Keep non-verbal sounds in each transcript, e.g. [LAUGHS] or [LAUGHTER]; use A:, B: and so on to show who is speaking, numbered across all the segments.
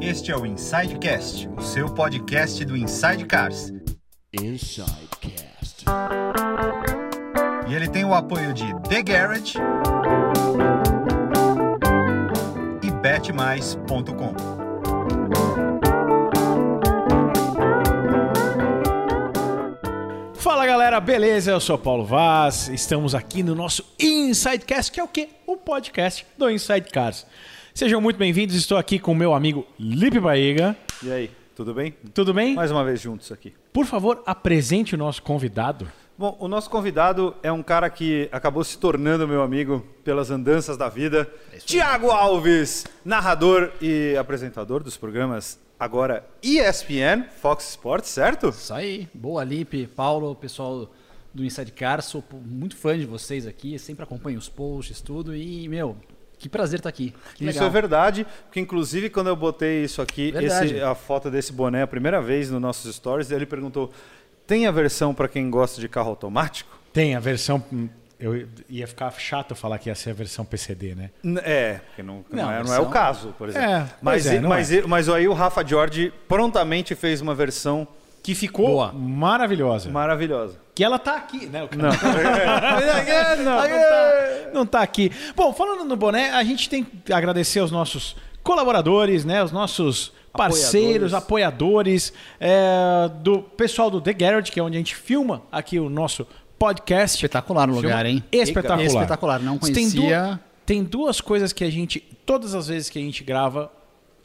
A: Este é o Insidecast, o seu podcast do Inside Cars.
B: Insidecast.
A: E ele tem o apoio de The Garage e betmais.com.
C: Fala galera, beleza? Eu sou Paulo Vaz, estamos aqui no nosso Insidecast, que é o quê? O podcast do Inside Cars. Sejam muito bem-vindos, estou aqui com o meu amigo Lipe Baiga.
D: E aí, tudo bem?
C: Tudo bem?
D: Mais uma vez juntos aqui.
C: Por favor, apresente o nosso convidado.
D: Bom, o nosso convidado é um cara que acabou se tornando meu amigo pelas andanças da vida. Tiago Alves, narrador e apresentador dos programas agora ESPN, Fox Sports, certo?
E: Isso aí. Boa, Lipe, Paulo, pessoal do Inside Car. Sou pô- muito fã de vocês aqui. Sempre acompanho os posts, tudo. E, meu, que prazer estar aqui. Que
D: Isso
E: legal.
D: é verdade, porque inclusive quando eu botei isso aqui,
E: Verdade.
D: esse- a foto desse boné a primeira vez nos nossos stories, ele perguntou: tem a versão para quem gosta de carro automático?
C: Tem a versão. hum, Eu ia ficar chato falar que ia ser a versão PCD, né?
D: N- É, porque não, não,
E: Não,
D: é, não
E: versão-
D: é o caso, por exemplo.
C: É, pois
D: mas,
C: é,
D: e-
C: não
D: mas, e- mas aí o Rafa Jorge prontamente fez uma versão
C: Que ficou
E: Boa.
C: maravilhosa.
D: maravilhosa.
C: Que ela tá aqui, né? O cara-
D: Não.
C: [LAUGHS] É, não, não tá, não tá aqui. Bom, falando no boné, a gente tem que agradecer aos nossos colaboradores, né? Os nossos parceiros, apoiadores, é, do pessoal do The Garage, que é onde a gente filma aqui o nosso podcast.
E: Espetacular o lugar, hein?
C: Espetacular.
E: Espetacular, não
C: Tem, du-
E: conhecia.
C: tem duas coisas que a gente, todas as vezes que a gente grava,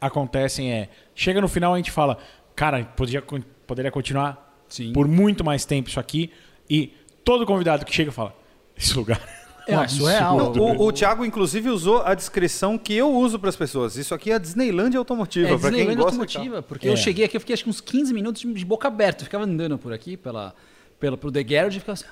C: acontecem é, chega no final a gente fala, cara, podia, con- poderia continuar
E: Sim.
C: por muito mais tempo isso aqui, e todo convidado que chega fala, esse lugar... [LAUGHS]
E: É,
C: um
E: é surreal.
C: absurdo."
D: Não, o, o Thiago, inclusive, usou a descrição que eu uso para as pessoas. Isso aqui é a Disneylandia Automotiva,
E: É
D: para quem
E: Disneyland
D: gosta então.
E: automotiva, porque
C: É.
E: eu cheguei aqui, eu fiquei acho que uns 15 minutos de de boca aberta. Eu ficava andando por aqui, pela, pela, pelo The Garage, e ficava assim...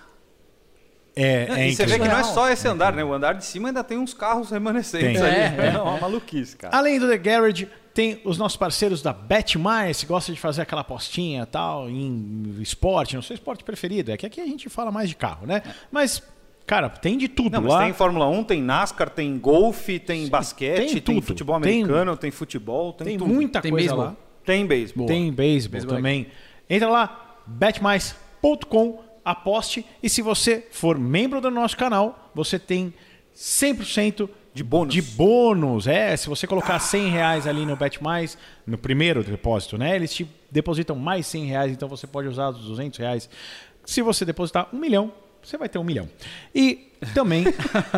C: É,
D: de carro.
C: é
D: e você vê
C: incrível.
D: que não é
E: Surreal.
D: só esse andar, né? O andar de cima ainda tem uns carros remanescentes
C: Tem. Ah,
D: ali. [LAUGHS]
E: É, é.
D: uma maluquice, cara.
C: Além do The Garage, tem os nossos parceiros da BetMais, que gosta de fazer aquela apostinha e tal em esporte, não sei o esporte preferido, é que aqui a gente fala mais de carro, né? Mas, cara, tem de tudo
D: Não, mas
C: lá.
D: tem Fórmula 1, tem NASCAR, tem golfe, tem
C: tem
D: basquete, tem,
C: tudo.
D: futebol
C: Tem-
D: americano, tem, futebol, tem,
C: Tem
D: tudo.
C: muita
E: Tem
C: coisa
E: beisebol.
C: lá.
D: Tem beisebol.
C: Tem beisebol também. Entra lá, betmais.com, aposte. E se você for membro do nosso canal, você tem 100%
D: De bônus. Tá.
C: De bônus. É, se você colocar 100 reais ali no BetMais, no primeiro depósito, né? Eles te depositam mais 100 reais, então você pode usar os 200 reais. Se você depositar um milhão, você vai ter um milhão. E
D: [LAUGHS]
C: também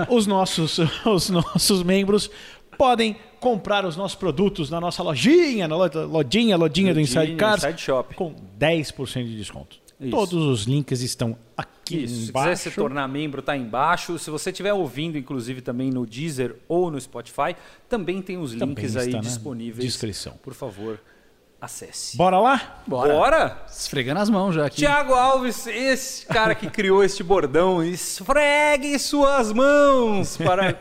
C: os nossos, os nossos membros podem comprar os nossos produtos na nossa lojinha, na lo- lojinha, lojinha do Inside
D: Lojinha,
C: Cars,
D: Inside Shop.
C: com 10% de desconto.
D: Isso.
C: Todos os links estão aqui
D: Isso, se quiser
C: embaixo.
D: se tornar membro, tá aí embaixo. Se você estiver ouvindo, inclusive, também no Deezer ou no Spotify, também tem os
C: Também
D: links
C: está
D: aí
C: na
D: disponíveis.
C: descrição.
D: Por favor, acesse.
C: Bora lá?
E: Bora.
D: Bora?
E: Esfregando as mãos já aqui.
D: Tiago Alves, esse cara que criou este bordão, esfregue suas mãos para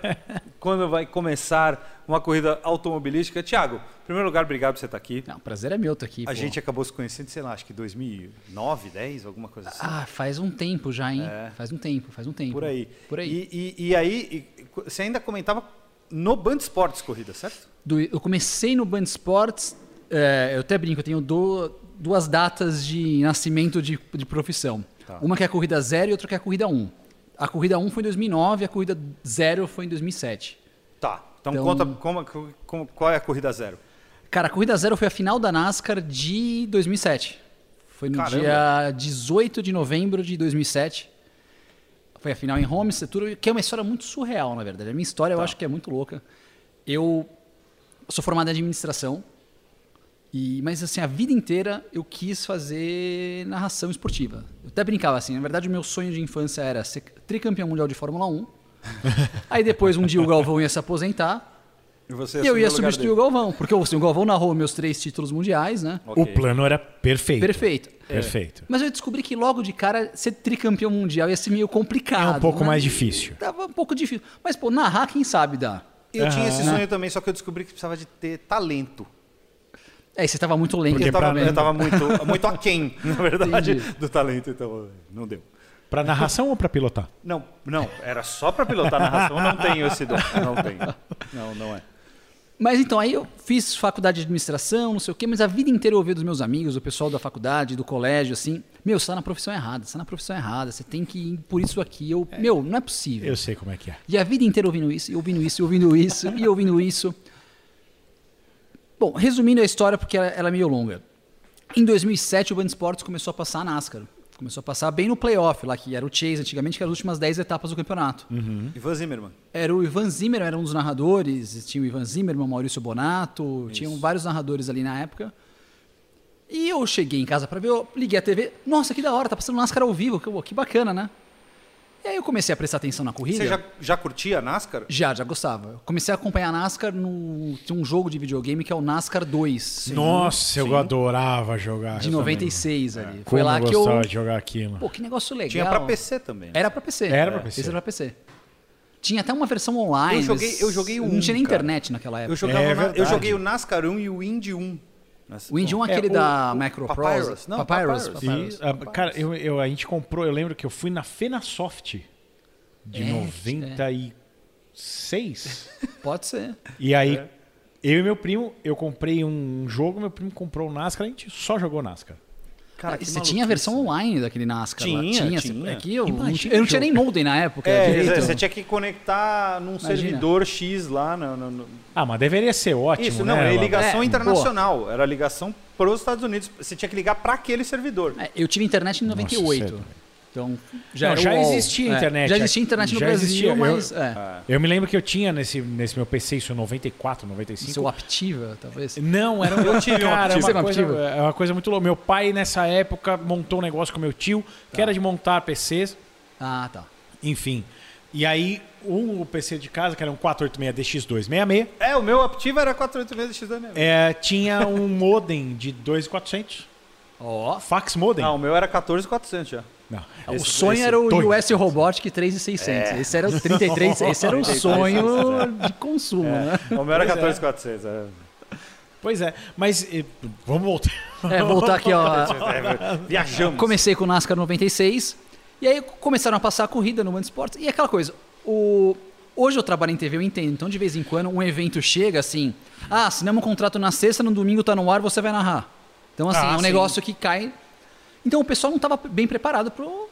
D: quando vai começar uma corrida automobilística. Tiago, em primeiro lugar, obrigado por você estar aqui.
E: Não, o prazer é meu estar aqui.
D: A
E: pô.
D: gente acabou se conhecendo, sei lá, acho que 2009, 10, alguma coisa assim. É.
E: Ah, faz um tempo já, hein? Faz um tempo, faz um tempo.
D: Por aí.
E: Por aí.
D: E, e- e aí, e- você ainda comentava no Band Esportes corrida, certo?
E: Do- eu comecei no Band Sports, é, eu até brinco, eu tenho do- duas datas de nascimento de, de profissão. Uma que é a corrida zero e outra que é a corrida 1. Um. A corrida 1 um foi em 2009 e a corrida zero foi em 2007.
D: Tá. Então,
E: Então-
D: conta como, como- qual é a corrida zero.
E: Cara, a corrida zero foi a final da NASCAR de 2007. Foi no
D: Caramba.
E: dia 18 de novembro de 2007. Foi a final em Homestead, tudo, que é uma história muito surreal, na verdade. A minha história eu acho que é muito louca. Eu sou formado em administração, e, mas assim, a vida inteira eu quis fazer narração esportiva. Eu até brincava assim, na verdade o meu sonho de infância era ser tricampeão mundial de Fórmula 1. Aí depois um dia o Galvão ia se aposentar,
D: E você
E: e eu ia substituir o Galvão, porque assim, o Galvão narrou meus três títulos mundiais, né?
D: Ok.
C: O plano era perfeito.
E: Perfeito.
C: É. Perfeito.
E: Mas eu descobri que logo de cara ser tricampeão mundial ia ser meio complicado.
C: É um pouco
E: né?
C: mais difícil.
E: Tava um pouco difícil. Mas, pô, narrar, quem sabe dá.
D: Eu tinha esse sonho também, só que eu descobri que precisava de ter talento.
E: É, e você tava muito lento. né?
C: Porque
D: eu tava,
C: pra-
D: eu tava muito, muito
E: [LAUGHS]
D: aquém, na verdade,
E: Entendi.
D: do talento, então não deu.
C: Pra narração ou pra pilotar?
D: Não,
E: [LAUGHS]
D: não, era só pra pilotar a narração, não tenho esse dom, não tenho. Não, não é.
E: Mas então, aí eu fiz faculdade de administração, não sei o quê, mas a vida inteira eu ouvi dos meus amigos, do pessoal da faculdade, do colégio, assim, meu, você tá na profissão errada, você tá na profissão errada, você tem que ir por isso aqui. Eu, Meu, não é possível.
C: Eu sei como é que é.
E: E a vida inteira ouvindo isso, e ouvindo isso, e ouvindo isso, e ouvindo isso. Bom, resumindo a história, porque ela, ela é meio longa. Em 2007, o Band Esportes começou a passar a NASCAR. Começou a passar bem no playoff, lá que era o Chase antigamente, que eram as últimas 10 etapas do campeonato.
D: Uhum. Ivan Zimmerman.
E: Era o Ivan Zimmerman, era um dos narradores. Tinha o Ivan Zimmerman, Maurício Bonato, tinham vários narradores ali na época. E eu cheguei em casa pra ver, eu liguei a TV. Nossa, que da hora, tá passando NASCAR ao vivo, que, que bacana, né? E aí eu comecei a prestar atenção na corrida.
D: Você já, já curtia a NASCAR?
E: Já, já gostava. Eu Comecei a acompanhar a NASCAR no. Tem um jogo de videogame que é o NASCAR 2,
C: Nossa, eu adorava jogar.
E: de
C: eu também. É.
E: 96 ali.
C: Como
E: Foi lá
C: eu
E: que eu.
C: gostava de jogar aquilo.
E: Pô, que negócio legal.
D: Tinha pra PC também. né?
E: Era pra PC.
C: Era pra PC.
E: Esse era pra PC. Tinha até uma versão online.
D: Eu joguei- eu joguei
E: mas
D: um,
E: Não tinha nem
D: cara.
E: internet naquela época.
D: Eu, jogava
C: É
D: na- eu
C: verdade.
D: joguei o NASCAR 1 e o Indy 1. Nossa,
E: O Indy 1 é
C: É,
E: aquele
C: o-
E: da
D: um. o
E: Microprose.
D: Papyrus. Não,
E: Papyrus.
D: Papyrus.
E: Papyrus.
C: E, a- cara, eu, eu- a gente comprou, eu lembro que eu fui na Fenasoft de
E: É,
C: 96.
E: Pode ser.
C: E aí,
E: É.
C: eu e meu primo, eu comprei um jogo, meu primo comprou o NASCAR, a gente só jogou NASCAR.
D: Cara, que
E: Você
D: maluquice,
E: tinha a versão
D: né?
E: online daquele NASCAR lá?
D: Tinha,
E: tinha.
D: tinha.
E: É que eu, não
C: Imagina
E: tinha- eu não
C: o
E: tinha nem
C: jogo.
E: modem na época.
D: É,
E: direito.
D: você tinha que conectar num
E: Imagina.
D: servidor X lá. No, no- no-
C: Ah, mas deveria ser ótimo,
D: Isso,
C: né?
D: não, é
C: Lava?
D: ligação
E: É,
D: internacional. Era ligação pros Estados Unidos. Você tinha que ligar pra aquele servidor.
E: É, eu tive internet em
C: Nossa,
E: 98.
C: certo.
E: então, já,
C: Não,
E: era
C: já
E: o UOL.
C: existia
E: É,
C: internet
E: Já
C: aqui.
E: existia internet no
C: Já
E: Brasil,
C: existia, eu- Ah,
E: mas. É,
C: Eu me lembro que eu tinha nesse, nesse meu PC, isso é em 94, 95.
E: seu Aptiva, talvez.
C: Não, era um eu tive
D: um
C: cara, é
E: Aptiva.
C: uma, coisa,
E: Você não
C: é uma coisa muito louca. Meu pai, nessa época, montou um negócio com meu tio, que
E: Tá.
C: era de montar PCs,
E: Ah, tá.
C: enfim. E aí, um o PC de casa, que era um 486DX266,
D: É, o meu Aptiva era 486 da minha.
C: é, tinha
E: [LAUGHS]
C: um modem de 2400,
E: Ó.
C: fax modem.
D: Não, o meu era
C: [LAUGHS]
D: 14400 já.
C: Não.
E: O
D: Esse-
E: sonho
D: esse
E: era o
C: doido.
E: US Robotic 3600.
C: É.
E: Esse era o 33,
C: [LAUGHS]
E: esse era o sonho de consumo, né?
D: O meu era
C: Pois é.
D: 14400. É.
C: [LAUGHS] Pois é, mas eh, vamos voltar.
E: É, voltar aqui, ó.
D: É, viajamos.
E: Então, Comecei com o NASCAR 96. E aí começaram a passar a corrida no Band Esportes. E aquela coisa, o... hoje eu trabalho em TV, eu entendo. Então, de vez em quando, um evento chega assim: ah, assinamos um contrato na sexta, no domingo tá no ar, você vai narrar. Então, assim,
C: Ah,
E: é um
C: sim.
E: negócio que cai. Então, o pessoal não estava bem preparado pro...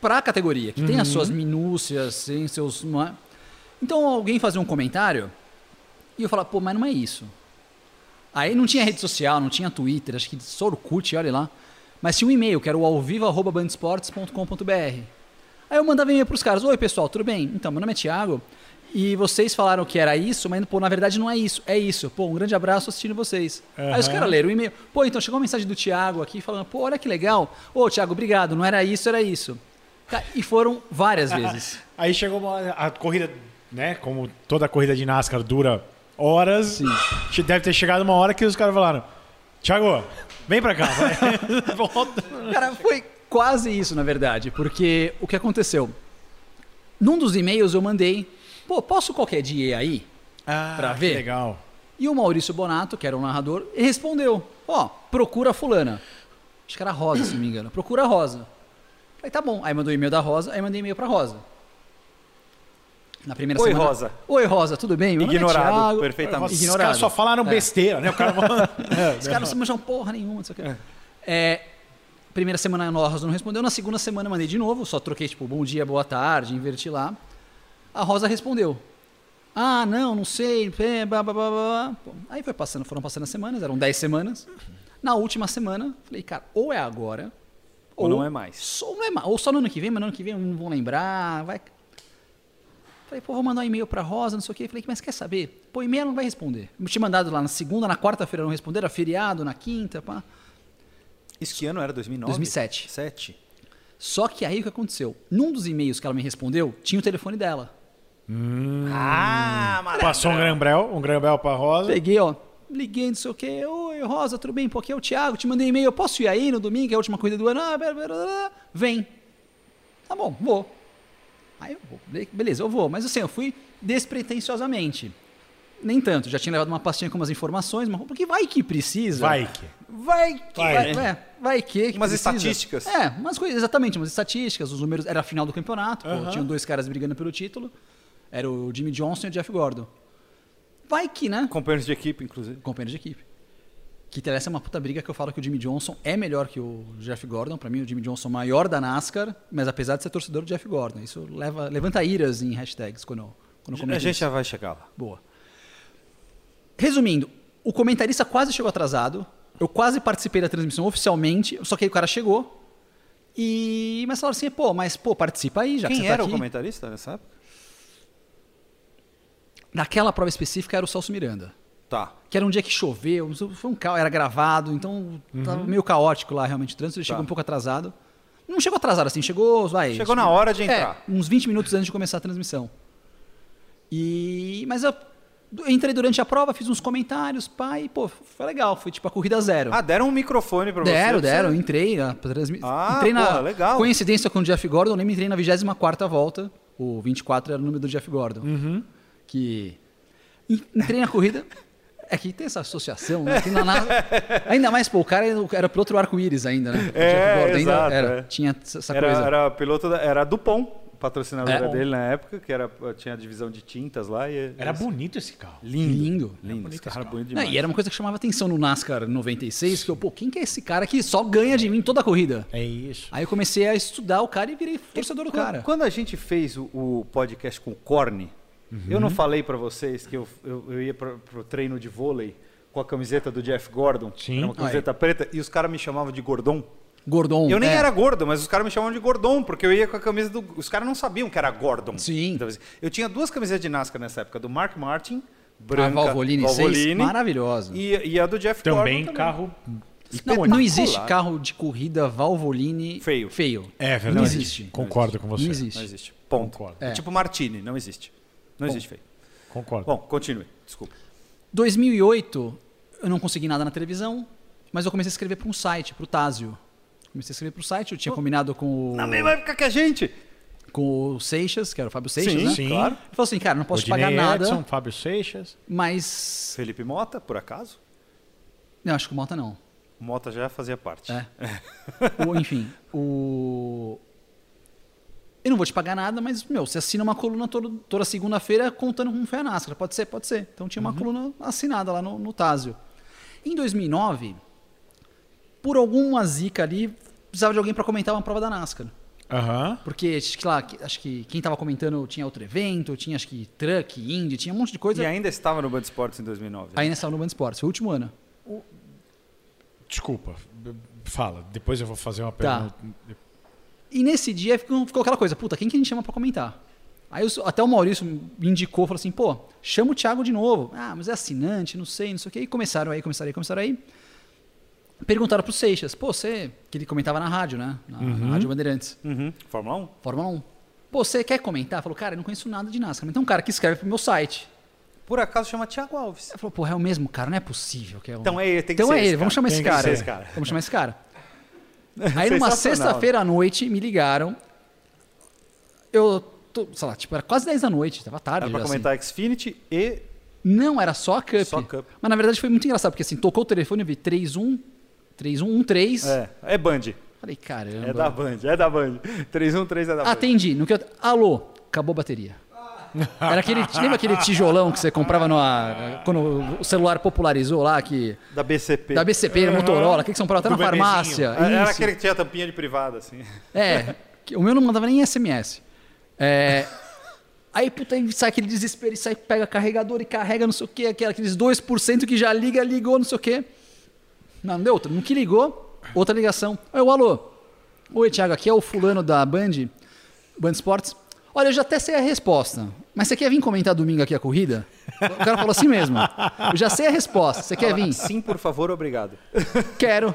E: pra categoria, que tem as suas
C: Uhum.
E: minúcias, tem seus. não é? Então, alguém fazia um comentário e eu falava: pô, mas não é isso. Aí não tinha rede social, não tinha Twitter, acho que só Orkut, olha lá. Mas tinha um e-mail, que era o alviva.bandsports.com.br. Aí eu mandava e-mail pros caras, oi pessoal, tudo bem? Então, meu nome é Thiago, e vocês falaram que era isso, mas pô, na verdade não é isso, é isso. Pô, um grande abraço assistindo vocês. Aí os
C: Aham.
E: caras leram o e-mail, pô, então chegou uma mensagem do Thiago aqui falando, pô, olha que legal. Ô, Thiago, obrigado, não era isso, era isso. Ca- E foram
C: [LAUGHS]
E: várias vezes.
C: Aí chegou uma hora, a corrida, né? Como toda corrida de NASCAR dura horas, che- deve ter chegado uma hora que os caras falaram: Thiago, vem pra cá, vai.
E: [LAUGHS]
C: Volta.
E: Cara, foi quase isso, na verdade, porque o que aconteceu? Num dos e-mails eu mandei, pô, posso qualquer dia aí?
C: Ah,
E: Pra
C: que
E: ver?
C: Legal.
E: E o Maurício Bonato, que era o narrador, respondeu: Ó, procura fulana. Acho que era a Rosa, se não me engano. Procura a Rosa. Falei, tá bom. Aí mandou e-mail da Rosa, aí mandei e-mail pra Rosa. Na primeira
D: Oi,
E: semana.
D: Rosa.
E: Oi, Rosa, tudo bem? Meu nome é
D: Ignorado,
E: Thiago."
D: perfeitamente.
C: Os
E: Tá Ignorado.
C: caras só falaram
E: É.
C: besteira, né? O cara
E: [LAUGHS]
C: falando.
E: Os caras não se manjam porra nenhuma, não sei o quê. É, primeira semana a Rosa não respondeu, na segunda semana eu mandei de novo, só troquei tipo bom dia, boa tarde, inverti lá. A Rosa respondeu. Ah, não, não sei, pé, blá, blá, blá, blá. Pô, Aí foi passando, foram passando as semanas, eram 10 semanas. Na última semana, falei, cara, ou é agora,
D: Ou não é mais.
E: só- Ou, não é mais, ou só no ano que vem, mas no ano que vem eu não vou lembrar, vai. Falei, pô, vou mandar um e-mail pra Rosa, não sei o quê. Falei, mas quer saber? Pô, e-mail ela não vai responder. Eu tinha mandado lá na segunda, na quarta-feira não responderam, feriado, na quinta, pá.
D: Isso que ano era? 2009?
E: 2007.
D: 7.
E: Só que aí o que aconteceu? Num dos e-mails que ela me respondeu, tinha o telefone dela.
D: Ah, maravilha.
C: Passou um Grambrel, um Grambrel pra Rosa.
E: Peguei, ó, liguei, não sei o quê. Oi, Rosa, tudo bem? Pô, aqui é o Thiago, te mandei e-mail. Eu posso ir aí no domingo, é a última corrida do ano? Ah, blá, blá, blá, blá. Vem. Tá bom, vou. Aí eu vou. Be- Beleza, eu vou. Mas assim, eu fui despretensiosamente. Nem tanto, já tinha levado uma pastinha com umas informações, mas porque vai que precisa.
C: Vai que.
D: Vai que...
C: Vai,
E: Vai,
C: né?
E: vai, vai que. que
D: Umas
E: precisa.
D: estatísticas.
E: É, umas coisas, exatamente, umas estatísticas, os números. Era a final do campeonato, pô, tinham dois caras brigando pelo título. Era o Jimmy Johnson e o Jeff Gordon. Vai que, né?
D: Companheiros de equipe, inclusive.
E: companheiros de equipe. Que interessa é uma puta briga que eu falo que o Jimmy Johnson é melhor que o Jeff Gordon. Pra mim, o Jimmy Johnson é o maior da NASCAR, mas apesar de ser torcedor do Jeff Gordon. Isso leva, levanta iras em hashtags quando, eu- quando eu
D: a
E: comento
D: gente
E: isso.
D: já vai chegar lá.
E: Boa. Resumindo, o comentarista quase chegou atrasado. Eu quase participei da transmissão oficialmente, só que aí o cara chegou. E. Mas falaram assim, pô, mas pô, participa aí, já que
D: Quem
E: você tá
D: era o
E: aqui.
D: comentarista nessa época?
E: Naquela prova específica era o Celso Miranda.
D: Tá.
E: Que era um dia que choveu, foi um caos, era gravado, então tava
D: Uhum.
E: meio caótico lá realmente o
D: Tá.
E: trânsito, ele chegou um pouco atrasado. Não chegou atrasado assim, chegou, vai.
D: Chegou na hora de
E: é,
D: entrar.
E: uns 20 minutos antes de começar a transmissão. E mas eu eu entrei durante a prova, fiz uns comentários, pai, pô, foi legal, foi tipo a corrida zero.
D: Ah, deram um microfone pra
E: Deram,
D: você.
E: deram,
D: Você-
E: entrei na transmissão.
D: Ah,
E: entrei na
D: porra, legal.
E: coincidência com o Jeff Gordon, eu lembro, entrei na 24 volta. O 24 era o número do Jeff Gordon.
D: Uhum.
E: Que. en- Entrei na corrida. É que tem essa associação, né? Tem na- na- Ainda mais, pô, o cara era- era pro outro arco-íris ainda, né? O
D: É,
E: Jeff Gordon
D: exato,
E: ainda era.
D: é.
E: Tinha essa
D: Era,
E: coisa.
D: era piloto da, era a Dupont, patrocinadora
E: É.
D: dele na época, que era, tinha a divisão de tintas lá. E,
C: Era bonito esse carro.
E: Lindo.
D: Lindo, esse cara era bonito
E: Não,
D: demais.
E: e era uma coisa que chamava atenção no NASCAR 96, que eu, pô, quem que é esse cara que só ganha de mim toda a corrida?
C: É isso.
E: Aí eu comecei a estudar o cara e virei torcedor do
D: Quando-
E: é cara.
D: Quando a gente fez o, o podcast com o Corne, eu
E: Uhum.
D: não falei pra vocês que eu, eu, eu ia pra, pro treino de vôlei com a camiseta do Jeff Gordon,
C: Sim.
D: era uma camiseta preta, e os caras me chamavam de Gordon.
E: Gordon.
D: Eu nem
E: é.
D: era gordo, mas os caras me chamavam de Gordon, porque eu ia com a camisa do. Os caras não sabiam que era Gordon.
E: Sim.
D: Então, assim, eu tinha duas camisetas de NASCAR nessa época, do Mark Martin, branca,
E: a Valvoline, seis,
D: Valvoline,
E: maravilhosa.
D: e, e a do Jeff
C: Também
D: Gordon.
C: carro.
E: Não, não
D: espetacular.
E: existe carro de corrida Valvoline
D: Feio.
E: feio.
C: É verdade.
E: Não existe.
C: Concordo com você.
E: Não existe.
D: Não existe. Ponto.
C: Concordo.
D: É.
E: É.
D: Tipo Martini, não existe. Não existe feio.
C: Concordo.
D: Bom, continue, desculpa.
E: 2008, eu não consegui nada na televisão, mas eu comecei a escrever para um site, para o Tásio. Comecei a escrever para o site, eu tinha combinado com o,
D: Oh. Na mesma época que a gente.
E: com o Seixas, que era o Fábio Seixas,
D: Sim,
E: né?
C: sim.
E: Ele falou assim, cara, não posso te pagar
C: Odinei
E: nada,
C: Edson, Fábio Seixas.
E: mas...
D: Felipe Mota, por acaso?
E: Não, acho que o Mota não.
D: O Mota já fazia parte.
E: É. [LAUGHS] O- enfim, o. Eu não vou te pagar nada, mas, meu, você assina uma coluna todo, toda segunda-feira contando com um fé NASCAR. Pode ser? Pode ser. Então tinha uma coluna assinada lá no, no Tásio. Em 2009, por alguma zica ali, precisava de alguém para comentar uma prova da NASCAR.
C: Aham.
E: Porque, acho que lá, que- acho que quem tava comentando tinha outro evento, tinha acho que truck, Indy, tinha um monte de coisa.
D: E ainda estava no Band Sports em 2009.
E: Aí nessa aula no Band Esportes, foi o último ano.
C: Desculpa. Fala. Depois eu vou fazer uma
E: Tá.
C: pergunta.
E: E nesse dia um, ficou, ficou aquela coisa, puta, quem que a gente chama pra comentar? Aí eu- até o Maurício me indicou, falou assim, pô, chama o Thiago de novo. Ah, mas é assinante, não sei, não sei o quê. E começaram aí, começaram aí, começaram aí. Perguntaram pro Seixas, pô, você... Que ele comentava na rádio, né? Na, na Rádio Bandeirantes,
D: Uhum. Fórmula 1?
E: Fórmula 1. Pô, você quer comentar? Falou, cara, eu não conheço nada de NASCAR, mas tem um cara que escreve pro meu site.
D: Por acaso chama Thiago Alves.
E: Ele falou, pô, é o mesmo cara, não é possível. Que é o-
D: Então é ele, tem que
E: então
D: ser
E: é
D: esse
E: ele,
D: cara.
E: vamos chamar esse
D: Tem que
E: cara.
D: ser esse cara.
E: Vamos chamar esse cara. Aí
D: [LAUGHS] Sensacional.
E: numa sexta-feira à noite me ligaram. Eu, tô, sei lá, tipo, era quase 10 da noite, tava tarde.
D: Era pra
E: já,
D: comentar Xfinity e.
E: assim. Não, era só a Cup.
D: Só a Cup.
E: Mas na verdade foi muito engraçado, porque assim, tocou o telefone, eu vi 31 3113.
D: É, é Band.
E: Falei, caramba.
D: É da Band, é da Band. 313 é da Band.
E: Atendi. No que eu... Alô, acabou a bateria. Era aquele, [LAUGHS] lembra aquele tijolão que você comprava numa, quando o celular popularizou lá, que
D: Da BCP.
E: da BCP, Motorola, o que que são até
C: Do
E: na farmácia.
D: É, Era era
E: Isso.
D: aquele que tinha a tampinha de privada,
E: [LAUGHS]
D: assim.
E: É, que o meu não mandava nem SMS. É, aí, puta, aí sai aquele desespero, e sai, pega carregador e carrega não sei o quê, aquela- aqueles 2% que já liga, ligou, não sei o quê. Não, não deu outra. No que ligou, outra ligação. Aí eu, alô. Oi, Thiago, aqui é o fulano da Band, Band Sports. Olha, eu já até sei a resposta, mas você quer vir comentar domingo aqui a corrida? O cara falou assim mesmo. Eu já sei a resposta, você quer vir?
D: Sim, por favor, obrigado.
E: Quero.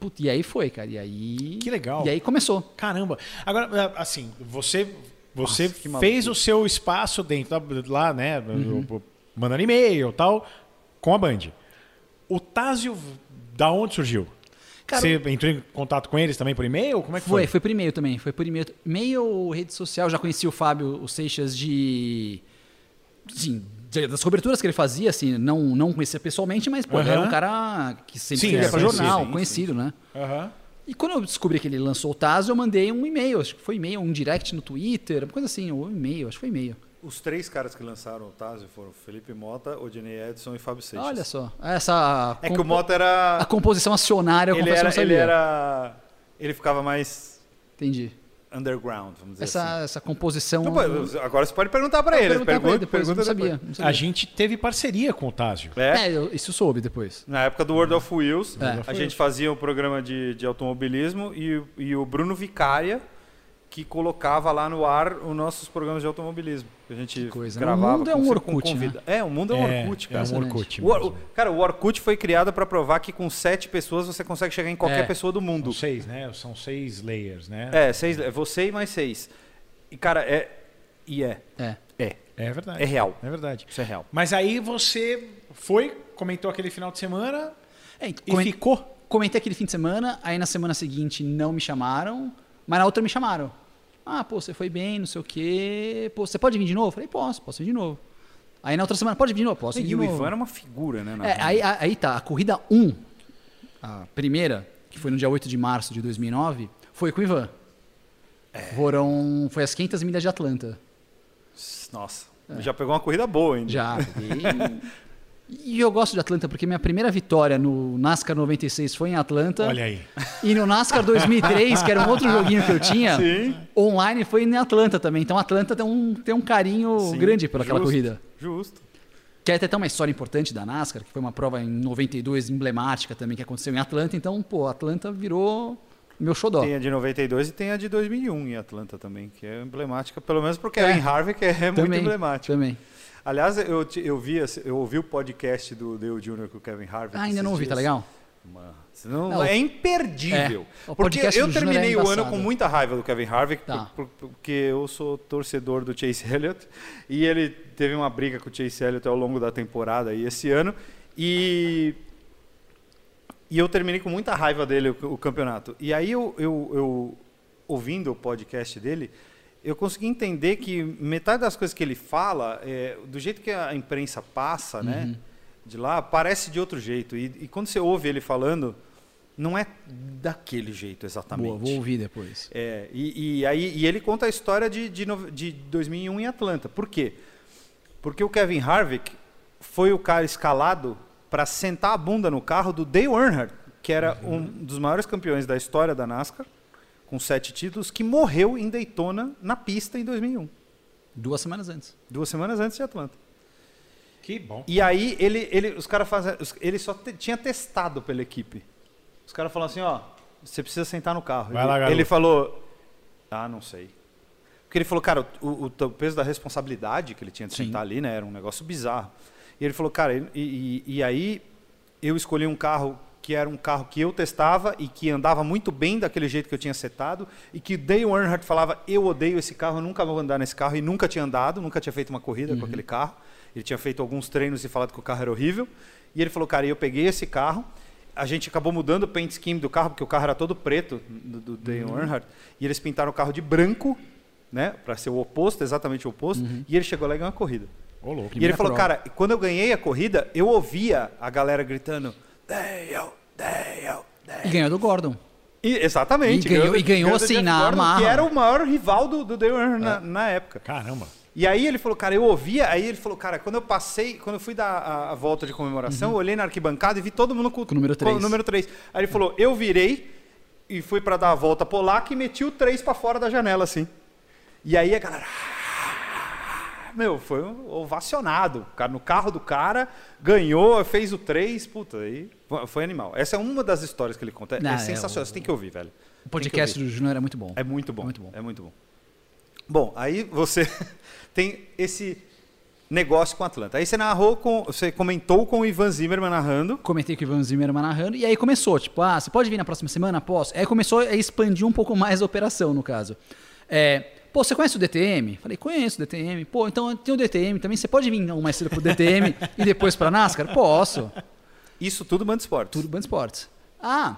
E: Putz, e aí foi, cara. E aí.
C: Que legal.
E: E aí começou.
C: Caramba. Agora, assim, você, você
D: que maluco. Uhum.
C: fez o seu espaço dentro da, lá, né? do- Mandando e-mail e tal, com a Band. O Tásio, da onde surgiu?
E: Cara,
C: você entrou em contato com eles também por e-mail? Como é que
E: Foi,
C: foi?
E: foi por e-mail também. Foi por e-mail. E-mail ou rede social. Já conheci o Fábio o Seixas de. Sim, de- das coberturas que ele fazia, assim, não, não conhecia pessoalmente, mas pô, ele era
C: Aham.
E: um cara que sempre
C: Sim,
E: escrevia
C: é,
E: pra
C: conhecido,
E: jornal,
D: sim,
E: conhecido, né?
C: Aham.
E: E quando eu descobri que ele lançou o Taz, eu mandei um e-mail, acho que foi e-mail, um direct no Twitter, uma coisa assim, ou um e-mail, acho que foi e-mail.
D: Os três caras que lançaram o Tazio foram Felipe Mota, Odinei Edson e Fábio Seixas.
E: Olha só. Essa.
D: É que
E: compo-
D: o Mota era.
E: A composição acionária, eu
D: ele,
E: confesso que eu não
D: era, ele
E: sabia.
D: era. Ele ficava mais
E: Entendi.
D: underground, vamos dizer assim.
E: Essa, essa composição.
D: Então, pô, agora você pode perguntar pra ele.
E: perguntar pra
D: Pergunta,
E: ele depois, eu
D: pergunta
E: não sabia.
D: depois.
E: não sabia.
C: A gente teve parceria com o Tásio.
D: É.
E: É, eu- isso soube depois.
D: Na época do World of Wheels,
E: É.
D: a gente fazia um programa de, de automobilismo e, e o Bruno Vicária que colocava lá no ar os nossos programas de automobilismo. A gente
E: Que coisa, né? O
D: gravava.
E: mundo é
D: com-
E: um
D: com
E: Orkut,
D: convida- É, o mundo é um Orkut, cara.
C: É um Orkut.
D: O Or-
C: mesmo.
D: cara, o Orkut foi criado para provar que com sete pessoas você consegue chegar em qualquer
E: É.
D: pessoa do mundo.
C: São seis, né? São seis layers, né?
D: É, seis, é você e mais seis. E, cara, é. E é.
E: É.
D: É.
C: É verdade.
D: É real.
C: É verdade.
D: Isso é real.
C: Mas aí você foi, comentou aquele final de semana
E: É,
C: e
E: comen-
C: ficou.
E: Comentei aquele fim de semana, aí na semana seguinte não me chamaram, mas na outra me chamaram. Ah, pô, você foi bem, não sei o quê. Pô, você pode vir de novo? Falei, posso, posso vir de novo. Aí na outra semana, pode vir de novo? Posso vir
D: E
E: de
D: o
E: novo.
D: Ivan era uma figura, né? na
E: É,
D: rua.
E: aí, a- aí tá, a corrida 1, a primeira, que foi no dia 8 de março de 2009, foi com o Ivan.
D: É.
E: Foram, foi as 500 milhas de Atlanta.
D: Nossa. Já pegou uma corrida boa, hein? [LAUGHS]
E: É. Já. E, e eu gosto de Atlanta porque minha primeira vitória no NASCAR 96 foi em Atlanta.
C: Olha aí.
E: E no NASCAR 2003, que era um outro joguinho que eu tinha,
D: Sim.
E: online foi em Atlanta também. Então Atlanta tem um, tem um carinho
D: Sim,
E: grande por aquela
D: justo,
E: corrida.
D: Justo.
E: Que é até tem uma história importante da NASCAR, que foi uma prova em 92 emblemática também que aconteceu em Atlanta. Então, pô, Atlanta virou meu xodó.
D: Tem a de 92 e tem a de 2001 em Atlanta também, que é emblemática, pelo menos pro Kevin
E: É.
D: Harvey, que é [LAUGHS] muito
E: também,
D: emblemática.
E: Também.
D: Aliás, eu, te- eu, vi, esse- eu ouvi o podcast do Dale Jr. com o Kevin Harvey.
E: Ah, ainda
D: esses
E: não ouvi,
D: dias.
E: tá legal?
D: Mano, senão
E: Não,
D: é
E: o-
D: imperdível.
E: é, o
D: porque
E: podcast
D: eu
E: do Júnior é
D: terminei o ano
E: embaçado.
D: com muita raiva do Kevin Harvick,
E: Tá.
D: por- por- porque eu sou torcedor do Chase Elliott e ele teve uma briga com o Chase Elliott ao longo da temporada e esse ano e e eu terminei com muita raiva dele o, o campeonato. E aí eu, eu, eu ouvindo o podcast dele, eu consegui entender que metade das coisas que ele fala, é, do jeito que a imprensa passa, né?
E: Uhum.
D: De lá, parece de outro jeito. E, e quando você ouve ele falando, não é daquele jeito exatamente.
E: Boa, vou ouvir depois.
D: É, e, e aí e ele conta a história de, de, no- de 2001 em Atlanta. Por quê? Porque o Kevin Harvick foi o cara escalado para sentar a bunda no carro do Dale Earnhardt, que era um dos maiores campeões da história da NASCAR, com sete títulos, que morreu em Daytona na pista em 2001,
E: Duas semanas antes.
D: duas semanas antes de Atlanta.
C: Que bom.
D: E aí ele, ele os caras fazem, os- ele só te- tinha testado pela equipe. Os caras falaram assim, ó, você precisa sentar no carro.
C: Vai
D: ele,
C: lá, garoto.
D: ele falou, ah, não sei. Porque ele falou, cara, o, o- o peso da responsabilidade que ele tinha de
E: Sim.
D: sentar ali, né, era um negócio bizarro. E ele falou, cara, e, e- e aí eu escolhi um carro que era um carro que eu testava e que andava muito bem daquele jeito que eu tinha setado e que o Dale Earnhardt falava, eu odeio esse carro, eu nunca vou andar nesse carro e nunca tinha andado, nunca tinha feito uma corrida
C: Uhum.
D: com aquele carro. Ele tinha feito alguns treinos e falado que o carro era horrível. E ele falou, cara, eu peguei esse carro, a gente acabou mudando o paint scheme do carro, porque o carro era todo preto, do, do Dale
E: Uhum.
D: Earnhardt, e eles pintaram o carro de branco, né, para ser o oposto, exatamente o oposto, e ele chegou lá e ganhou a corrida.
C: Ô, louco.
D: e ele
E: Uhum. Primeira
D: falou,
E: prova.
D: cara, quando eu ganhei a corrida, eu ouvia a galera gritando, Dale, Dale, Dale.
E: E ganhou do Gordon.
D: E- exatamente.
E: E ganhou- e ganhou,
D: do
E: assim,
D: Jeff
E: na
D: Que
E: marra. É.
D: era o maior rival do, do Dale Earnhardt na, na época.
C: Caramba.
D: E aí ele falou, cara, eu ouvia, aí ele falou, cara, quando eu passei, quando eu fui dar a, a volta de comemoração, eu olhei na arquibancada e vi todo mundo com,
E: Uhum. Com o número três.
D: o número 3. Aí ele falou, eu virei e fui pra dar a volta polaca e meti o 3 pra fora da janela, assim. E aí a galera. "Ah!" Meu, foi um ovacionado. O cara, no carro do cara, ganhou, fez o 3, puta, aí foi- foi animal. Essa é uma das histórias que ele conta. É-
E: Não,
D: é
E: é
D: sensacional,
E: o-
D: você tem que ouvir, velho.
E: O podcast do Júnior era muito bom.
D: É muito bom.
E: É muito bom.
D: É muito bom. Bom, aí você [LAUGHS] tem esse negócio com Atlanta. Aí você narrou com. Você comentou com o Ivan Zimmerman narrando.
E: Comentei com o Ivan Zimmerman narrando, e aí começou, tipo, ah, você pode vir na próxima semana? Posso. Aí começou a expandir um pouco mais a operação, no caso. É, pô, você conhece o DTM? Falei, conheço o DTM. Pô, então tem o DTM também, você pode vir não, mais cedo pro DTM e depois pra NASCAR? Posso.
D: Isso tudo Band Esportes.
E: Tudo Band Esportes. Ah,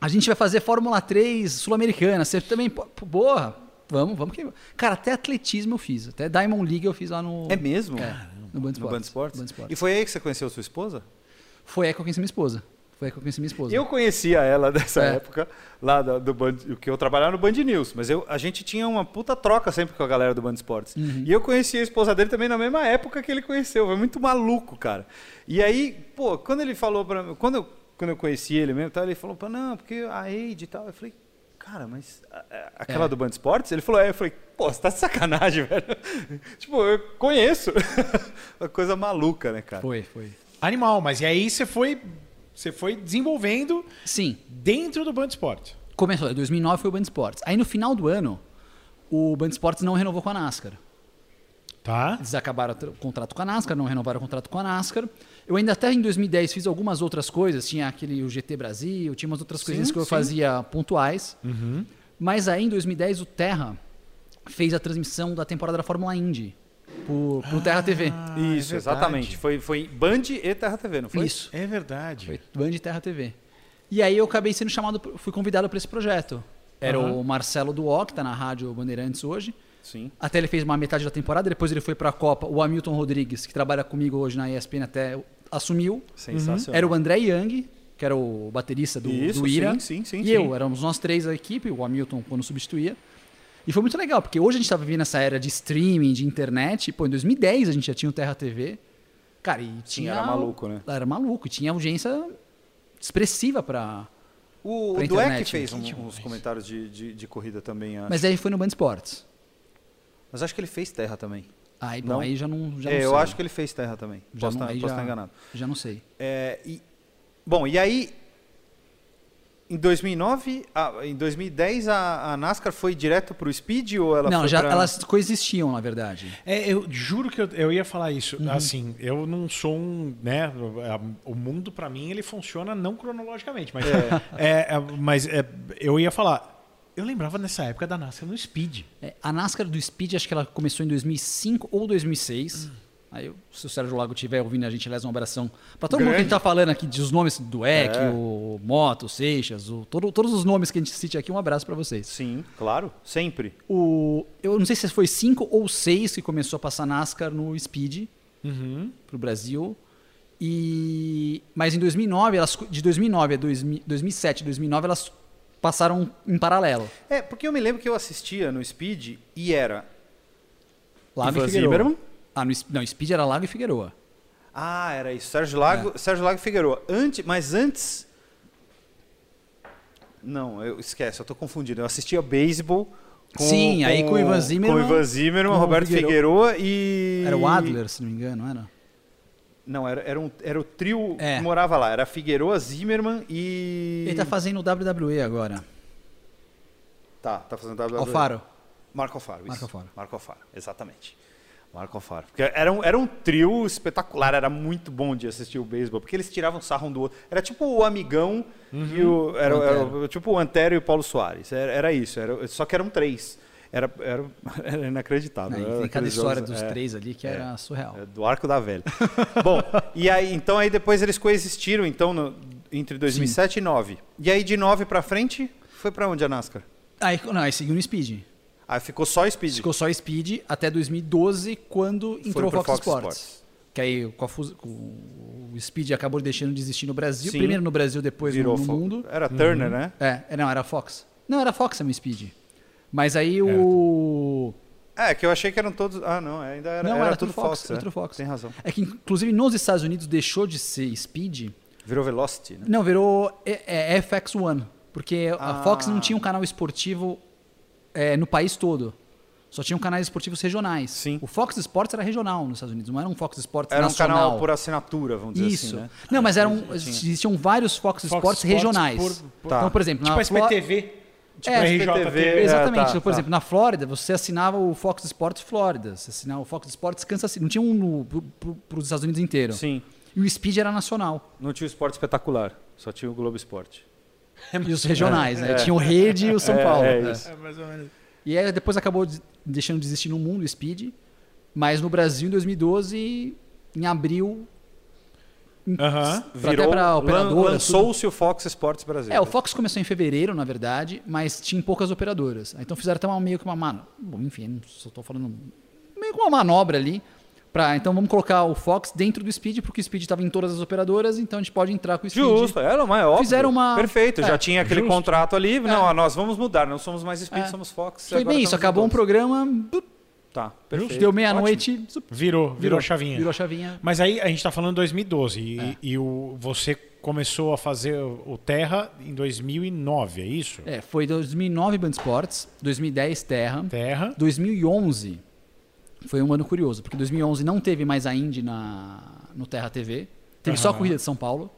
E: a gente vai fazer Fórmula 3 Sul-Americana, você também, pô, pô, porra, vamos, vamos que... Cara, até atletismo eu fiz, até Diamond League eu fiz lá no...
D: É mesmo?
E: É, no Band
D: No Band
E: Esportes.
D: Esportes?
E: Band
D: E
E: Esportes.
D: foi aí que você conheceu sua esposa?
E: Foi aí que eu conheci minha esposa. Foi aí que eu conheci minha esposa.
D: Eu conhecia ela [LAUGHS] dessa
E: É.
D: época, lá da- do, Band, o que eu trabalhava no Band News, mas eu, a gente tinha uma puta troca sempre com a galera do Band Esportes.
E: Uhum.
D: E eu conheci a esposa dele também na mesma época que ele conheceu, foi muito maluco, cara. E aí, pô, quando ele falou pra mim, quando eu, quando eu conheci ele mesmo, e tal, ele falou, pô, não, porque a Eide e tal, eu falei, cara, mas a- a- aquela do Band Esportes? Ele falou, é, eu falei, pô, você tá de sacanagem, [LAUGHS] velho. tipo, eu conheço. [LAUGHS] uma coisa maluca, né, cara?
E: Foi, foi.
C: Animal, mas e aí você foi, você foi desenvolvendo
E: Sim,
C: dentro do Band Esporte.
E: começou. é, Em 2009 foi o Band Esportes. Aí no final do ano, o Band Esportes não renovou com a NASCAR.
C: Tá?
E: Eles acabaram o tra- contrato com a NASCAR, não renovaram o contrato com a NASCAR. Eu ainda até em 2010 fiz algumas outras coisas, tinha aquele o GT Brasil, tinha umas outras coisinhas que eu
C: sim. Uhum.
E: fazia pontuais. Mas aí em 2010 o Terra fez a transmissão da temporada da Fórmula Indy pro,
C: Ah,
E: pro Terra TV.
D: Isso, exatamente. Foi, foi Band e Terra TV, não foi?
E: é Isso.
C: É verdade.
E: Foi Band e Terra TV. E aí eu acabei sendo chamado, pro- fui convidado para esse projeto. Era o Marcelo Duó, que tá na rádio Bandeirantes hoje.
D: Sim.
E: Até ele fez uma metade da temporada, depois ele foi pra Copa. O Hamilton Rodrigues, que trabalha comigo hoje na ESPN até, assumiu.
D: Sensacional.
E: Era o André Young, que era o baterista do,
D: Isso,
E: do Ira.
D: sim, sim, sim,
E: e
D: sim.
E: eu, éramos nós três da equipe, o Hamilton quando substituía. E foi muito legal, porque hoje a gente tá vivendo essa era de streaming, de internet. Pô, em 2010 a gente já tinha o Terra TV. Cara, e tinha...
D: era maluco, né?
E: Era maluco. E tinha audiência expressiva pra...
D: O,
E: Pra
D: o
E: internet,
D: Dueck fez
E: né?
D: um-
E: Que demais.
D: uns comentários de, de, de corrida também. Acho. Mas,
E: Mas é- aí foi no Band Esportes.
D: acho que ele fez terra também.
E: Aí, bom,
D: Não.
E: aí já não, já
D: é,
E: não
D: eu
E: sei.
D: acho que ele fez terra também.
E: Já
D: posso
E: não-
D: estar
E: aí
D: posso
E: já-
D: estar enganado.
E: Já não sei.
D: É, e- bom, e aí. Em 2009, a- em 2010, a, a NASCAR foi direto para o Speed ou ela
E: não,
D: foi
E: já,
D: pra-
E: elas coexistiam, na verdade.
C: É, eu juro que eu, eu ia falar isso. Assim, eu não sou um, né? a- O mundo pra mim ele funciona não cronologicamente, mas é, é, mas é, eu ia falar. Eu lembrava nessa época da NASA no Speed.
E: É, a NASCAR do Speed, acho que ela começou em 2005 ou 2006. Aí, eu- se o Sérgio Lago estiver ouvindo a gente, aliás, um abração para todo mundo que a gente tá falando aqui, dos nomes do EC,
D: É.
E: o Moto, o Seixas, o, todo- todos os nomes que a gente cite aqui, um abraço para vocês.
D: Sim, claro, sempre.
E: O, eu não sei se foi 5 ou 6 que começou a passar NASCAR no Speed
D: Uhum.
E: pro Brasil. E mas em 2009, elas co- de 2009 a 2000 2007, 2009 elas passaram em paralelo.
D: É, porque eu me lembro que eu assistia no Speed e era.
E: Lago
D: Ivan
E: e Figueroa.
D: Zimmermann?
E: Ah, no, Sp- não, Speed era Lago e Figueroa.
D: Ah, era isso. Sérgio Lago,
E: É.
D: Sérgio Lago e Figueroa. Antes, mas antes. Não, eu esquece, eu tô confundido. Eu assistia beisebol com
E: Sim, aí com o Ivan Zimmermann,
D: com o Ivan Zimmermann,
E: com o
D: Roberto Figueroa. e
E: Era o Adler, se não me engano, era?
D: Não, era, era, um, era o trio
E: É.
D: que morava lá. Era Figueroa, Zimmermann e
E: Ele tá fazendo o WWE agora. né?
D: tá, tá fazendo WWE.
E: Alfaro.
D: Marco Alfaro, isso.
E: Marco Alfaro.
D: Marco Alfaro, exatamente. Marco Alfaro. Porque era um, era um trio espetacular, era muito bom de assistir o beisebol, porque eles tiravam sarro um do outro. Era tipo o Amigão e o. Era,
E: Uhum. O
D: era
E: Antero.
D: o- tipo o Antero e o Paulo Soares. Era, era isso, era, só que eram três. Era, era, [LAUGHS] era inacreditável.
E: Aí
D: Era
E: tem cada
D: Ah, aqueles
E: história
D: jogos-
E: dos
D: é.
E: três ali que era surreal.
D: É, Do arco da velha. [LAUGHS] Bom, e aí então aí depois eles coexistiram então no- entre 2007 e 9. E aí de 9 pra frente foi pra onde a NASCAR?
E: Aí, não, aí seguiu no Speed.
D: Aí Ah, ficou só Speed.
E: Ficou só Speed até 2012, quando entrou o
D: pro
E: Fox,
D: Fox
E: Sports.
D: Sports.
E: Que aí com a fus- com o Speed acabou deixando de existir no Brasil.
D: Sim.
E: Primeiro no Brasil, depois no- no,
D: fo-
E: mundo.
D: Era Turner, né?
E: É, é, não, era Fox. Não, era Fox a Speed. Mas aí o.
D: É, que eu achei que eram todos. Ah, não, ainda era,
E: não,
D: era
E: era,
D: tudo Fox. é.
E: era tudo Fox.
D: Tem razão.
E: É que, inclusive, nos Estados Unidos deixou de ser Speed
D: Virou Velocity, né?
E: Não, virou é, é, FX1. Porque
D: Ah.
E: a Fox não tinha um canal esportivo é, no país todo. Só tinham canais esportivos regionais.
D: Sim.
E: O Fox Sports era regional nos Estados Unidos, não era um Fox Sports
D: Era um
E: nacional.
D: canal por assinatura, vamos dizer
E: Isso.
D: assim, né?
E: Não, mas eram, existiam vários Fox,
C: Sports
E: Sports regionais.
C: por- por-
D: Tá.
E: Então, por exemplo,
C: Tipo
E: na
C: a
E: Fló-
C: SPTV. Tipo
E: É,
C: a
D: SPTV.
C: RJTV.
E: Exatamente.
D: É, tá,
E: Então, por
D: tá.
E: exemplo, na Flórida, você assinava o Fox Sports Flórida, você assinava o Fox Sports Kansas City. Não tinha um para os Estados Unidos inteiro.
D: Sim.
E: E o Speed era nacional.
D: Não tinha o esporte espetacular, só tinha o Globo Esporte.
E: E os regionais, né? Tinha o Rede e o São
D: É,
E: Paulo.
D: é isso.
C: mais ou É menos.
E: E aí depois acabou des- deixando de existir no mundo o Speed, mas no Brasil em 2012, em abril,
C: Aham.
E: pra- até pra operadora. tudo.
D: Lançou-se o Fox Sports Brasil.
E: É, o Fox começou em fevereiro, na verdade, mas tinha poucas operadoras. Então fizeram até uma, meio que uma manobra. Bom, enfim, não só tô falando. Meio que uma manobra ali Pra, então vamos colocar o Fox dentro do Speed, porque o Speed estava em todas as operadoradas, então a gente pode entrar com o Speed.
D: Justo, era uma, é óbvio.
E: Fizeram uma-
D: Perfeito,
E: é,
D: já tinha aquele
C: justo.
D: contrato ali. Não, ah, nós vamos mudar, não somos mais Speed,
E: É.
D: somos Fox.
E: Foi
D: agora
E: bem isso,
D: estamos
E: acabou um
D: em todos.
E: programa, bup,
D: Tá, perfeito.
E: deu
D: Ótimo.
E: meia-noite, zup,
C: Virou, virou, a chavinha.
E: Virou É. a chavinha.
C: Mas aí a gente tá falando 2012 e, e o, você começou a fazer o Terra em 2009, é isso?
E: É, foi 2009 Band Sports, 2010 Terra,
C: Terra.
E: 2011 foi um ano curioso, porque 2011 não teve mais a Indy na, no Terra TV, teve só a
C: Aham.
E: corrida de São Paulo,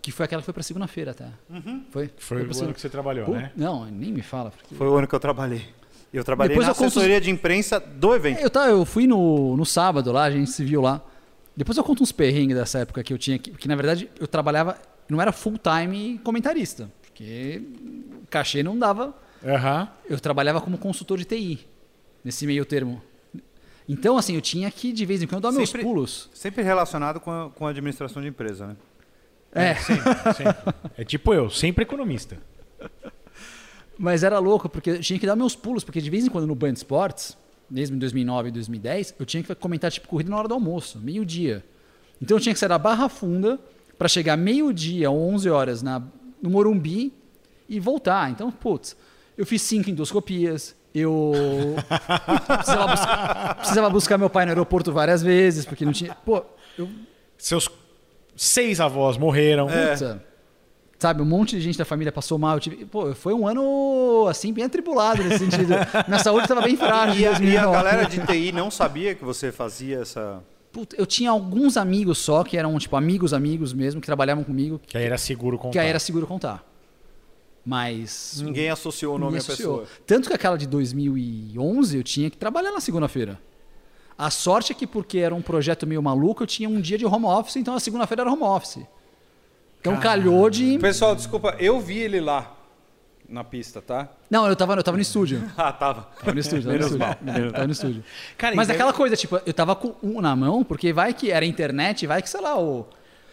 E: que foi aquela que foi pra segunda-feira até. Foi,
C: Foi
E: pra
C: o ano
E: segunda-
C: que você trabalhou,
E: Pô,
C: né?
E: Não, nem me fala. Porque...
D: Foi o ano que eu trabalhei. Eu trabalhei
E: Depois
D: na
E: eu conto-
D: assessoria de imprensa do evento.
E: É, Eu, tá, eu fui no, no sábado lá, a gente se viu lá. Depois eu conto uns perrengues dessa época que eu tinha, que, que na verdade eu trabalhava, não era full time comentarista, porque o cachê não dava.
C: Aham.
E: Eu trabalhava como consultor de TI, nesse meio termo. Então, assim, eu tinha que de vez em quando dar
D: Sempre-
E: meus pulos.
D: Sempre relacionado com a, com a administração de empresa, [LAUGHS] né?
E: É,
C: Sim, sim. É tipo eu, sempre economista.
E: mas era louco, porque eu tinha que dar meus pulos, porque de vez em quando no Band Sports, mesmo em 2009 e 2010, eu tinha que comentar tipo corrida na hora do almoço, meio-dia. Então eu tinha que sair da Barra Funda para chegar meio-dia, 11 horas na, no Morumbi e voltar. Então, putz, eu fiz cinco endoscopias, eu precisava, buscar, precisava buscar meu pai no aeroporto várias vezes, porque não tinha. Pô, eu
C: Seus seis avós morreram.
D: É.
E: Puta. Sabe, um monte de gente da família passou mal. Eu tive- Pô, foi um ano, assim, bem atribulado nesse
D: [LAUGHS]
E: sentido. Minha saúde estava bem frágil.
D: E a,
E: em
D: e a
E: 2009.
D: galera de TI não sabia que você fazia essa.
E: Puta, eu tinha alguns amigos só, que eram, tipo, amigos, amigos mesmo, que trabalhavam comigo,
C: Que aí era seguro contar.
E: que aí era seguro contar. Mas...
D: Ninguém associou o nome
E: me
D: à
E: associou.
D: pessoa.
E: Tanto que aquela de 2011, eu tinha que trabalhar na segunda-feira. A sorte é que, porque era um projeto meio maluco, eu tinha um dia de home office, então a segunda-feira era home office. Então calhou de...
D: Pessoal, desculpa, eu vi ele lá na pista, tá?
E: Não, eu tava, eu tava no estúdio.
D: [LAUGHS] Ah, tava.
E: Tava Tá no estúdio, tava no estúdio. Tava no estúdio.
C: Cara,
E: Mas
C: e é daí-
E: aquela coisa, tipo, eu tava com um na mão, porque vai que era internet, vai que, sei lá, o.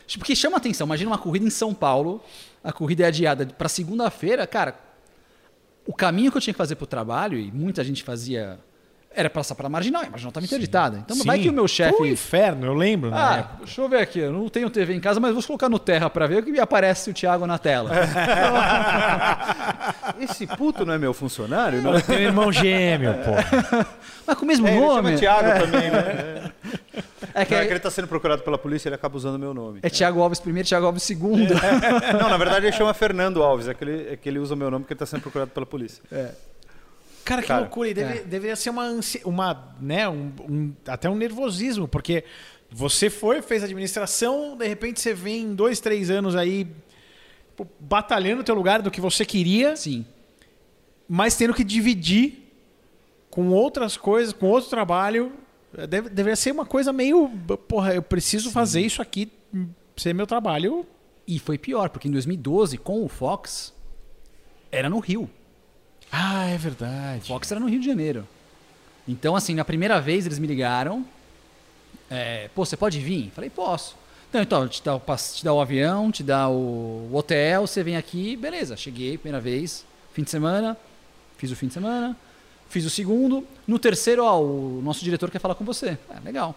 E: Tipo, que chama atenção. Imagina uma corrida em São Paulo, a corrida é adiada pra segunda-feira, cara. O caminho que eu tinha que fazer pro trabalho, e muita gente fazia, era passar pela marginal, e a marginal tava interditada. Então vai
C: Sim.
E: que o
C: Foi um
E: meu chefe.
C: inferno, eu lembro, né? na
E: Ah,
C: época.
E: deixa eu ver aqui, eu não tenho TV em casa, mas vou colocar no Terra pra ver que aparece o Thiago na tela.
D: [LAUGHS] É. Esse puto não é meu funcionário? Não.
C: Tem um irmão gêmeo, pô.
E: Mas com o mesmo
D: É, ele
E: nome.
D: chama Thiago também, né?
E: É que
D: Não, é que
E: é,
D: ele tá sendo procurado pela polícia, ele acaba usando meu [LAUGHS] nome.
E: é Thiago Alves primeiro, Thiago Alves segundo.
D: É. Não, na verdade ele chama Fernando Alves, é que ele, é que ele usa meu nome porque ele tá sendo procurado pela polícia.
C: Cara, é. que
D: Cara,
C: loucura. E deve- deveria ser uma, ansi- uma né, um- um- até um nervosismo, porque você foi, fez administração, de repente você vem em dois, três anos aí pô, batalhando o teu lugar do que você queria,
E: Sim.
C: mas tendo que dividir com outras coisas, com outro trabalho. É, Deve- deveria ser uma coisa meio, porra, eu preciso fazer isso aqui ser meu trabalho.
E: E foi pior, porque em 2012, com o Fox, era no Rio.
C: Ah, é
E: O
C: verdade.
E: Fox era no Rio de Janeiro. Então, assim, na primeira vez eles me ligaram. é, Pô, você pode vir? Falei, posso. Então, então te, dá o, pass- te dá o avião, te dá o, o hotel, você vem aqui, beleza. Cheguei, primeira vez, fim de semana, fiz o fim de semana, fiz o segundo. No terceiro, ó, o nosso diretor quer falar com você. É, legal.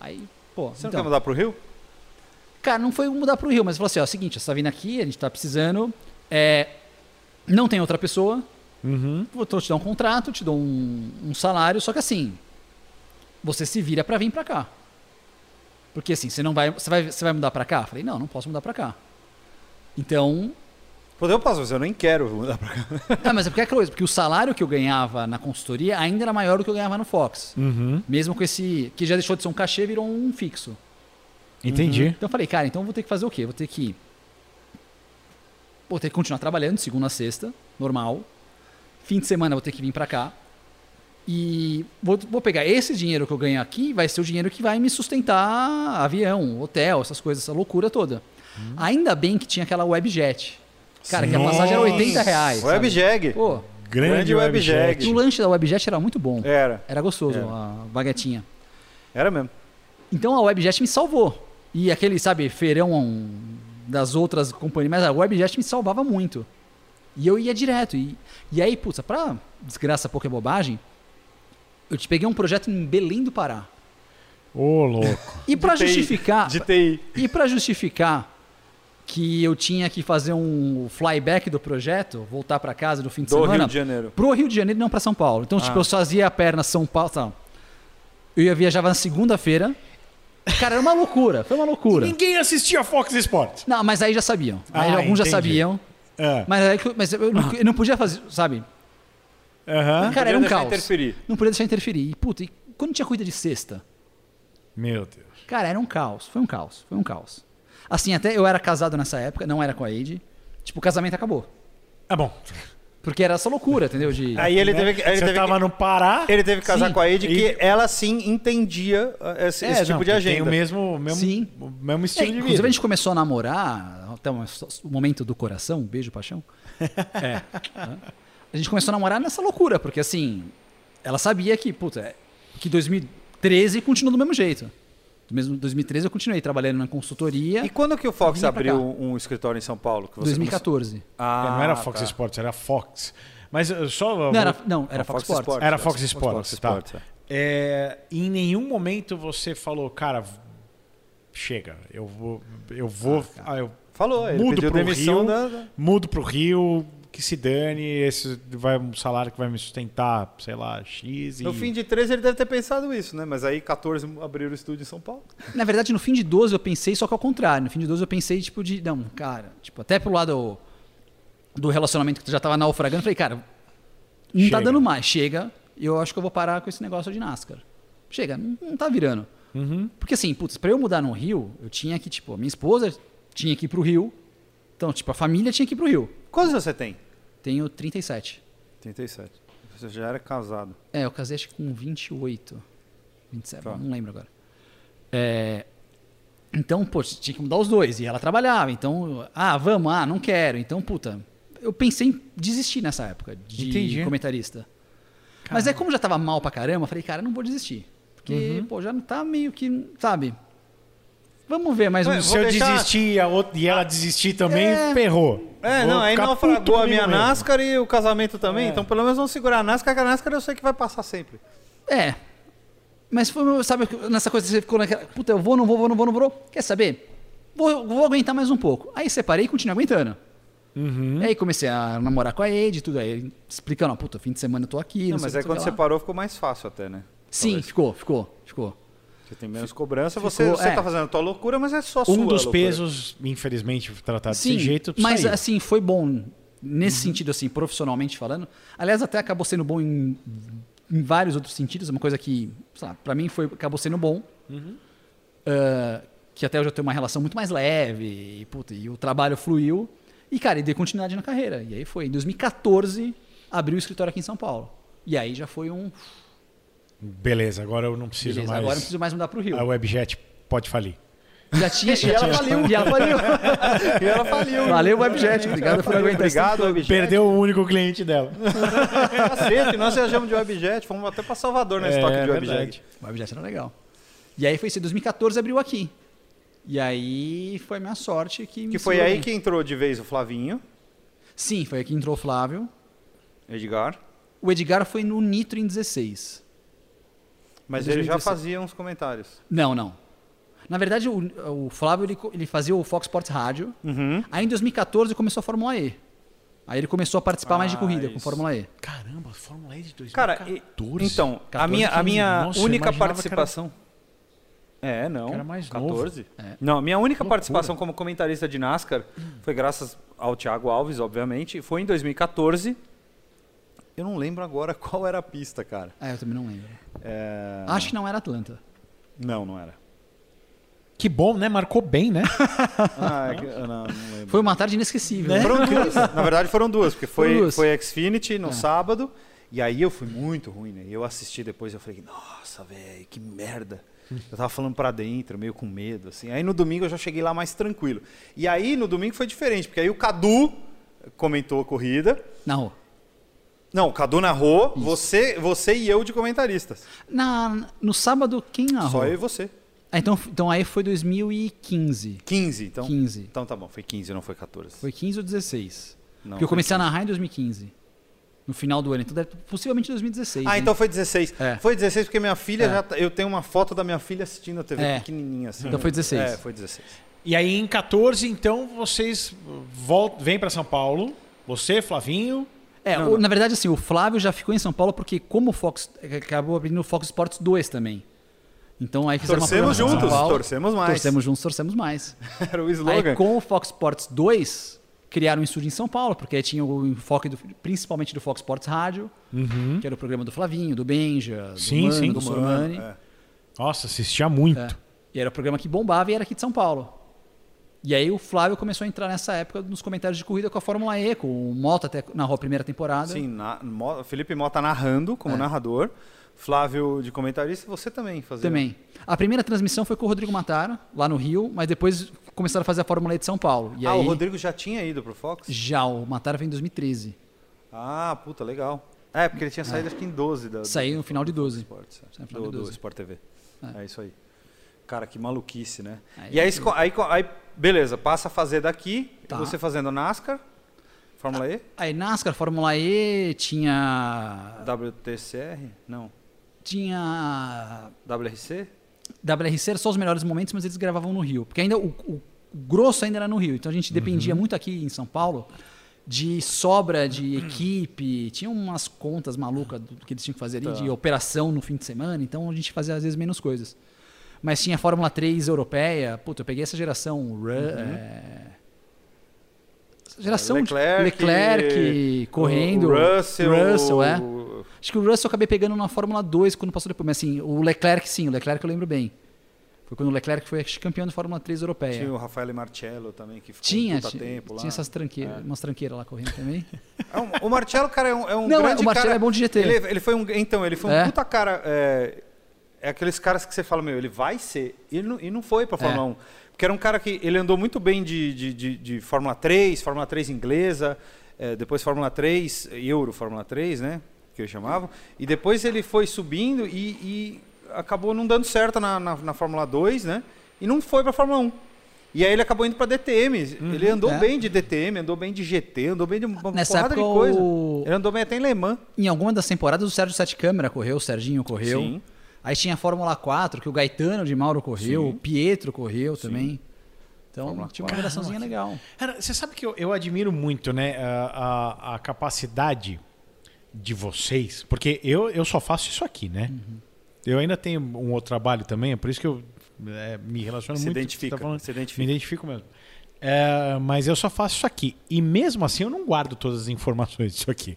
E: Aí, pô.
D: Você não
E: então.
D: quer mudar pro Rio?
E: Cara, não foi mudar pro Rio, mas falou assim, ó, seguinte, você tá vindo aqui, a gente tá precisando, é, não tem outra pessoa, vou tô- te dar um contrato, te dou um, um salário, só que assim, você se vira pra vir pra cá. Porque assim, você não vai, você vai, você vai mudar pra cá? Eu Falei, não, não posso mudar pra cá. Então,
D: Pô, eu posso, mas eu nem quero mudar pra cá.
E: ah, mas é porque é aquela coisa, porque o salário que eu ganhava na consultoria ainda era maior do que eu ganhava no Fox. Mesmo com esse, que já deixou de ser um cachê, virou um fixo.
C: Entendi.
E: Então eu falei, cara, então eu vou ter que fazer o quê? Vou ter que. Vou ter que continuar trabalhando de segunda a sexta, normal. Fim de semana eu vou ter que vir pra cá. E vou, vou pegar esse dinheiro que eu ganho aqui, vai ser o dinheiro que vai me sustentar avião, hotel, essas coisas, essa loucura toda. Ainda bem que tinha aquela webjet. Cara, que a passagem era 80 reais. sabe?
D: Webjag.
E: Pô,
D: Grande webjet.
E: e o lanche da webjet era muito bom.
D: Era,
E: Era gostoso,
D: Era.
E: a baguetinha.
D: era mesmo.
E: Então a Webjet me salvou. E aquele, sabe, feirão das outras companhias, mas a Webjet me salvava muito. E eu ia direto. E, e aí, puta, é pra desgraça pouca bobagem, eu te peguei um projeto em Belém do Pará.
C: Ô, louco.
E: E para
D: De TI,
E: justificar,
D: De TI.
E: e para justificar que eu tinha que fazer um flyback do projeto, voltar para casa no fim de
D: Do
E: semana.
D: Rio de Janeiro.
E: Pro Rio de Janeiro, não para São Paulo. Então, tipo, eu só fazia a perna São Paulo, tá. Eu ia viajava na segunda-feira. Cara, era uma loucura, foi uma loucura.
C: Ninguém assistia Fox Sports.
E: Não, mas aí já sabiam. Aí
C: Ah,
E: alguns já
C: entendi.
E: sabiam.
C: É.
E: Mas, aí que eu- mas eu, não, eu não podia fazer, sabe?
C: Aham.
E: Cara, era um
D: podia deixar
E: caos.
D: interferir.
E: Não podia deixar interferir. E, puta, e quando tinha corrida de sexta?
C: Meu Deus.
E: Cara, era um caos. Foi um caos. Foi um caos. Assim, até eu era casado nessa época, não era com a Aide. Tipo, o casamento acabou.
C: Tá bom.
E: Porque era essa loucura, entendeu? De...
D: Aí ele
C: Né?
D: teve, que- aí ele
C: Você
D: teve
C: tava
D: que,
C: no Pará.
D: ele teve que casar
E: Sim.
D: com a Ed, que
C: E-
D: ela sim entendia ah, esse,
C: É,
D: esse
C: não,
D: tipo de
C: que Tem
D: agenda.
C: o mesmo, mesmo,
E: Sim.
C: o mesmo
E: É,
C: estilo de
E: inclusive,
C: vida.
E: a gente começou a namorar, até um o momento do coração, um
D: [LAUGHS]
E: beijo, paixão. É. A gente começou a namorar nessa loucura, porque assim, ela sabia que, puta, é- que 2013 continuou do mesmo jeito. Do mesmo 2013 eu continuei trabalhando na consultoria.
D: E quando que o Fox
E: Vinha pra
D: abriu
E: cá.
D: um um escritório em São Paulo? que você
E: 2014.
D: começou? Ah,
C: É, não era Fox
D: tá.
C: Sports, era Fox. Mas uh, só.
E: Não, era, não, era
D: Ah, Fox
E: Fox, Sports.
D: Sports.
C: Era Fox
D: Fox
C: Sports,
D: Sports,
C: tá. É, em nenhum momento você falou, cara, v- chega, eu vou, eu vou,
E: tá.
C: ah, eu
D: Falou, ele
C: mudo
D: pediu
C: pro
D: demissão
C: Rio,
D: da- da-
C: mudo pro Rio, que se dane, esse vai um salário que vai me sustentar, sei lá, x.
D: No
C: e...
D: fim de 13 ele deve ter pensado isso, né? Mas aí 14 abriram o estúdio em São Paulo.
E: Na verdade, no fim de 12 eu pensei, só que ao contrário. No fim de 12 eu pensei, tipo, de. Não, cara, tipo, até pro lado do relacionamento que tu já tava naufragando, eu falei, cara, não tá
C: Chega.
E: dando mais, chega. Eu acho que eu vou parar com esse negócio de NASCAR. Chega, não, não tá virando. Porque assim, putz, pra eu mudar no Rio, eu tinha que, tipo, a minha esposa tinha que ir pro Rio. Então, tipo, a família tinha que ir pro Rio.
D: Quantos você tem?
E: Tenho 37.
D: 37. Você já era casado.
E: É, eu casei acho que com 28. 27,
D: Tá.
E: não lembro agora. É, então, pô, tinha que mudar os dois. E ela trabalhava, então, ah, vamos, ah, não quero. Então, puta, eu pensei em desistir nessa época de
C: Entendi.
E: comentarista. Mas aí, como já tava mal pra caramba, eu falei, cara, não vou desistir. Porque, pô, já não tá meio que, sabe? Vamos ver mais um.
D: Ué,
C: Se
D: vou
C: eu
D: deixar-
C: desistir e a outra- e ela desistir também,
E: É.
C: ferrou.
D: É,
C: Vou
D: não, aí
C: ficar puto
D: naufragou a
C: comigo
D: minha
C: mesmo.
D: NASCAR e o casamento também.
C: É.
D: Então pelo menos vamos segurar a NASCAR, que a NASCAR eu sei que vai passar sempre.
E: É. Mas foi, meu- sabe, nessa coisa que você ficou naquela. Puta, eu vou, não vou, vou, não vou, não vou. Quer saber? Vou, vou aguentar mais um pouco. Aí separei e continuei aguentando.
D: Uhum.
E: E aí comecei a namorar com a Ed, tudo aí, explicando, ó, puta, fim de semana eu tô aqui. Não,
D: Não,
E: sei
D: mas
E: o
D: aí
E: que, não
C: tá
D: quando
E: sei
D: você
E: o que lá.
D: parou ficou mais fácil até, né?
E: Sim,
D: Talvez.
E: ficou, ficou, ficou.
D: Você tem menos cobrança, você,
E: ficou-
D: você
E: é.
D: tá fazendo a tua loucura, mas é só sua
C: Um dos
D: loucura.
C: pesos, infelizmente, tratado
E: Sim,
C: desse jeito,
E: mas
C: saiu.
E: assim, foi bom nesse sentido, assim, profissionalmente falando. Aliás, até acabou sendo bom em, em vários outros sentidos, uma coisa que, sei lá, pra mim foi, acabou sendo bom. Ah, que até hoje eu tenho uma relação muito mais leve, e, puta, e o trabalho fluiu. E, cara, e dei continuidade na carreira. E aí foi. Em 2014, abri o escritório aqui em São Paulo. E aí já foi um.
D: assim-
C: Beleza, agora eu não preciso
E: Beleza,
C: mais.
E: agora não preciso mais mudar pro Rio.
C: A Webjet pode falir.
E: Já tinha, já tinha. E ela faliu.
D: E ela faliu.
E: Valeu, Webjet. Obrigado por aguentar
D: [LAUGHS]
E: esse
D: Obrigado, Webjet.
C: Perdeu o único cliente dela.
D: Cacete, nós viajamos de Webjet, fomos até pra Salvador na estoque de Webjet.
C: É, verdade.
E: O Webjet era legal. E aí foi isso, em 2014 abriu aqui. E aí foi minha sorte que me
D: Que foi
E: segurou
D: aí
E: bem.
D: que entrou de vez o Flavinho,
E: Sim, foi aí que entrou o Flávio.
D: Edgar.
E: O Edgar foi no Nitro em 16.
D: Mas
E: Em
D: ele já
E: 2016.
D: fazia uns comentários.
E: Não, não. Na verdade, o, o Flávio ele, co- ele fazia o Fox Sports Rádio.
D: Uhum.
E: Aí em 2014 começou a Fórmula E. Aí ele começou a participar mais de
D: Ah,
E: corrida com
D: isso.
E: Fórmula E.
C: Caramba, Fórmula E de 2014.
D: Cara, e- então, a
E: 14,
D: minha, a minha
C: 15. Nossa, eu
D: única
C: imaginava que era-
D: participação. É, não.
C: que era mais novo.
D: 14?
E: É.
D: Não, a minha única participação como comentarista de NASCAR foi graças ao Thiago Alves, obviamente. Foi em 2014. Eu não lembro agora qual era a pista, cara.
E: Ah, eu também não lembro.
D: É,
E: Acho que não era Atlanta.
D: Não, não era.
C: Que bom, né? Marcou bem,
D: [LAUGHS]
C: né?
D: Ah, é que- ah, não, não lembro.
E: Foi uma tarde inesquecível. né?
D: Foram duas. Na verdade, foram duas, porque foi,
E: Foram duas. É.
D: foi Xfinity no sábado. E aí eu fui muito ruim, né? E Eu assisti depois eu falei, nossa, velho, que merda. Eu tava falando pra dentro, meio com medo, assim. Aí no domingo eu já cheguei lá mais tranquilo. E aí no domingo foi diferente, porque aí o Cadu comentou a corrida.
E: Na rua.
D: Não, o Cadu narrou, você, você e eu de comentaristas.
E: Na, no sábado, quem narrou?
D: Só eu e você.
E: Ah, então, então aí foi 2015.
D: 15, então.
E: 15.
D: Então tá bom, foi 15, não foi 14.
E: Foi 15 ou 16?
D: Não,
E: Porque eu
D: foi
E: comecei a narrar em 2015. No final do ano. Então, deve, possivelmente 2016.
D: Ah,
E: né?
D: então foi 16.
E: É.
D: Foi 16 porque minha filha
E: É.
D: já. tá- Eu tenho uma foto da minha filha assistindo a TV
E: É.
D: pequenininha assim.
E: Então foi 16.
D: É, foi 16.
C: E aí em 14, então, vocês voltam, vêm para São Paulo. Você, Flavinho.
E: É, o- na verdade, assim, o Flávio já ficou em São Paulo porque, como o Fox é, acabou abrindo o Fox Sports 2 também. Então aí fizemos
D: Torcemos
E: uma
D: juntos, torcemos mais.
E: Torcemos juntos,
D: [LAUGHS]
E: torcemos mais.
D: [LAUGHS] Era o slogan.
E: aí com o Fox Sports 2, criaram um estúdio em São Paulo, porque aí tinha o enfoque do- principalmente do Fox Sports Rádio,
D: Uhum.
E: que era o programa do Flavinho, do Benja, do
C: Sim,
E: Mano,
C: sim.
E: do
C: Do
E: Sormani.
D: É.
C: Nossa, assistia muito.
E: É. E era o programa que bombava e era aqui de São Paulo. E aí o Flávio começou a entrar nessa época nos comentários de corrida com a Fórmula E, com o Moto até na primeira temporada.
D: Sim, na- Mo- Felipe Mota narrando
E: É.
D: como narrador, Flávio de comentarista, você também fazia.
E: Também. A primeira transmissão foi com o Rodrigo Matara, lá no Rio, mas depois começaram a fazer a Fórmula E de São Paulo. E
D: ah,
E: aí,
D: o Rodrigo já tinha ido pro Fox?
E: Já, o Matara veio em 2013.
D: Ah, puta, legal. É, porque ele tinha saído acho que em 12 da, do-
E: Saiu no final de 12.
D: Sports, é.
E: Saiu no final
D: do,
E: de
D: do
E: 12.
D: Sport TV.
E: É.
D: É. isso aí. Cara, que maluquice, né?
E: Aí
D: e aí, esco- aí, co- aí, beleza, passa a fazer daqui,
E: Tá.
D: você fazendo NASCAR, Fórmula E,
E: Aí NASCAR, Fórmula E, tinha.
D: WTCR, não,
E: Tinha.
D: WRC,
E: WRC era só os melhores momentos, mas eles gravavam no Rio. Porque ainda o, o grosso ainda era no Rio. Então a gente dependia
D: Uhum.
E: muito aqui em São Paulo de sobra
D: [CLEARS THROAT]
E: de equipe. Tinha umas contas malucas do do que eles tinham que fazer
D: Tá.
E: ali, de operação no fim de semana. Então a gente fazia às vezes menos coisas. Mas tinha Fórmula 3 europeia. Puta, eu peguei essa geração.
D: Uhum.
E: Ru- é, essa Geração de
D: Leclerc,
E: É, Leclerc correndo.
D: o Russell,
E: Russell, é.
D: o-
E: Acho que o Russell eu acabei pegando na Fórmula 2 quando passou depois. Mas assim, o Leclerc sim, o Leclerc eu lembro bem. Foi quando o Leclerc foi acho, campeão da Fórmula 3 europeia.
D: tinha o Rafael Marcello também, que ficou
E: tinha,
D: um puta
E: tinha,
D: tempo lá.
E: tinha essas tranqueiras, umas tranqueiras lá correndo também. [LAUGHS]
D: É um- o Marcello, cara, é um, é um
E: Não,
D: grande
E: o Marcello
D: cara.
E: é bom de GT.
D: Ele, ele foi um, então, ele foi um
E: É.
D: puta cara. É, é aqueles caras que você fala, meu, ele vai ser. E ele não, e não foi pra Fórmula 1. Porque era um cara que ele andou muito bem de, de, de, de Fórmula 3, Fórmula 3 inglesa, é, depois Fórmula 3, Euro Fórmula 3, né? Que eles chamavam. E depois ele foi subindo e, e acabou não dando certo na, na, na Fórmula 2, né? E não foi pra Fórmula 1. E aí ele acabou indo pra DTM. ele andou
E: É.
D: bem de DTM, andou bem de GT, andou bem de uma
E: Nessa
D: porrada
E: época,
D: de coisa.
E: o-
D: Ele andou bem até em Le Mans.
E: em alguma das temporadas o Sérgio Sete Câmara correu, o Serginho correu.
D: Sim.
E: Aí tinha a Fórmula 4, que o Gaetano de Mauro correu, o Pietro correu também. Então tinha uma geraçãozinha legal.
C: Cara, você sabe que eu, eu admiro muito, né, a, a- a capacidade de vocês, porque eu, eu só faço isso aqui, né?
D: Uhum.
C: Eu ainda tenho um outro trabalho também, é por isso que eu é, me relaciono
D: Se
C: muito. com o que
D: identifica,
C: você tá falando.
D: se identifica.
C: Me identifico mesmo. É, mas eu só faço isso aqui. E mesmo assim eu não guardo todas as informações disso aqui.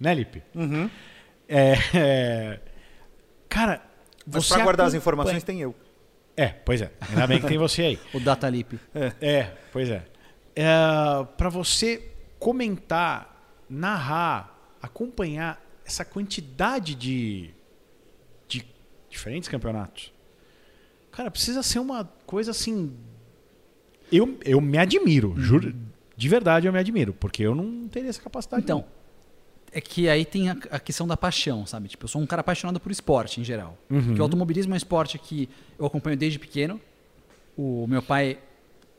C: Né, Lipe?
D: Uhum.
C: É, é, cara,
D: Mas
C: você
D: pra guardar as
C: acompanha-
D: informações tem eu.
C: É, pois é. Ainda bem que tem você aí.
E: O Data Leap.
C: É, pois é. para É, você comentar, narrar, acompanhar essa quantidade de, de diferentes campeonatos, cara, precisa ser uma coisa assim. Eu, eu me admiro, juro. De verdade, eu me admiro, porque eu não teria essa capacidade. tá
E: Então, é que aí tem a, a questão da paixão, sabe? Tipo, eu sou um cara apaixonado por esporte em geral.
C: Uhum.
E: Porque o automobilismo é um esporte que eu acompanho desde pequeno. O meu pai,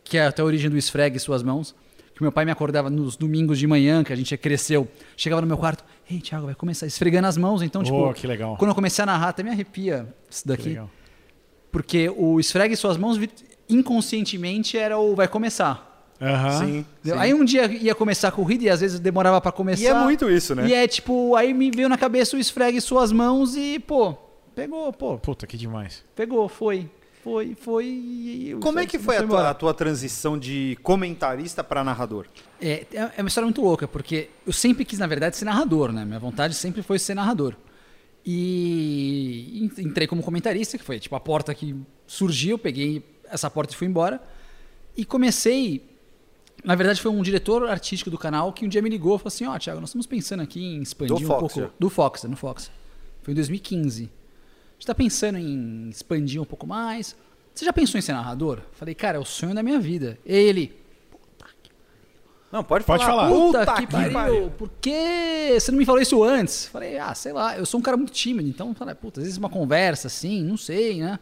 E: que é até a origem do esfregue em suas mãos, que meu pai me acordava nos domingos de manhã, que a gente cresceu, chegava no meu quarto, ei, Thiago, vai começar esfregando as mãos. Então,
C: Oh,
E: tipo,
C: que legal.
E: quando eu comecei a narrar, até me arrepia isso
C: não. Que
E: daqui.
C: legal.
E: Porque o esfregue em suas mãos, vi- inconscientemente, era o vai começar.
C: Aham.
E: Entendeu? Aí um dia ia começar a corrida e às vezes demorava pra começar.
D: E é muito isso, né?
E: E é tipo, aí me veio na cabeça o esfregue suas mãos e, pô, pegou, pô,
C: Puta, que demais.
E: pegou, foi. Foi, foi. e-
D: Como é que foi a tua,
E: embora.
D: a tua transição de comentarista pra narrador?
E: É, é é uma história muito louca, porque eu sempre quis, na verdade, ser narrador, né? Minha vontade sempre foi ser narrador. E en- entrei como comentarista, que foi tipo a porta que surgiu, peguei essa porta e fui embora. E comecei. Na verdade, foi um diretor artístico do canal que um dia me ligou e falou assim: Ó, Thiago, nós estamos pensando aqui em expandir
D: Do
E: um
D: Fox,
E: pouco.
D: já.
E: Do Fox, no Fox. Foi em 2015. A gente tá pensando em expandir um pouco mais. Você já pensou em ser narrador? Falei, cara, é o sonho da minha vida. Ele,
D: Não, pode
C: Pode falar.
E: Puta, que, pariu, por que você não me falou isso antes? Falei, ah, sei lá, eu sou um cara muito tímido, então, falei, puta, às vezes uma conversa assim, não sei, né?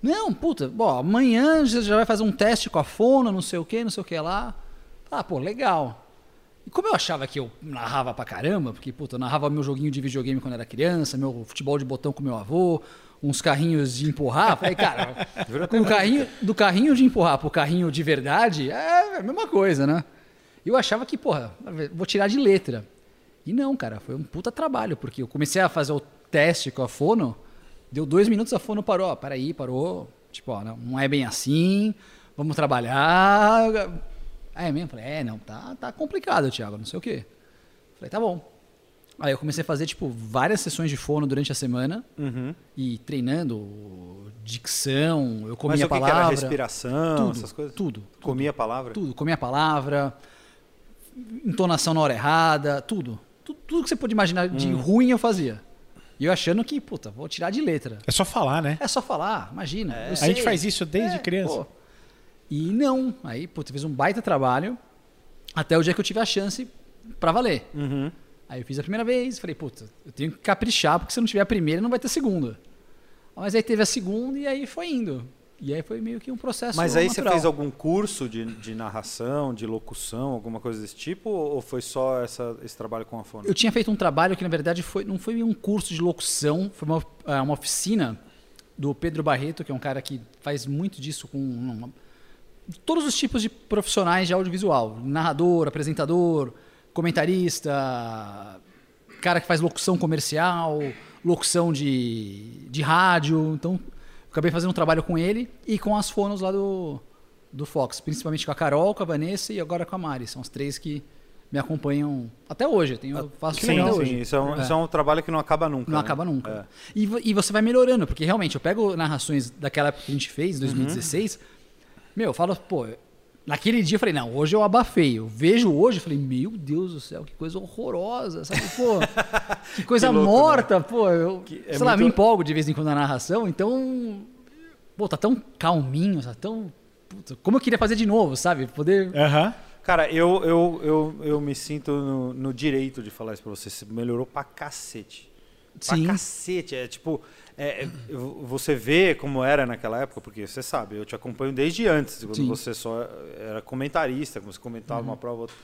E: Não, puta, bom, amanhã você já vai fazer um teste com a Fona, não sei o que, não sei o que lá. Ah, pô, legal. E como eu achava que eu narrava pra caramba, porque, puta, eu narrava meu joguinho de videogame quando era criança, meu futebol de botão com meu avô, uns carrinhos de empurrar, falei, cara, do carrinho, do carrinho de empurrar pro carrinho de verdade, é a mesma coisa, né? E eu achava que, porra, vou tirar de letra. E não, cara, foi um puta trabalho, porque eu comecei a fazer o teste com a Fono, deu dois minutos, a Fono parou, ó, peraí, parou, tipo, ó, não, não é bem assim, vamos trabalhar, Aí mesmo, falei, é, não, tá, tá complicado, Thiago, não sei o quê. Falei, tá bom. Aí eu comecei a fazer, tipo, várias sessões de fono durante a semana
D: Uhum.
E: e treinando dicção, eu comia
D: Mas o que, que
E: palavra.
D: era? Respiração,
E: tudo,
D: essas coisas?
E: Tudo,
D: Comia a palavra?
E: tudo, comia palavra, entonação na hora errada, tudo. Tudo, tudo que você pode imaginar de
D: Hum.
E: ruim eu fazia. E eu achando que, puta, vou tirar de letra.
C: É só falar, né?
E: É só falar, imagina.
D: É.
E: eu
C: A
E: sei.
C: gente faz isso desde
E: É,
C: criança.
E: pô. E não. Aí, puta, fiz um baita trabalho até o dia que eu tive a chance pra valer.
D: Uhum.
E: Aí eu fiz a primeira vez, falei, puta, eu tenho que caprichar, porque se eu não tiver a primeira, não vai ter a segunda. Mas aí teve a segunda e aí foi indo. E aí foi meio que um processo
D: Mas aí você
E: natural.
D: fez algum curso de, de narração, de locução, alguma coisa desse tipo? Ou foi só essa- esse trabalho com a fono?
E: Eu tinha feito um trabalho que, na verdade, foi, não foi um curso de locução, foi uma, ah, uma oficina do Pedro Barreto, que é um cara que faz muito disso com uma- todos os tipos de profissionais de audiovisual: narrador, apresentador, comentarista, cara que faz locução comercial, locução de, de rádio. Então, eu acabei fazendo um trabalho com ele e com as fonos lá do, do Fox, principalmente com a Carol, com a Vanessa e agora com a Mari. São as três que me acompanham até hoje. Eu, tenho, eu faço
D: sim,
E: fono até
D: sim,
E: hoje.
D: Isso, é um,
E: É.
D: isso é um trabalho que não acaba nunca.
E: Não
D: né?
E: acaba nunca.
D: É.
E: E, vo- e você vai melhorando, porque realmente eu pego narrações daquela época que a gente
D: Uhum.
E: fez, 2016. Meu, eu falo, pô, naquele dia eu falei, não, hoje eu abafei. Eu vejo hoje, eu falei, meu Deus do céu, que coisa horrorosa, sabe?
D: [LAUGHS]
E: Pô, que coisa
D: louco, né?
E: morta, pô. Eu,
D: Que é
E: sei lá,
D: muito-
E: me empolgo de vez em quando na narração, então. Pô, tá tão calminho, tá tão. puta, como eu queria fazer de novo, sabe? Poder.
D: É,
C: Aham.
D: Cara, eu, eu, eu, eu me sinto no, no direito de falar isso pra você. Você melhorou pra cacete.
E: Sim.
D: Pra cacete. É tipo, é, é, eu- você vê como era naquela época, porque você sabe, eu te acompanho desde antes, quando
E: Sim. Uhum.
D: você só era comentarista, como você comentava uma prova. outra.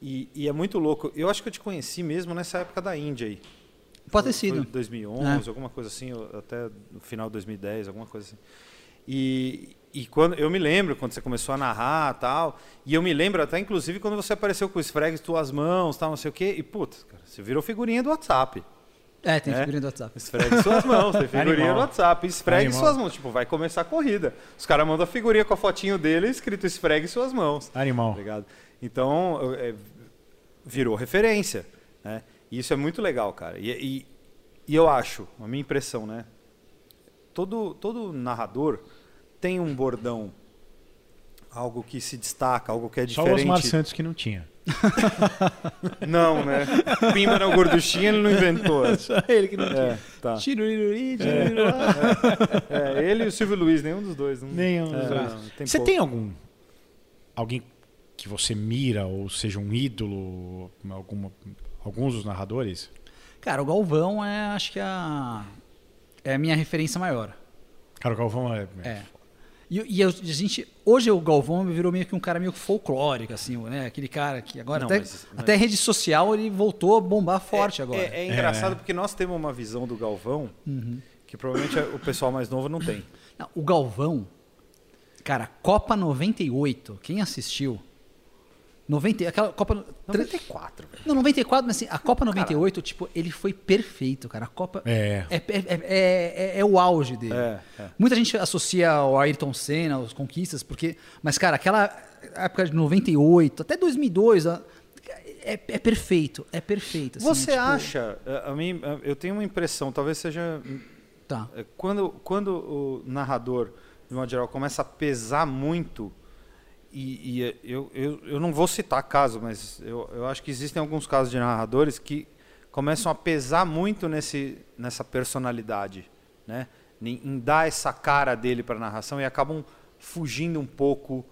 D: E, e é muito louco. Eu acho que eu te conheci mesmo nessa época da Índia aí.
E: Pode
D: Foi- foi
E: ter sido.
D: 2011, alguma coisa assim, ou até no final de 2010, alguma coisa assim. E, e quando eu me lembro quando você começou a narrar tal, e eu me lembro até inclusive quando você apareceu com o esfregue em tuas mãos, tal, não sei o quê, e putz, cara, você virou figurinha do WhatsApp.
E: É, tem
D: É?
E: figurinha do WhatsApp.
D: Esfregue em suas mãos, tem figurinha
C: Animal.
D: no WhatsApp, esfregue em
C: Animal.
D: suas mãos, tipo, vai começar a corrida. Os caras mandam a figurinha com a fotinho dele escrito esfregue em suas mãos. Tá
C: Animal.
D: ligado? Então, eu, é, virou referência. Né? E isso é muito legal, cara. E, e- e eu acho, a minha impressão, né? Todo, todo narrador tem um bordão, algo que se destaca, algo que é
C: Só o Osmar
D: diferente.
C: Santos que não tinha.
D: não, né? Pimba na gorduchinha ele
C: [LAUGHS]
D: não inventou.
C: Só ele que não
D: É, tá.
C: Tiruriri, tiruriri.
D: É, ele e o Silvio Luiz, nenhum dos dois. Não...
C: Nenhum dos
D: É,
C: dois.
D: não, tem
C: Você
D: pouco.
C: tem algum. Alguém que você mira ou seja um ídolo? Alguma, alguns dos narradores?
E: Cara, o Galvão é, acho que, a. É a minha referência maior.
C: Cara, o Galvão é.
E: É. E, e eu- a gente, hoje o Galvão virou meio que um cara meio folclórico, assim, né? Aquele cara que agora
D: Não,
E: até,
D: mas- mas-
E: até rede social ele voltou a bombar forte
D: É-
E: agora.
D: É, é engraçado porque nós temos uma visão do Galvão
C: Uhum.
D: que provavelmente é o pessoal mais novo não tem.
E: Não, o Galvão, cara, Copa 98, quem assistiu? 90, aquela Copa... 94, velho. Não, 94, mas assim, a Copa 98, tipo, ele foi perfeito, cara. A Copa...
C: É.
E: É, é- é- é o auge dele.
D: É, é.
E: Muita gente associa o Ayrton Senna, os conquistas, porque... Mas, cara, aquela época de 98, até 2002... a- É, é perfeito, é perfeito. assim,
D: Você
E: tipo,
D: acha? a- A mim, a- eu tenho uma impressão, talvez seja
E: Tá.
D: é, quando, quando o narrador, de modo geral, começa a pesar muito. E, e, é, eu, eu, eu não vou citar caso, mas eu, eu acho que existem alguns casos de narradores que começam a pesar muito nesse, nessa personalidade, né? Em, em dar essa cara dele para a narração e acabam fugindo um pouco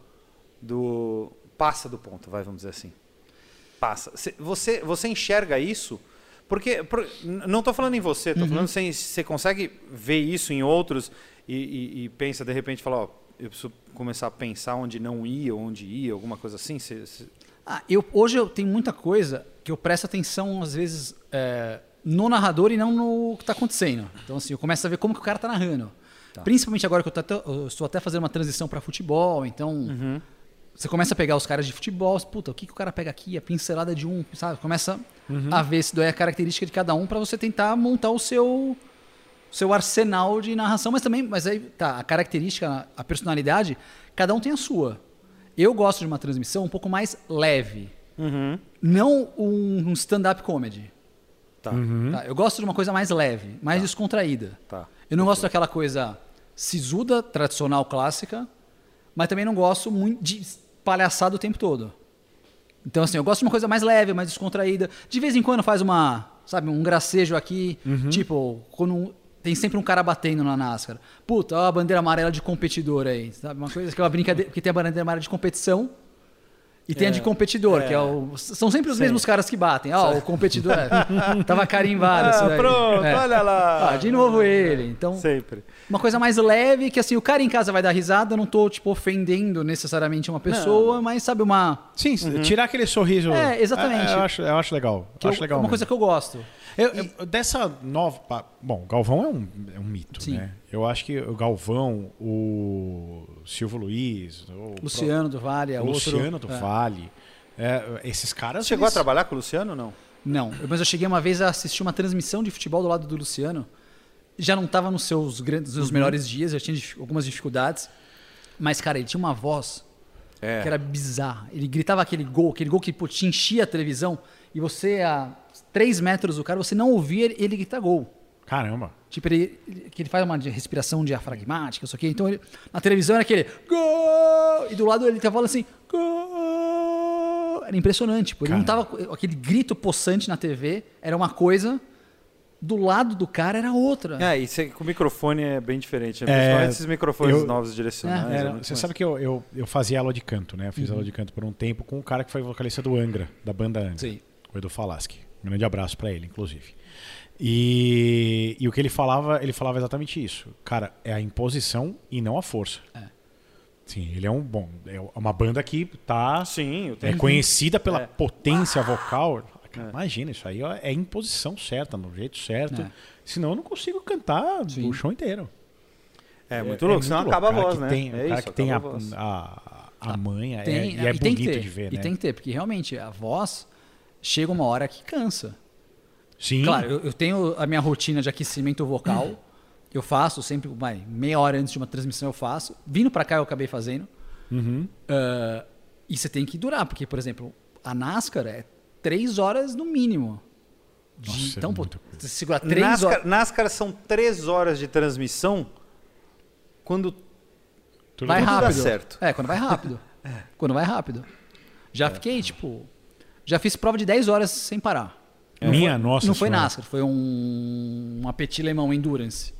D: do passa do ponto, vai, vamos dizer assim passa. Cê- Você, você enxerga isso? Porque, por- n- não estou falando em você, estou falando se você consegue ver isso em outros e, e- e pensa, de repente, fala, ó, eu preciso começar a pensar onde não ia, onde ia, alguma coisa assim? Cê- cê-
E: Ah, eu, hoje eu tenho muita coisa que eu presto atenção, às vezes, é, no narrador e não no que está acontecendo. Então, assim, eu começo a ver como que o cara está narrando. Principalmente agora que eu, tô até- eu estou até fazendo uma transição para futebol, então... Você começa a pegar os caras de futebol, puta, o que, que o cara pega aqui? A pincelada de um, sabe? Começa a ver se daí é a característica de cada um para você tentar montar o seu seu arsenal de narração, mas também, mas aí tá, a característica, a personalidade, cada um tem a sua. Eu gosto de uma transmissão um pouco mais leve, não um, um stand-up comedy.
D: Tá.
E: tá? Eu gosto de uma coisa mais leve, mais descontraída.
D: Tá.
E: Eu não gosto daquela coisa sisuda, tradicional, clássica, mas também não gosto muito de palhaçada o tempo todo. Então, assim, eu gosto de uma coisa mais leve, mais descontraída. De vez em quando faz uma, sabe, um gracejo aqui.
D: Uhum.
E: Tipo, quando um- tem sempre um cara batendo na NASCAR. Puta, ó a bandeira amarela de competidor aí. Sabe, uma coisa que é uma brincadeira, porque tem a bandeira amarela de competição e tem a de competidor, que é o... São sempre os mesmos caras que batem. Ah, o competidor é, tava carimbado isso
D: Ah,
E: daí.
D: pronto,
E: É.
D: olha lá.
E: Ah, de novo ele. Então,
D: Sempre.
E: uma coisa mais leve, que assim, o cara em casa vai dar risada, eu não tô, tipo, ofendendo necessariamente uma pessoa, mas sabe uma.
C: Sim, tirar aquele sorriso.
E: Uhum. É, exatamente.
C: É, eu, acho, eu acho legal.
E: que
C: acho
E: eu-
C: legal
E: uma
C: mesmo.
E: coisa que eu gosto.
C: Eu- eu- dessa nova. pa- Bom, Galvão é um, é um mito,
E: Sim.
C: né? Eu acho que o Galvão, o Silvio Luiz, o
E: Luciano do Vale, é
C: pro- o
E: outro.
C: Luciano do
E: É.
C: Vale, é, esses caras.
D: Chegou a
C: eles-
D: trabalhar com o Luciano ou não?
E: Não, eu- mas eu cheguei uma vez a assistir uma transmissão de futebol do lado do Luciano. Já não tava nos seus grandes,
C: Uhum.
E: nos melhores dias, já tinha dif- algumas dificuldades. Mas, cara, ele tinha uma voz
D: É.
E: que era bizarra. Ele gritava aquele gol, aquele gol que pô, te enchia a televisão, e você, a 3 metros do cara, você não ouvia ele- ele gritar gol.
C: Caramba.
E: Tipo, ele, ele- que ele faz uma de- respiração diafragmática, isso aqui. Então, ele, na televisão era aquele gol! E do lado ele tava falando assim, gol! Era impressionante. Tipo, ele não tava. Aquele grito possante na TV era uma coisa, do lado do cara era outra.
D: É, e cê- com o microfone é bem diferente, né?
C: É,
D: Principalmente esses microfones
C: eu-
D: novos direcionais.
E: É,
D: é
C: Era-
D: muito
C: você
D: mais-
C: sabe que eu, eu, eu fazia aula de canto, né? Eu fiz aula de canto por um tempo com um cara que foi vocalista do Angra, da banda Angra.
E: Sim.
C: O Edu Falaschi. Um grande abraço pra ele, inclusive. E, e o que ele falava, ele falava exatamente isso. Cara, é a imposição e não a força. Sim, ele é um bom. É uma banda que tá.
D: Sim, o
C: É
D: tempo.
C: conhecida pela potência vocal. Cara, Imagina, isso aí ó, é imposição certa, no jeito certo.
E: É.
C: Senão eu não consigo cantar o chão inteiro.
D: É, muito louco, senão acaba
C: O cara
D: a voz,
C: que
D: né?
C: Tem,
D: é
C: o cara
D: isso,
C: que tem a,
D: acaba voz.
C: a, a manha.
E: Tem,
C: é, e é
E: e
C: bonito
E: tem que ter,
C: de ver,
E: E
C: né?
E: tem que ter, porque realmente a voz chega uma hora que cansa.
C: Sim. Uhum.
E: Claro, eu, eu tenho a minha rotina de aquecimento vocal. Eu faço sempre, vai, meia hora antes de uma transmissão eu faço. Vindo pra cá eu acabei fazendo.
C: Uhum.
E: Ah, e você tem que durar, porque, por exemplo, a NASCAR é três horas no mínimo. De-
C: Nossa, é
E: então, pô,
C: muita coisa.
E: você segura três
D: NASCAR,
E: horas.
D: NASCAR são três horas de transmissão quando
C: Tudo
E: Vai
C: bem.
D: dá
E: rápido.
D: certo. É.
E: É, quando
D: [LAUGHS]
E: vai rápido. Quando vai rápido. Já fiquei, tipo. Já fiz prova de 10 horas sem parar.
D: É.
C: Minha nossa
E: não foi
C: senhora.
E: NASCAR, foi um, um Petit Le Mans Endurance.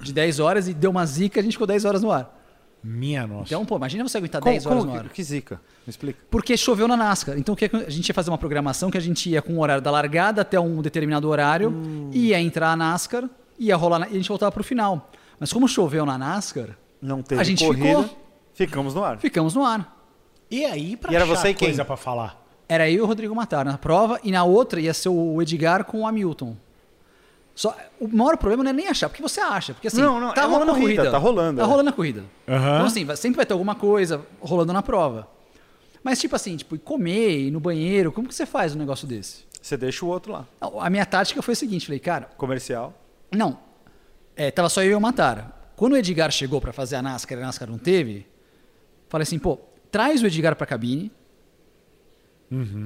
E: De 10 horas e deu uma zica, a gente ficou 10 horas no ar.
C: Minha nossa.
E: Então, pô, imagina você aguentar
D: Como-
E: 10 horas
D: como
E: no
D: que-
E: ar.
D: Que zica? Me explica.
E: Porque choveu na NASCAR. Então o que a gente ia fazer uma programação que a gente ia com o horário da largada até um determinado horário,
D: Hum.
E: ia entrar a NASCAR, ia rolar na- e a gente voltava pro final. Mas como choveu na NASCAR,
D: Não teve
E: A gente
D: corrida,
E: ficou.
D: ficamos no ar.
E: ficamos no ar.
C: e aí, pra
D: E era
C: achar
D: você e quem?
C: coisa pra falar?
E: Era eu e o Rodrigo Matar na prova, e na outra ia ser o Edgar com o Hamilton. Só, o maior problema não é nem achar, porque você acha. Porque assim,
D: Não, não,
E: tá
D: é uma
E: rolando a
D: corrida,
E: corrida.
D: tá rolando,
E: Tá
D: é.
E: rolando a corrida.
C: Aham.
E: Então assim, vai- sempre vai ter alguma coisa rolando na prova. Mas tipo assim, tipo, ir comer, ir no banheiro, como que você faz um negócio desse?
D: Você deixa o outro lá.
E: A minha tática foi a seguinte, falei, cara,
D: Comercial.
E: não, é, tava só eu e o Matara. Quando o Edgar chegou para fazer a NASCAR e a NASCAR não teve, falei assim, pô, traz o Edgar pra cabine,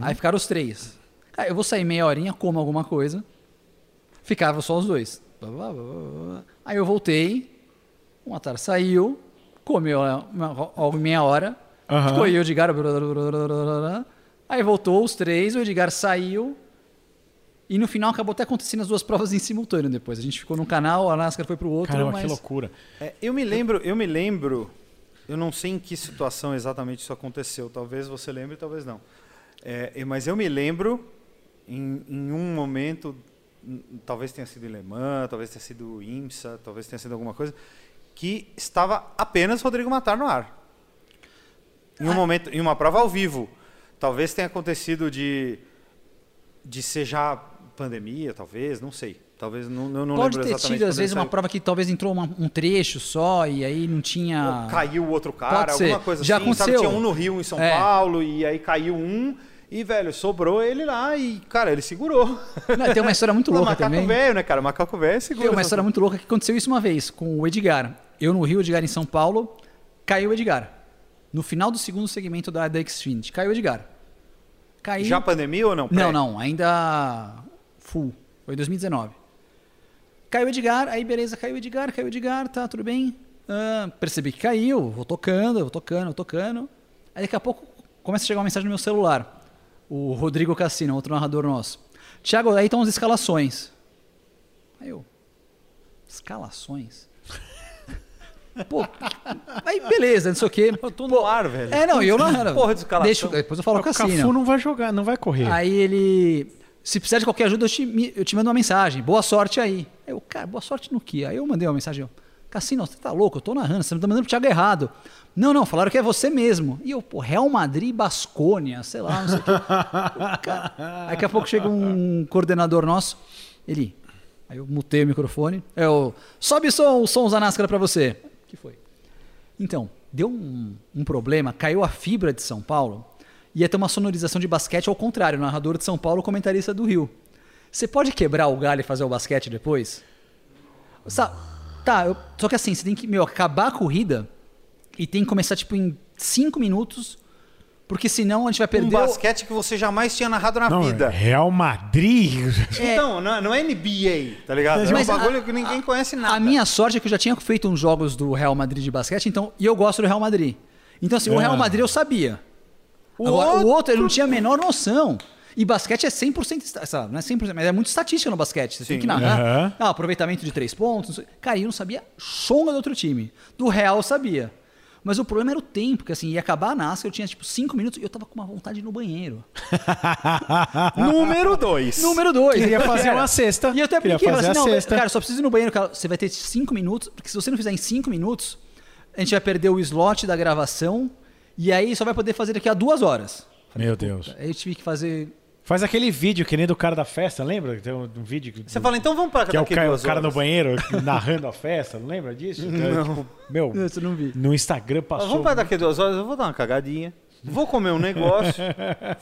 E: aí ficaram os três. Cara, eu vou sair meia horinha, como alguma coisa, ficava só os dois. Blá, blá, blá, blá, blá. Aí eu voltei, o Matara saiu, comeu é, uma- ó, meia hora,
C: Aham.
E: ficou eu e o Edgar, blá, blá, blá, blá, blá, blá, blá. aí voltou os três, o Edgar saiu, e no final acabou até acontecendo as duas [LAUGHS] provas em simultâneo depois. A gente ficou num canal, a NASCAR foi pro outro,
C: Caramba,
E: mas...
C: que loucura.
D: É, eu me lembro, eu me lembro, eu não sei em que situação exatamente isso aconteceu. Talvez você lembre, talvez não. É, e- mas eu me lembro em, em um momento, hum, talvez tenha sido em Le Mans, talvez tenha sido IMSA, talvez tenha sido alguma coisa, que
E: Ah.
D: estava apenas Rodrigo Matar no ar. Em um momento, em uma prova ao vivo. Talvez tenha acontecido de, de ser já pandemia, talvez, não sei. Talvez não, não, não
E: Pode
D: lembro
E: ter
D: exatamente
E: tido, às
D: quando
E: vezes,
D: ele
E: uma
D: saiu.
E: prova que talvez entrou uma- um trecho só e aí não tinha.
D: Ou caiu o outro cara,
E: Ah. Pode ser.
D: alguma coisa
E: Já
D: assim. sabe?
E: aconteceu.
D: Tinha um no Rio, um em São
E: É.
D: Paulo, e aí caiu um. E, velho, sobrou ele lá e, cara, ele segurou. [LAUGHS]
E: Não, tem uma história muito
D: Pô,
E: louca
D: macaco
E: também.
D: velho, né, cara? Macaco velho segura.
E: Tem uma
D: essas
E: história muito louca que aconteceu isso uma vez com o Edgar. Eu no Rio, Edgar em São Paulo, caiu o Edgar. No final do segundo segmento da, da Xfinity, caiu o Edgar. Caiu.
D: Já pandemia ou não?
E: Não, não, ainda full. Foi 2019. Caiu o Edgar, aí beleza, caiu o Edgar, caiu o Edgar, tá, tudo bem. Ah, percebi que caiu, vou tocando, vou tocando, vou tocando. Aí daqui a pouco começa a chegar uma mensagem no meu celular. O Rodrigo Cassino, outro narrador nosso. Tiago, aí estão as escalações. Aí eu. Escalações? [LAUGHS] Pô, aí beleza, não sei o quê.
D: Eu tô no ar, velho.
E: É, não, e eu narrando.
D: Porra de escalação.
E: Deixa, depois eu falo
C: o
E: com o Cassino.
C: Cafu assim, não vai jogar, não vai correr.
E: Aí ele. Se precisar de qualquer ajuda, eu te, me- eu te mando uma mensagem. Boa sorte aí. Aí eu, cara, boa sorte no quê? Aí eu mandei uma mensagem. ó, Cassino, você tá louco? Eu tô narrando, você não tá mandando pro Thiago errado. Não, não, falaram que é você mesmo. E eu, pô, Real Madrid, Bascônia, sei lá, não sei o quê. Eu, cara, aí daqui a pouco chega um coordenador nosso, ele. Aí eu mutei o microfone. Eu, sobe o som, os sons da NASCAR pra você. que foi? Então, deu um, um problema, caiu a fibra de São Paulo, ia ter uma sonorização de basquete ao contrário, narrador de São Paulo, comentarista do Rio. Você pode quebrar o galho e fazer o basquete depois? Sa- tá, eu- só que assim, você tem que, meu, acabar a corrida e tem que começar, tipo, em 5 minutos, porque senão a gente vai
D: Um
E: perder... o-
D: basquete que você jamais tinha narrado na
C: não, é.
D: vida.
C: Real Madrid.
D: Então, não, não é NBA, tá ligado? É um
E: Mas a-
D: bagulho que ninguém conhece nada.
E: A minha sorte é que eu já tinha feito uns jogos do Real Madrid de basquete, então, e eu gosto do Real Madrid. Então, assim, o
C: Ah.
E: Real Madrid eu sabia. Agora, o outro eu não tinha a menor noção. E basquete é 100%, esta- sabe, não é 100%, mas é muito estatística no basquete. Você tem que narrar.
C: Aham.
E: Ah, aproveitamento de três pontos. não sei- Cara, eu não sabia chonga do outro time. Do Real eu sabia. Mas o problema era o tempo, que assim, ia acabar a NASCAR, eu tinha tipo cinco minutos e eu tava com uma vontade de ir no banheiro. [LAUGHS]
D: Número 2.
E: Número dois.
C: Queria fazer
E: Era.
C: uma cesta.
E: E eu até
C: Queria
E: apliquei,
C: fazer
E: falei assim,
C: a
E: não,
C: cesta.
E: cara, só preciso ir no banheiro, cara. Você vai ter cinco minutos, porque se você não fizer em cinco minutos, a gente vai perder o slot da gravação e aí só vai poder fazer daqui a duas horas.
C: Meu Deus.
E: Aí eu tive que fazer...
C: Faz aquele vídeo que nem do cara da festa, lembra? Que Tem um, um vídeo que,
D: Você fala, então vamos pra
C: que é o,
D: daqui
C: ca-
D: duas
C: o cara no
D: horas.
C: banheiro [LAUGHS] narrando a festa, não lembra
D: [LAUGHS]
C: disso? Então, tipo, meu,
E: Isso [LAUGHS] eu não vi.
C: no Instagram
D: Mas
C: passou.
D: Vamos pra daqui duas horas, eu vou dar uma cagadinha. Vou
C: [LAUGHS]
D: comer um negócio,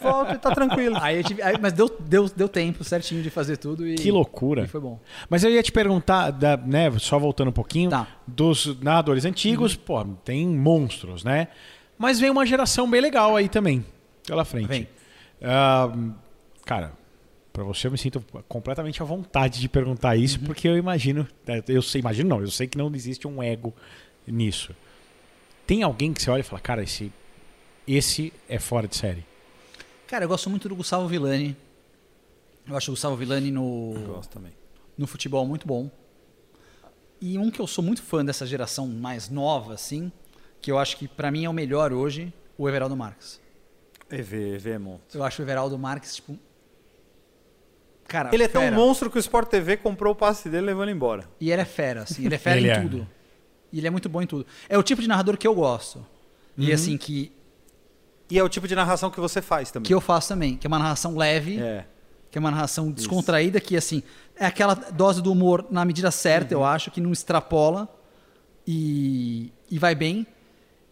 D: volto e tá tranquilo.
E: Aí eu tive... aí- mas deu, deu, deu tempo certinho de fazer tudo e...
C: Que loucura.
E: E foi bom.
C: Mas eu ia te perguntar, da- né, só voltando um pouquinho,
E: Tá. Uhum.
C: dos nadadores antigos, pô, tem monstros, né? Mas vem uma geração bem legal aí também, pela frente.
E: Vem.
C: Ah, cara, pra você eu me sinto completamente à vontade de perguntar isso,
E: Uhum.
C: porque eu imagino, né, eu sei, imagino não, eu sei que não existe um ego nisso. Tem alguém que você olha e fala, cara, esse, esse é fora de série.
E: Cara, eu gosto muito do Gustavo Villani. Eu acho o Gustavo Villani no...
D: Gosto também.
E: no futebol muito bom. E um que eu sou muito fã dessa geração mais nova, assim, que eu acho que pra mim é o melhor hoje, o Everaldo Marques.
D: EV, EV é monstro.
E: Eu acho o Everaldo Marques, tipo. Cara,
D: Ele é tão
E: Tá, fera.
D: monstro que o Sport TV comprou o passe dele e levou ele embora.
E: E ele é fera, assim. Ele é fera
C: [LAUGHS] Ele
E: em
C: é.
E: tudo. E ele é muito bom em tudo. É o tipo de narrador que eu gosto.
D: Uhum.
E: E assim, que,
D: E é o tipo de narração que você faz também.
E: que eu faço também. Que é uma narração leve.
D: É.
E: Que é uma narração descontraída, que assim, é aquela dose do humor na medida certa,
D: Uhum.
E: eu acho, que não extrapola e, e vai bem.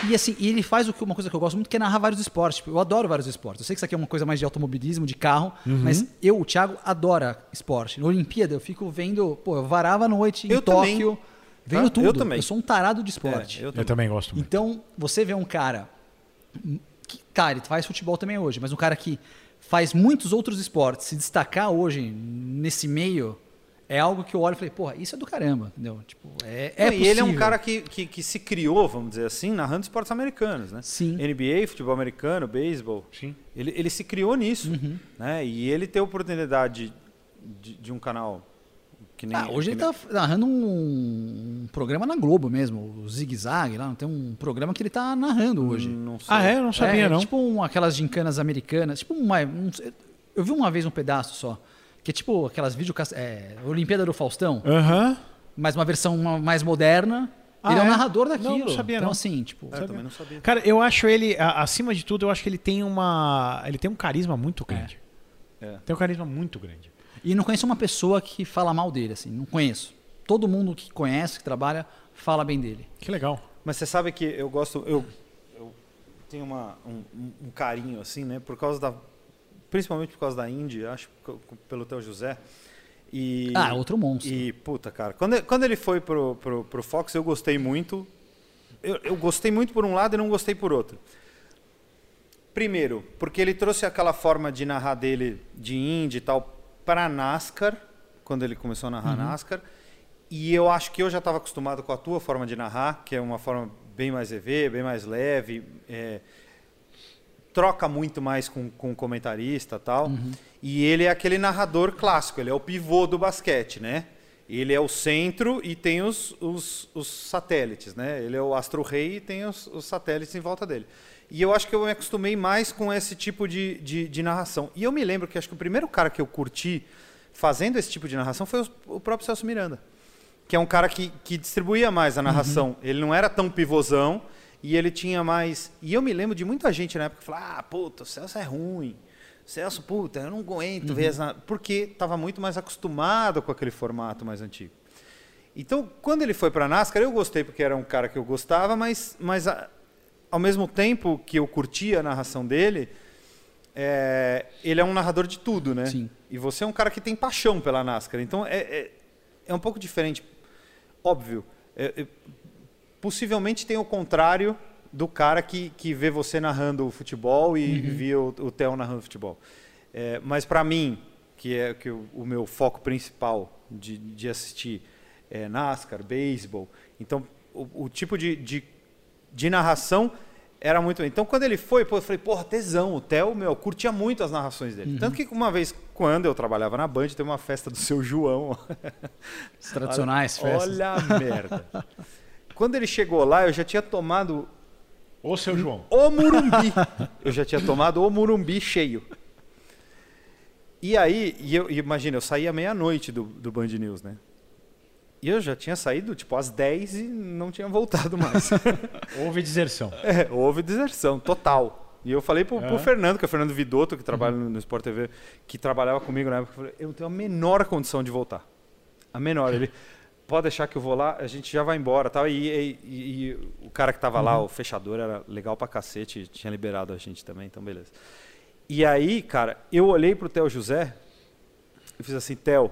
E: E assim, e ele faz o que, uma coisa que eu gosto muito, que é narrar vários esportes. Tipo, eu adoro vários esportes. Eu sei que isso aqui é uma coisa mais de automobilismo, de carro,
D: Uhum.
E: mas eu, o Thiago, adora esporte. Na Olimpíada, eu fico vendo, pô, eu varava a noite em
D: Eu também.
E: Tóquio, vendo
D: Eu
E: tudo.
D: também.
E: sou um tarado
D: É,
E: de esporte.
D: eu
C: Eu
D: também.
C: também gosto muito.
E: Então, você vê um cara. Que, cara, ele faz futebol também hoje, mas um cara que faz muitos outros esportes, se destacar hoje nesse meio, é algo que eu olho e falei, porra, isso é do caramba, entendeu? Tipo, é, é
D: Não, e ele é um
E: possível.
D: cara que, que, que se criou, vamos dizer assim, narrando esportes americanos, né?
E: Sim.
D: NBA, futebol americano, beisebol.
C: Sim.
D: Ele, ele se criou nisso,
E: Uhum.
D: né? E ele ter oportunidade de, de um canal que nem...
E: Ah, hoje
D: que
E: ele
D: nem-
E: tá narrando um, um programa na Globo mesmo, o Zig Zag lá, tem um programa que ele tá narrando hoje.
D: Não sei.
C: Ah, é? Eu não sabia,
E: é,
C: não.
E: Tipo um- aquelas gincanas americanas. Tipo uma. um- eu vi uma vez um pedaço só. Que é tipo aquelas videocast... é, Olimpíada do Faustão.
C: Aham.
E: mas uma versão ma- mais moderna ele é,
C: Ah,
E: o
C: é?
E: narrador daquilo.
C: Não, não sabia,
E: então,
C: não.
E: assim, tipo.
D: É, eu também não sabia.
C: Cara, eu acho ele, a- acima de tudo, eu acho que ele tem uma. Ele tem um carisma muito grande.
D: É.
C: Tem um carisma muito grande.
E: E não conheço uma pessoa que fala mal dele, assim. Não conheço. Todo mundo que conhece, que trabalha, fala bem dele.
C: Que legal.
D: Mas você sabe que eu gosto, eu, eu tenho uma, um, um- um carinho assim, né? Por causa da, principalmente por causa da Indy, acho, co- co- pelo teu José. E,
E: Ah, outro monstro.
D: E puta, cara, quando, quando ele foi pro, pro, pro Fox, eu gostei muito. Eu, eu gostei muito por um lado e não gostei por outro. Primeiro, porque ele trouxe aquela forma de narrar dele de indie e tal para NASCAR, quando ele começou a narrar NASCAR. E eu acho que eu já estava acostumado com a tua forma de narrar, que é uma forma bem mais EV, bem mais leve, é, troca muito mais com, com o comentarista e tal. E ele é aquele narrador clássico, ele é o pivô do basquete, né? Ele é o centro e tem os, os, os satélites, né? Ele é o astro-rei e tem os, os satélites em volta dele. E eu acho que eu me acostumei mais com esse tipo de, de, de narração. E eu me lembro que acho que o primeiro cara que eu curti fazendo esse tipo de narração foi o, o próprio Celso Miranda que é um cara que, que distribuía mais a narração. Ele não era tão pivôzão e ele tinha mais. E eu me lembro de muita gente na época que falava: ah, puta, o Celso é ruim. Celso, puta, eu não aguento ver as. na-" Porque estava muito mais acostumado com aquele formato mais antigo. Então, quando ele foi para a NASCAR, eu gostei porque era um cara que eu gostava, mas, mas a- ao mesmo tempo que eu curtia a narração dele, é, ele é um narrador de tudo, né?
E: Sim.
D: E você é um cara que tem paixão pela NASCAR. Então, é, é, é um pouco diferente. Óbvio, é- é- possivelmente tem o contrário do cara que, que vê você narrando o futebol e via o, o Theo narrando futebol. É, mas para mim, que é que o, o meu foco principal de, de assistir é NASCAR, beisebol, então o, o tipo de, de, de narração era muito. Então quando ele foi, pô, eu falei, porra, tesão, o Theo, meu, eu curtia muito as narrações dele. Tanto que uma vez, quando eu trabalhava na Band, teve uma festa do seu João. [LAUGHS]
E: As tradicionais
D: olha,
E: festas.
D: Olha a merda. Quando ele chegou lá, eu já tinha tomado
C: Ô, seu João.
D: o Murumbi. Eu já tinha tomado o Murumbi cheio. E aí, e eu, e imagina, eu saí à meia-noite do, do Band News, né? E eu já tinha saído, tipo, às 10 e não tinha voltado mais.
C: Houve deserção.
D: É, houve deserção, total. E eu falei pro, pro
C: É.
D: Fernando, que é o Fernando Vidotto, que trabalha no- no Sport TV, que trabalhava comigo na época, eu falei, eu não tenho a menor condição de voltar. A menor. Ele, pode deixar que eu vou lá, a gente já vai embora tal. E, e- e- e o cara que tava lá, o fechador, era legal pra cacete, tinha liberado a gente também, então beleza. E aí, cara, eu olhei pro Theo José e fiz assim, Theo,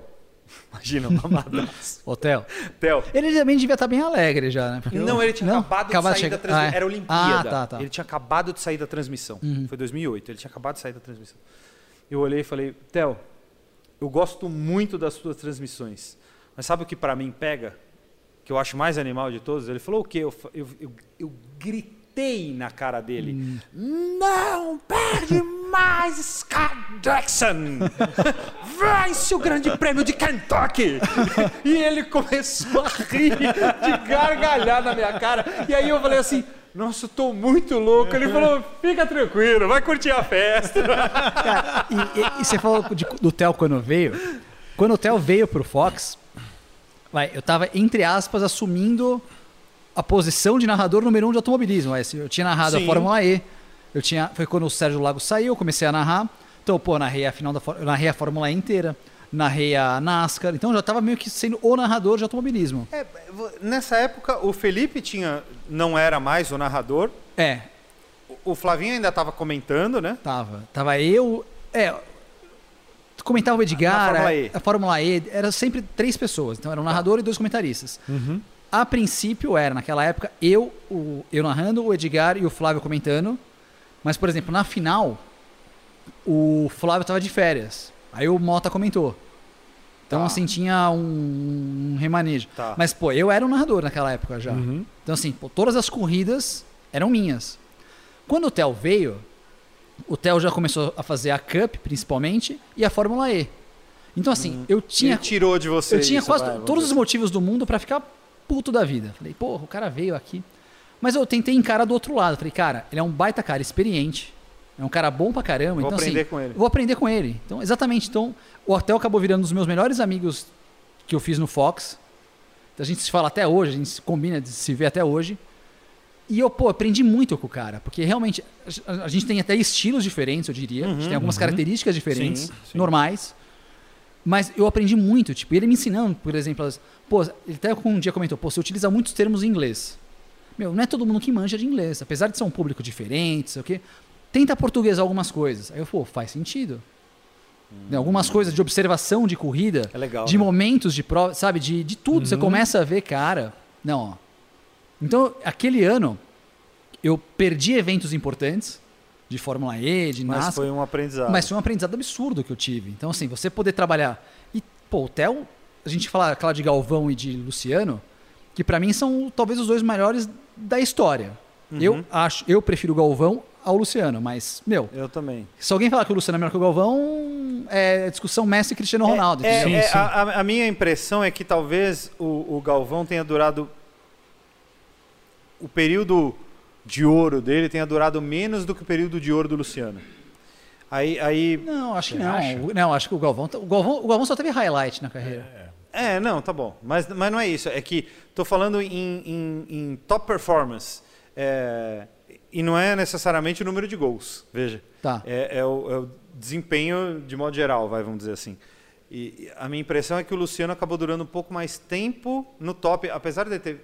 D: [LAUGHS] imagina, uma madraça.
E: Hotel.
D: Theo,
E: Ele também devia estar bem alegre já, né? Porque
D: não,
E: eu-
D: ele tinha acabado, de sair
E: chegar-
D: da transmissão.
E: Ah, é.
D: Era Olimpíada.
E: Ah, tá, Uhum. tá.
D: Ele tinha acabado de sair da transmissão. Foi 2008, ele tinha acabado de sair da transmissão. Eu olhei e falei, Theo, eu gosto muito das suas transmissões, mas sabe o que pra mim pega? Que eu acho mais animal de todos? Ele falou o quê? Eu, fa- eu, eu, eu gritei na cara dele. Não perde mais Scott Jackson! Vence o grande prêmio de Kentucky! e ele começou a rir de gargalhar na minha cara. E aí eu falei assim... Nossa, eu tô muito louco. Ele falou: fica tranquilo, vai curtir a festa.
E: Cara, e, e- e você falou de- do Theo quando veio. Quando o Theo veio pro Fox, vai, eu tava, entre aspas, assumindo a posição de narrador número um de automobilismo. vai. Eu tinha narrado
D: Sim.
E: a Fórmula E. Eu tinha, foi quando o Sérgio Lago saiu, eu comecei a narrar. Então, pô, narrei a final da Fór- eu narrei a Fórmula E inteira, narrei a NASCAR. Então eu já tava meio que sendo o narrador de automobilismo.
D: É, vo- nessa época, o Felipe tinha, não era mais o narrador.
E: É,
D: O- O Flavinho ainda estava comentando, né?
E: Tava. Tava eu. É. tu Comentava o Edgar,
D: Na Fórmula
E: a-
D: E.
E: a Fórmula E, era sempre três pessoas, então era um narrador e dois comentaristas.
D: Uhum.
E: A princípio era, naquela época, eu, o, eu narrando, o Edgar e o Flávio comentando. Mas, por exemplo, na final, o Flávio tava de férias. Aí o Mota comentou. Então,
D: Tá.
E: assim, tinha um, um remanejo.
D: Tá. Uhum.
E: Mas, pô, eu era um narrador naquela época já. Então, assim, pô, todas as corridas eram minhas. Quando o Theo veio, o Theo já começou a fazer a Cup, principalmente, e a Fórmula E. Então, assim, eu tinha.
D: Ele tirou de você.
E: Eu
D: Uhum.
E: tinha
D: isso,
E: quase
D: vai, vamos
E: todos os
D: dizer.
E: motivos do mundo pra ficar puto da vida. Falei, porra, o cara veio aqui. Mas eu tentei encarar do outro lado. Falei, cara, ele é um baita cara, experiente. É um cara bom pra
D: Vou
E: caramba. então,
D: aprender
E: assim,
D: com ele.
E: Vou aprender com ele. Então, exatamente. Então, o Hotel acabou virando um dos meus melhores amigos que eu fiz no Fox. A gente se fala até hoje, a gente se combina de se ver até hoje. E eu, pô, aprendi muito com o cara, porque realmente a a gente tem até estilos diferentes, eu diria. a gente tem algumas características diferentes,
D: Uhum, Sim, sim.
E: normais. Mas eu aprendi muito, tipo, ele me ensinando, por exemplo, as- pô, ele até um dia comentou, pô, você utiliza muitos termos em inglês. Meu, não é todo mundo que manja de inglês, apesar de ser um público diferente, sei o quê. Tenta portuguesar algumas coisas. Aí eu, pô, faz sentido. Né, Algumas coisas de observação de corrida,
D: Hum. É legal,
E: de
D: né? Uhum.
E: momentos de prova, sabe, de, de tudo. Você começa a ver, cara, não, ó. Então, aquele ano, eu perdi eventos importantes de Fórmula E, de
D: Mas
E: NASCAR.
D: foi um aprendizado.
E: Mas foi um aprendizado absurdo que eu tive. Então, assim, você poder trabalhar. E, pô, o Theo, a gente fala aquela de Galvão e de Luciano, que pra mim são talvez os dois maiores da história.
D: Uhum.
E: Eu acho, eu prefiro o Galvão ao Luciano, mas, meu,
D: Eu também.
E: se alguém falar que o Luciano é melhor que o Galvão, é discussão Messi e Cristiano Ronaldo.
D: É,
E: entendeu?
D: é,
C: sim.
D: A, a- a minha impressão é que talvez o, o Galvão tenha durado. O período de ouro dele tenha durado menos do que o período de ouro do Luciano. Aí. aí
E: Não, acho que
C: Você
E: não.
C: acha?
E: O- Não, acho que o Galvão, tá- o Galvão. O Galvão só teve highlight na carreira.
D: é, não, tá bom. Mas, mas não é isso. É que tô falando em, em- em top performance. É, e não é necessariamente o número de gols, veja.
E: Tá.
D: É, é o, é o desempenho de modo geral, vai, vamos dizer assim. E e a minha impressão é que o Luciano acabou durando um pouco mais tempo no top, apesar de ter.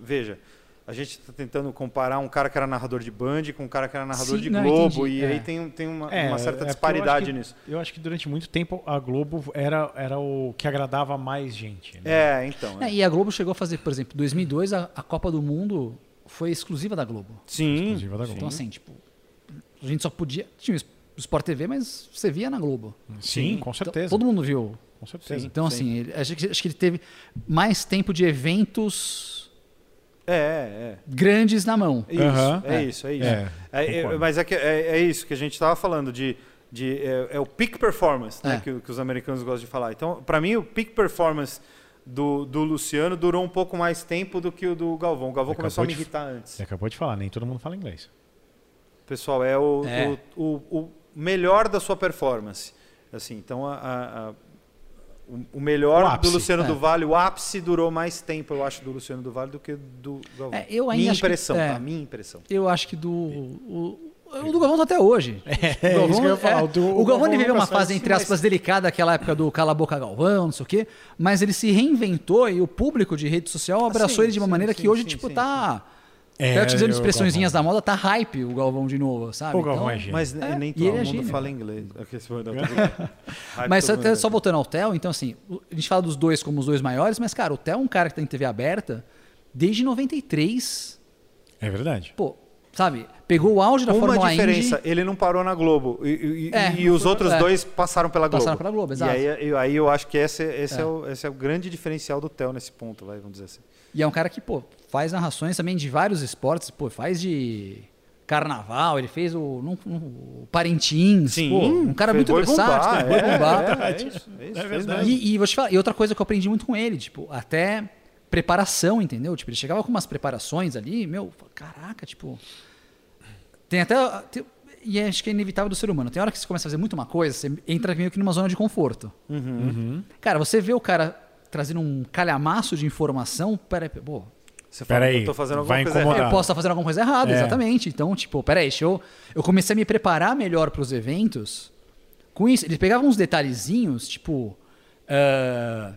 D: Veja, a gente está tentando comparar um cara que era narrador de Band com um cara que era narrador
E: Sim,
D: de
E: não,
D: Globo,
E: entendi,
D: e
E: é.
D: aí tem, um, tem uma,
C: É,
D: uma certa
C: é
D: disparidade
C: porque eu acho
D: nisso.
C: que- Eu acho que durante muito tempo a Globo era, era o que agradava mais gente. né?
D: É, então. é.
E: É, e a Globo chegou a fazer, por exemplo, em 2002, a, a Copa do Mundo foi exclusiva da Globo.
D: Sim.
C: Exclusiva da
E: Então,
C: Globo.
E: assim, tipo, a gente só podia. Tinha o Sport TV, mas você via na Globo.
C: Sim, com
E: Então,
C: certeza.
E: todo mundo viu.
C: Com certeza.
E: então, assim, ele- acho, que, acho que ele teve mais tempo de eventos
D: É, é.
E: grandes na mão.
D: É isso,
C: Aham.
D: é,
E: É.
D: isso, é isso.
C: É,
D: É, é,
C: concordo.
D: mas é, que, é, é isso que a gente estava falando de, de é, é o peak performance, né,
E: É.
D: que, o- que os americanos gostam de falar. Então, para mim, o peak performance do, do Luciano durou um pouco mais tempo do que o do Galvão. O Galvão
C: Acabou
D: começou a me
C: de-
D: irritar antes.
E: é.
C: Você É. acabou de falar, nem todo mundo fala inglês.
D: Pessoal, é, o,
E: É.
D: O, o, o melhor da sua performance. Assim, então, a- a- a- o, o melhor
C: O
D: do
C: ápice.
D: Luciano
E: É.
D: do Vale, o ápice durou mais tempo, eu acho, do Luciano do Vale do que do Galvão.
E: É, eu ainda
D: minha
E: acho que-
D: impressão,
E: é.
D: tá? Minha impressão.
E: Eu acho que do. O, o do Galvão tá até hoje.
C: [LAUGHS] é isso que eu ia falar.
E: é,
C: O do-
E: o
C: o
E: Galvão,
C: Galvão
E: ele viveu uma
C: nunca sai
E: fase,
C: assim,
E: entre aspas, delicada, aquela época do cala a boca Galvão, não sei o quê. Mas ele se reinventou e o público de rede
C: Ah,
E: social abraçou
D: sim,
E: ele de uma
D: sim,
E: maneira
D: sim,
E: que hoje,
D: sim,
E: tipo,
D: sim,
E: tá.
C: É,
E: tá utilizando
C: eu-
E: expressõezinhas da moda, tá hype o Galvão de novo, sabe?
C: O Galvão é gênio.
D: Mas
E: É,
D: nem
E: e
D: todo
E: ele é
D: mundo
E: gênio.
D: fala inglês. Ok, se for- não, tô
E: [LAUGHS]
D: brincando. Ai,
E: Mas
D: todo
E: só,
D: mundo é
E: só voltando ao Theo, então assim, o- a gente fala dos dois como os dois maiores, mas cara, o Theo é um cara que tá em TV aberta desde 93,
C: É verdade.
E: pô, sabe? Pegou o auge da
D: Uma
E: Fórmula
D: diferença,
E: Indy.
D: ele não parou na Globo. E, e- e-
E: É,
D: e
E: não
D: os
E: foi-
D: outros
E: é.
D: dois passaram pela Globo.
E: Passaram pela Globo, exato.
D: E aí, eu- aí eu acho que esse, esse, é. o, esse é o grande diferencial do Theo nesse ponto, vai, vamos dizer assim.
E: E é um cara que, pô, faz narrações também de vários esportes, pô, faz de carnaval, ele fez o, não- não- o Parintins, pô, um cara
D: fez
E: muito
D: boi
E: versátil,
D: bombar,
E: fez boi
D: é,
E: bombar.
D: é, é isso, é isso,
C: É
D: fez
C: verdade.
D: mesmo.
E: E, e vou te falar, e outra coisa que eu aprendi muito com ele, tipo, até preparação, entendeu? Tipo, ele chegava com umas preparações ali, meu, eu falava, caraca, tipo. Tem até. tem- e acho que é inevitável do ser humano. Tem hora que você começa a fazer muito uma coisa, você entra meio que numa zona de conforto. Cara, você vê o cara trazendo um calhamaço de informação, peraí, pô,
D: Você fala,
C: Peraí,
D: eu tô fazendo alguma
C: vai
D: coisa
C: incomodar.
E: eu
D: errada.
E: posso estar fazendo alguma coisa errada,
C: É.
E: exatamente. Então, tipo, peraí, deixa eu. Eu comecei a me preparar melhor para os eventos com isso. Eles pegavam uns detalhezinhos, tipo. ah,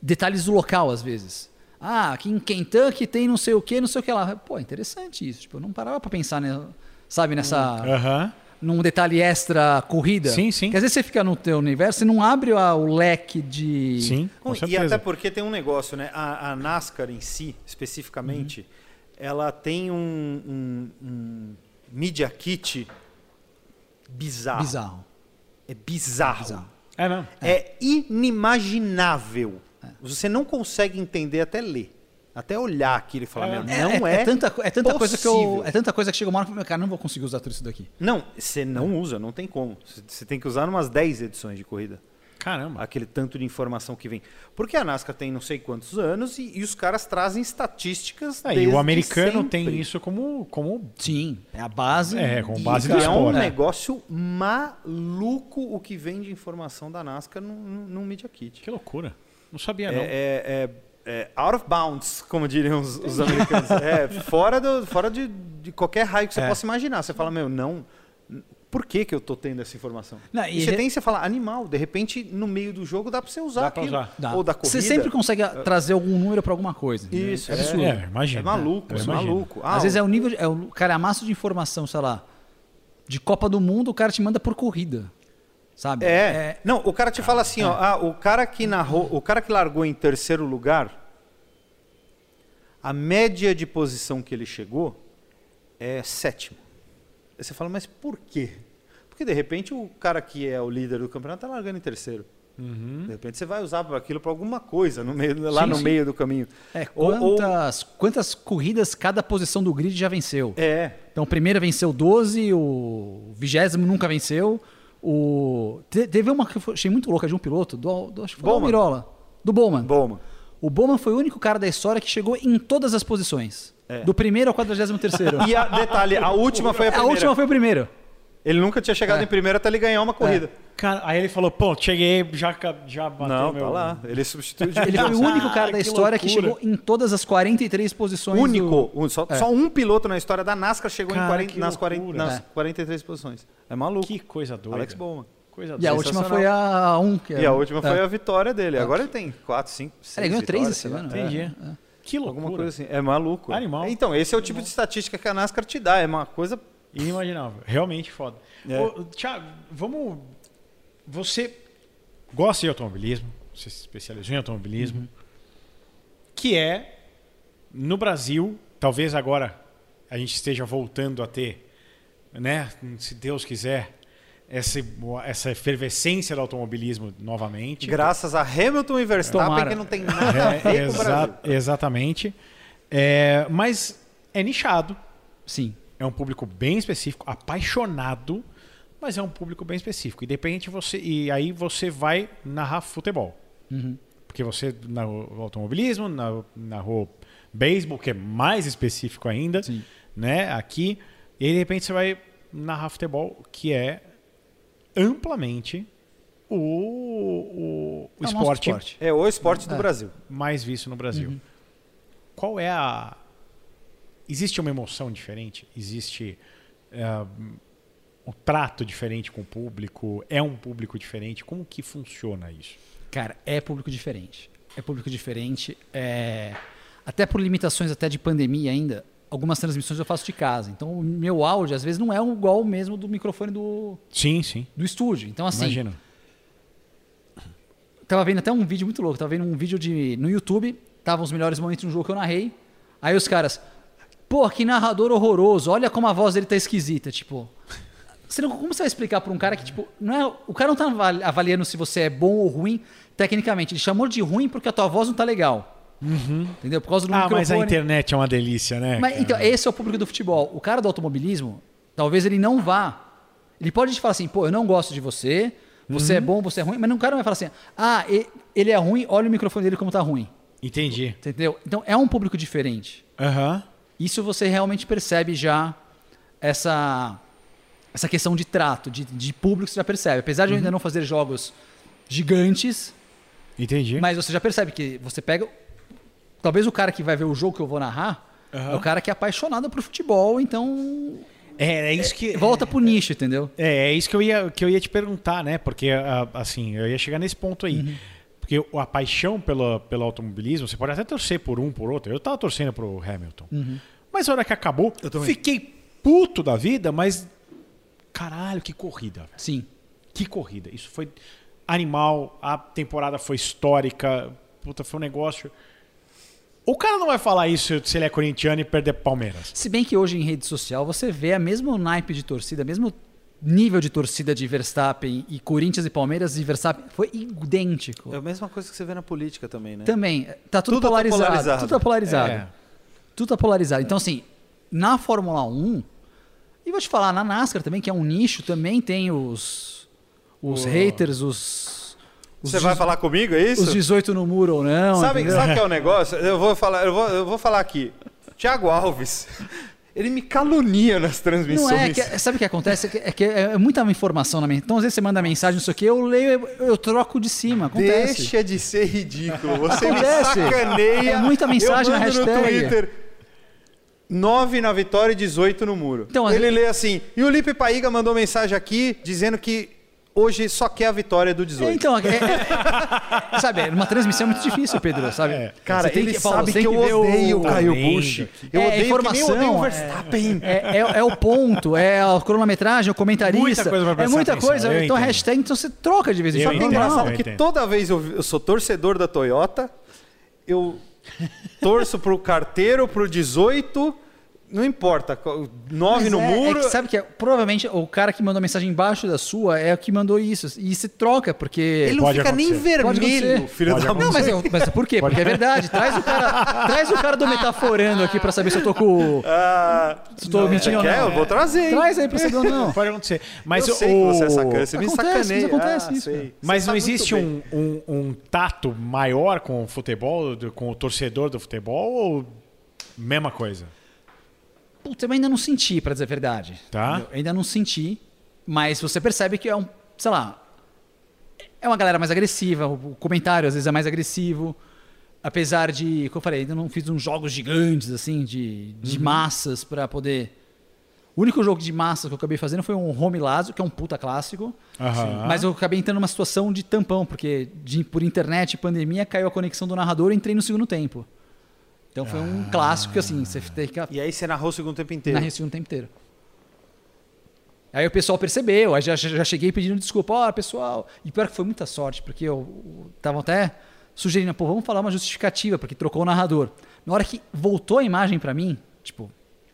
E: detalhes do local, às vezes. Ah, aqui em Kentucky tem não sei o que, não sei o que lá. Pô, interessante isso. Tipo, eu não parava pra pensar, né, sabe, nessa
C: Aham.
E: num detalhe extra corrida.
C: Hum, é. Sim, sim.
E: Porque às vezes você fica no teu universo e não abre a- o leque de.
C: Sim, com
D: E
C: certeza.
D: até porque tem um negócio, né? A, a NASCAR em si, especificamente, ela tem um, um, um media kit bizarro.
E: Bizarro.
D: É bizarro.
E: Bizarro.
C: É, não.
D: É inimaginável. Você não consegue entender até ler. Até olhar aquilo e falar,
C: É.
D: meu, não é.
E: tanta, co- é tanta coisa que eu,
D: possível.
E: é tanta coisa que chega uma hora que eu falo, cara, não vou conseguir usar tudo isso daqui.
D: Não, você não usa, não tem como. Você- Você tem que usar umas 10 edições de corrida.
C: Caramba.
D: aquele tanto de informação que vem. Porque a NASCAR tem não sei quantos anos e, e os caras trazem estatísticas
C: É, e
D: desde
C: o americano
D: sempre.
C: tem isso como, como
E: Sim, é a base.
C: É, com
D: E,
C: base do
D: cara, é um
C: esporte.
D: negócio maluco o que vem de informação da NASCAR num, num num Media Kit.
C: Que loucura. Não sabia,
D: É,
C: não.
D: é- é- é, out of bounds, como diriam os, os americanos. É, fora, do, fora de, de qualquer raio que
C: É.
D: você possa imaginar. Você fala, meu, não. Por que, que eu tô tendo essa informação?
E: Não,
D: e
E: e
D: você
E: re-
D: tem, você fala, animal, de repente, no meio do jogo dá pra você usar
C: Dá pra
D: aquilo.
C: usar.
E: Dá.
D: Ou da corrida.
E: Você sempre consegue ah, trazer algum número pra alguma coisa. né?
D: Isso,
E: é absurdo.
C: É, imagina.
D: É maluco,
C: Eu
D: é
C: imagino.
D: maluco. Ah,
E: Às vezes é o nível, de, é o calhamaço de informação, sei lá, de Copa do Mundo, o cara te manda por corrida, sabe?
D: É. Não, o cara te fala assim, ó, ah, o cara que narrou, o cara que largou em terceiro lugar, a média de posição que ele chegou é sétimo. Aí você fala, mas por quê? Porque de repente o cara que é o líder do campeonato tá largando em terceiro.
C: Uhum.
D: De repente você vai usar aquilo para alguma coisa no meio- lá
E: Sim,
D: no
E: sim.
D: meio do caminho.
E: É,
D: Ou- ou-
E: quantas, quantas corridas cada posição do grid já venceu?
D: é,
E: Então, o primeiro venceu 12, o vigésimo nunca venceu. O... te- Teve uma que eu achei muito louca de um piloto, do, do, acho que foi do
D: Bowman.
E: Mirola, do Bowman.
D: bom, mano.
E: O Bowman foi o único cara da história que chegou em todas as posições. Do primeiro ao 43 terceiro.
D: É. [LAUGHS] E a, detalhe, a última foi [LAUGHS] a
E: A
D: primeira.
E: última foi o primeiro.
D: Ele nunca tinha chegado
E: É.
D: em primeiro até ele ganhar uma corrida.
C: Cara, aí ele falou, pô, cheguei, já, ca- já bateu
D: Não,
C: meu...
D: tá lá. Ele substituiu de
E: [LAUGHS] Ele
D: [LAUGHS]
E: foi o único cara
C: Ah, que
E: da história que
C: loucura.
E: chegou em todas as 43 posições. do-
D: [LAUGHS] único, um- só, só um piloto na história da NASCAR chegou em
C: Cara,
D: 40,
C: que
D: nas, 40,
C: loucura.
D: nas
E: É.
D: 43 posições. É maluco.
C: Que coisa doida.
D: Alex Bowman.
C: Coisa
E: E a
C: doida.
E: última
D: Sensacional.
E: foi a 1.
D: E a última foi a vitória dele. Agora ele tem 4, 5, 6
E: Ele É. ganhou 3
D: vitórias,
E: esse
D: sei lá.
E: ano. né?
D: É.
C: Entendi. Que loucura.
D: Alguma coisa assim. É maluco.
C: Animal.
D: Então, esse é o tipo de estatística que a NASCAR te dá. É uma coisa...
C: Inimaginável. Realmente foda.
D: É.
C: Ô, Thiago, vamos. Você gosta de automobilismo, você se especializou em automobilismo,
D: Uhum.
C: que é, no Brasil, talvez agora a gente esteja voltando a ter, né, se Deus quiser, essa, essa efervescência do automobilismo novamente.
D: Graças a Hamilton e Verstappen,
E: Tomara.
D: que não tem
E: [LAUGHS]
D: nada a
C: Tipo- [LAUGHS] é,
D: ver com o Brasil.
C: exa exatamente. É, mas é nichado.
E: Sim.
C: É um público bem específico, apaixonado, mas é um público bem específico. E de repente você. E aí você vai narrar futebol.
E: Uhum.
C: Porque você narrou automobilismo, narrou, narrou beisebol, que é mais específico ainda,
E: Sim.
C: né? Aqui. E aí, de repente você vai narrar futebol, que é amplamente o, o- o
E: É o nosso
C: esporte,
E: esporte.
D: É o esporte do Brasil.
C: mais visto no Brasil.
E: Uhum.
C: Qual é a. Existe uma emoção diferente? Existe eh, um trato diferente com o público? É um público diferente? Como que funciona isso?
E: Cara, é público diferente. É público diferente. é- Até por limitações até de pandemia ainda, algumas transmissões eu faço de casa. Então, o meu áudio, às vezes, não é igual o mesmo do microfone do,
C: Sim, sim.
E: do estúdio. Então, assim,
C: Imagino.
E: Tava vendo até um vídeo muito louco. Tava vendo um vídeo de, no YouTube. Estavam os melhores momentos de um jogo que eu narrei. Aí os caras. Pô, que narrador horroroso. Olha como a voz dele tá esquisita. Tipo. Você não, como você vai explicar pra um cara que, tipo, não é, o cara não tá avali- avaliando se você é bom ou ruim tecnicamente. Ele chamou de ruim porque a tua voz não tá legal. Entendeu? Por causa do
C: Ah,
E: microfone.
C: mas a internet é uma delícia, né?
E: Mas,
C: cara?
E: então, esse é o público do futebol. O cara do automobilismo, talvez ele não vá. Ele pode te falar assim, pô, eu não gosto de você, você é bom, você é ruim, mas não- o cara não vai falar assim, ah, e- ele é ruim, olha o microfone dele como tá ruim.
C: Entendi.
E: Entendeu? Então é um público diferente.
C: Aham.
E: Isso você realmente percebe já essa, essa questão de trato, de, de público, você já percebe. Apesar de eu ainda não fazer jogos gigantes,
C: Entendi.
E: mas você já percebe que você pega. Talvez o cara que vai ver o jogo que eu vou narrar
C: Aham.
E: é o cara que é apaixonado por futebol, então
C: É, é isso que.
E: volta pro nicho, entendeu?
C: É, é isso que eu ia, que eu ia te perguntar, né? Porque, a- assim, eu ia chegar nesse ponto aí.
D: Uhum.
C: Porque o- a paixão pela, pelo automobilismo, você pode até torcer por um, por outro. Eu tava torcendo pro Hamilton.
D: Uhum.
C: Mas a hora que acabou, fiquei puto da vida, mas. Caralho, que corrida, velho.
E: Sim.
C: Que corrida. Isso foi animal, a temporada foi histórica. Puta, foi um negócio. O cara não vai falar isso se ele é corintiano e perder pro Palmeiras.
E: Se bem que hoje em rede social você vê a mesma naipe de torcida, mesmo nível de torcida de Verstappen e Corinthians e Palmeiras e Verstappen foi idêntico.
D: É a mesma coisa que você vê na política também, né?
E: Também, tá tudo,
D: Tudo tá
E: polarizado,
D: polarizado.
E: Tudo tá polarizado.
C: É.
E: Tudo tá polarizado. Então, assim, na Fórmula 1, e vou te falar, na NASCAR também, que é um nicho, também tem os, os haters, os. os
D: Você vai
E: dezo-
D: falar comigo, é isso?
E: Os 18 no muro ou não.
D: Sabe,
E: entendeu?
D: sabe o que é o negócio? Eu vou falar, eu vou, eu vou falar aqui. Thiago Alves. [LAUGHS] Ele me calunia nas transmissões.
E: Não é, que- sabe o que acontece? É que- É que é muita informação na minha. Então, às vezes você manda mensagem, não sei o que, eu leio, eu, eu troco de cima. Acontece.
D: Deixa de ser ridículo. Você me
E: Acontece.
D: sacaneia.
E: É muita mensagem
D: eu
E: na
D: mando no
E: hashtag.
D: Twitter. 9 na vitória e 18 no muro.
E: Então, às
D: Ele
E: vezes-
D: lê assim. E o Lipe Paiga mandou mensagem aqui dizendo que hoje só quer a vitória do 18.
E: É, Então, é, é- é- sabe, uma transmissão é muito difícil, Pedro, sabe?
C: É.
D: Cara,
E: Você tem
D: ele
E: Paulo,
D: sabe
E: você
D: que,
E: tem
D: eu
E: ver o- Tá
D: odeio o Caio
C: vendo
D: Bush.
C: aqui.
D: Eu
E: É,
D: odeio que nem eu odeio o
E: informação, é.
D: Verstappen.
E: É, é- é o ponto, é a cronometragem, é o comentarista.
C: Muita coisa pra
E: é
C: prestar
E: muita
C: atenção,
E: coisa.
C: eu
E: Então,
C: entendo.
E: hashtag, então você troca de vez em
C: Eu
D: Sabe
E: quando.
D: o que é
C: entendo,
D: engraçado?
C: eu
D: Que
C: entendo.
D: toda vez eu, eu sou torcedor da Toyota, eu torço pro carteiro, pro 18, não importa, co-
E: Mas
D: 9 no
E: é- é
D: muro.
E: que sabe que é- provavelmente o cara que mandou a mensagem embaixo da sua é o que mandou isso. E se troca, porque.
D: ele não
C: Pode
D: fica nem
C: [LAUGHS] acontecer.
E: Pode
D: vermelho,
E: acontecer.
D: filho
C: Pode
D: da
E: Não,
D: mãe.
E: mas, eu, mas por quê? Porque é verdade. Traz o cara, traz o cara do metaforando aqui pra saber se eu tô com.
D: Ah,
E: Se eu tô mentindo ou não.
D: quer? Eu vou trazer, hein?
E: Traz aí pra saber ou não.
C: Pode acontecer. Mas
D: eu sei que você é
C: o-
D: sacana, você me
E: Acontece, mas
D: sacaneia.
E: acontece isso,
D: sei.
E: cara.
C: Mas
D: Você
C: não
D: tá
C: existe
D: muito bem.
C: um, um, um tato maior com o futebol, do- com o torcedor do futebol ou mesma coisa?
E: Puta, eu ainda não senti, pra dizer a verdade.
C: Tá.
E: Entendeu? Eu ainda não senti, mas você percebe que é um, sei lá, é uma galera mais agressiva, o comentário às vezes é mais agressivo, apesar de, como eu falei, ainda não fiz uns jogos gigantes, assim, de, de
C: Uhum.
E: massas pra poder... O único jogo de massas que eu acabei fazendo foi um Home Lazo, que é um puta clássico,
C: Aham.
E: mas eu acabei entrando numa situação de tampão, porque de- por internet, pandemia, caiu a conexão do narrador e entrei no segundo tempo. Então foi um
C: Ah.
E: clássico que, assim, você tem que
D: E aí você narrou o segundo tempo inteiro.
E: na Recife o tempo inteiro. Aí o pessoal percebeu, aí já, já já cheguei pedindo desculpa, ó, pessoal. E pior que foi muita sorte, porque eu estavam até sugerindo, pô, vamos falar uma justificativa, porque trocou o narrador. Na hora que voltou a imagem pra mim, tipo,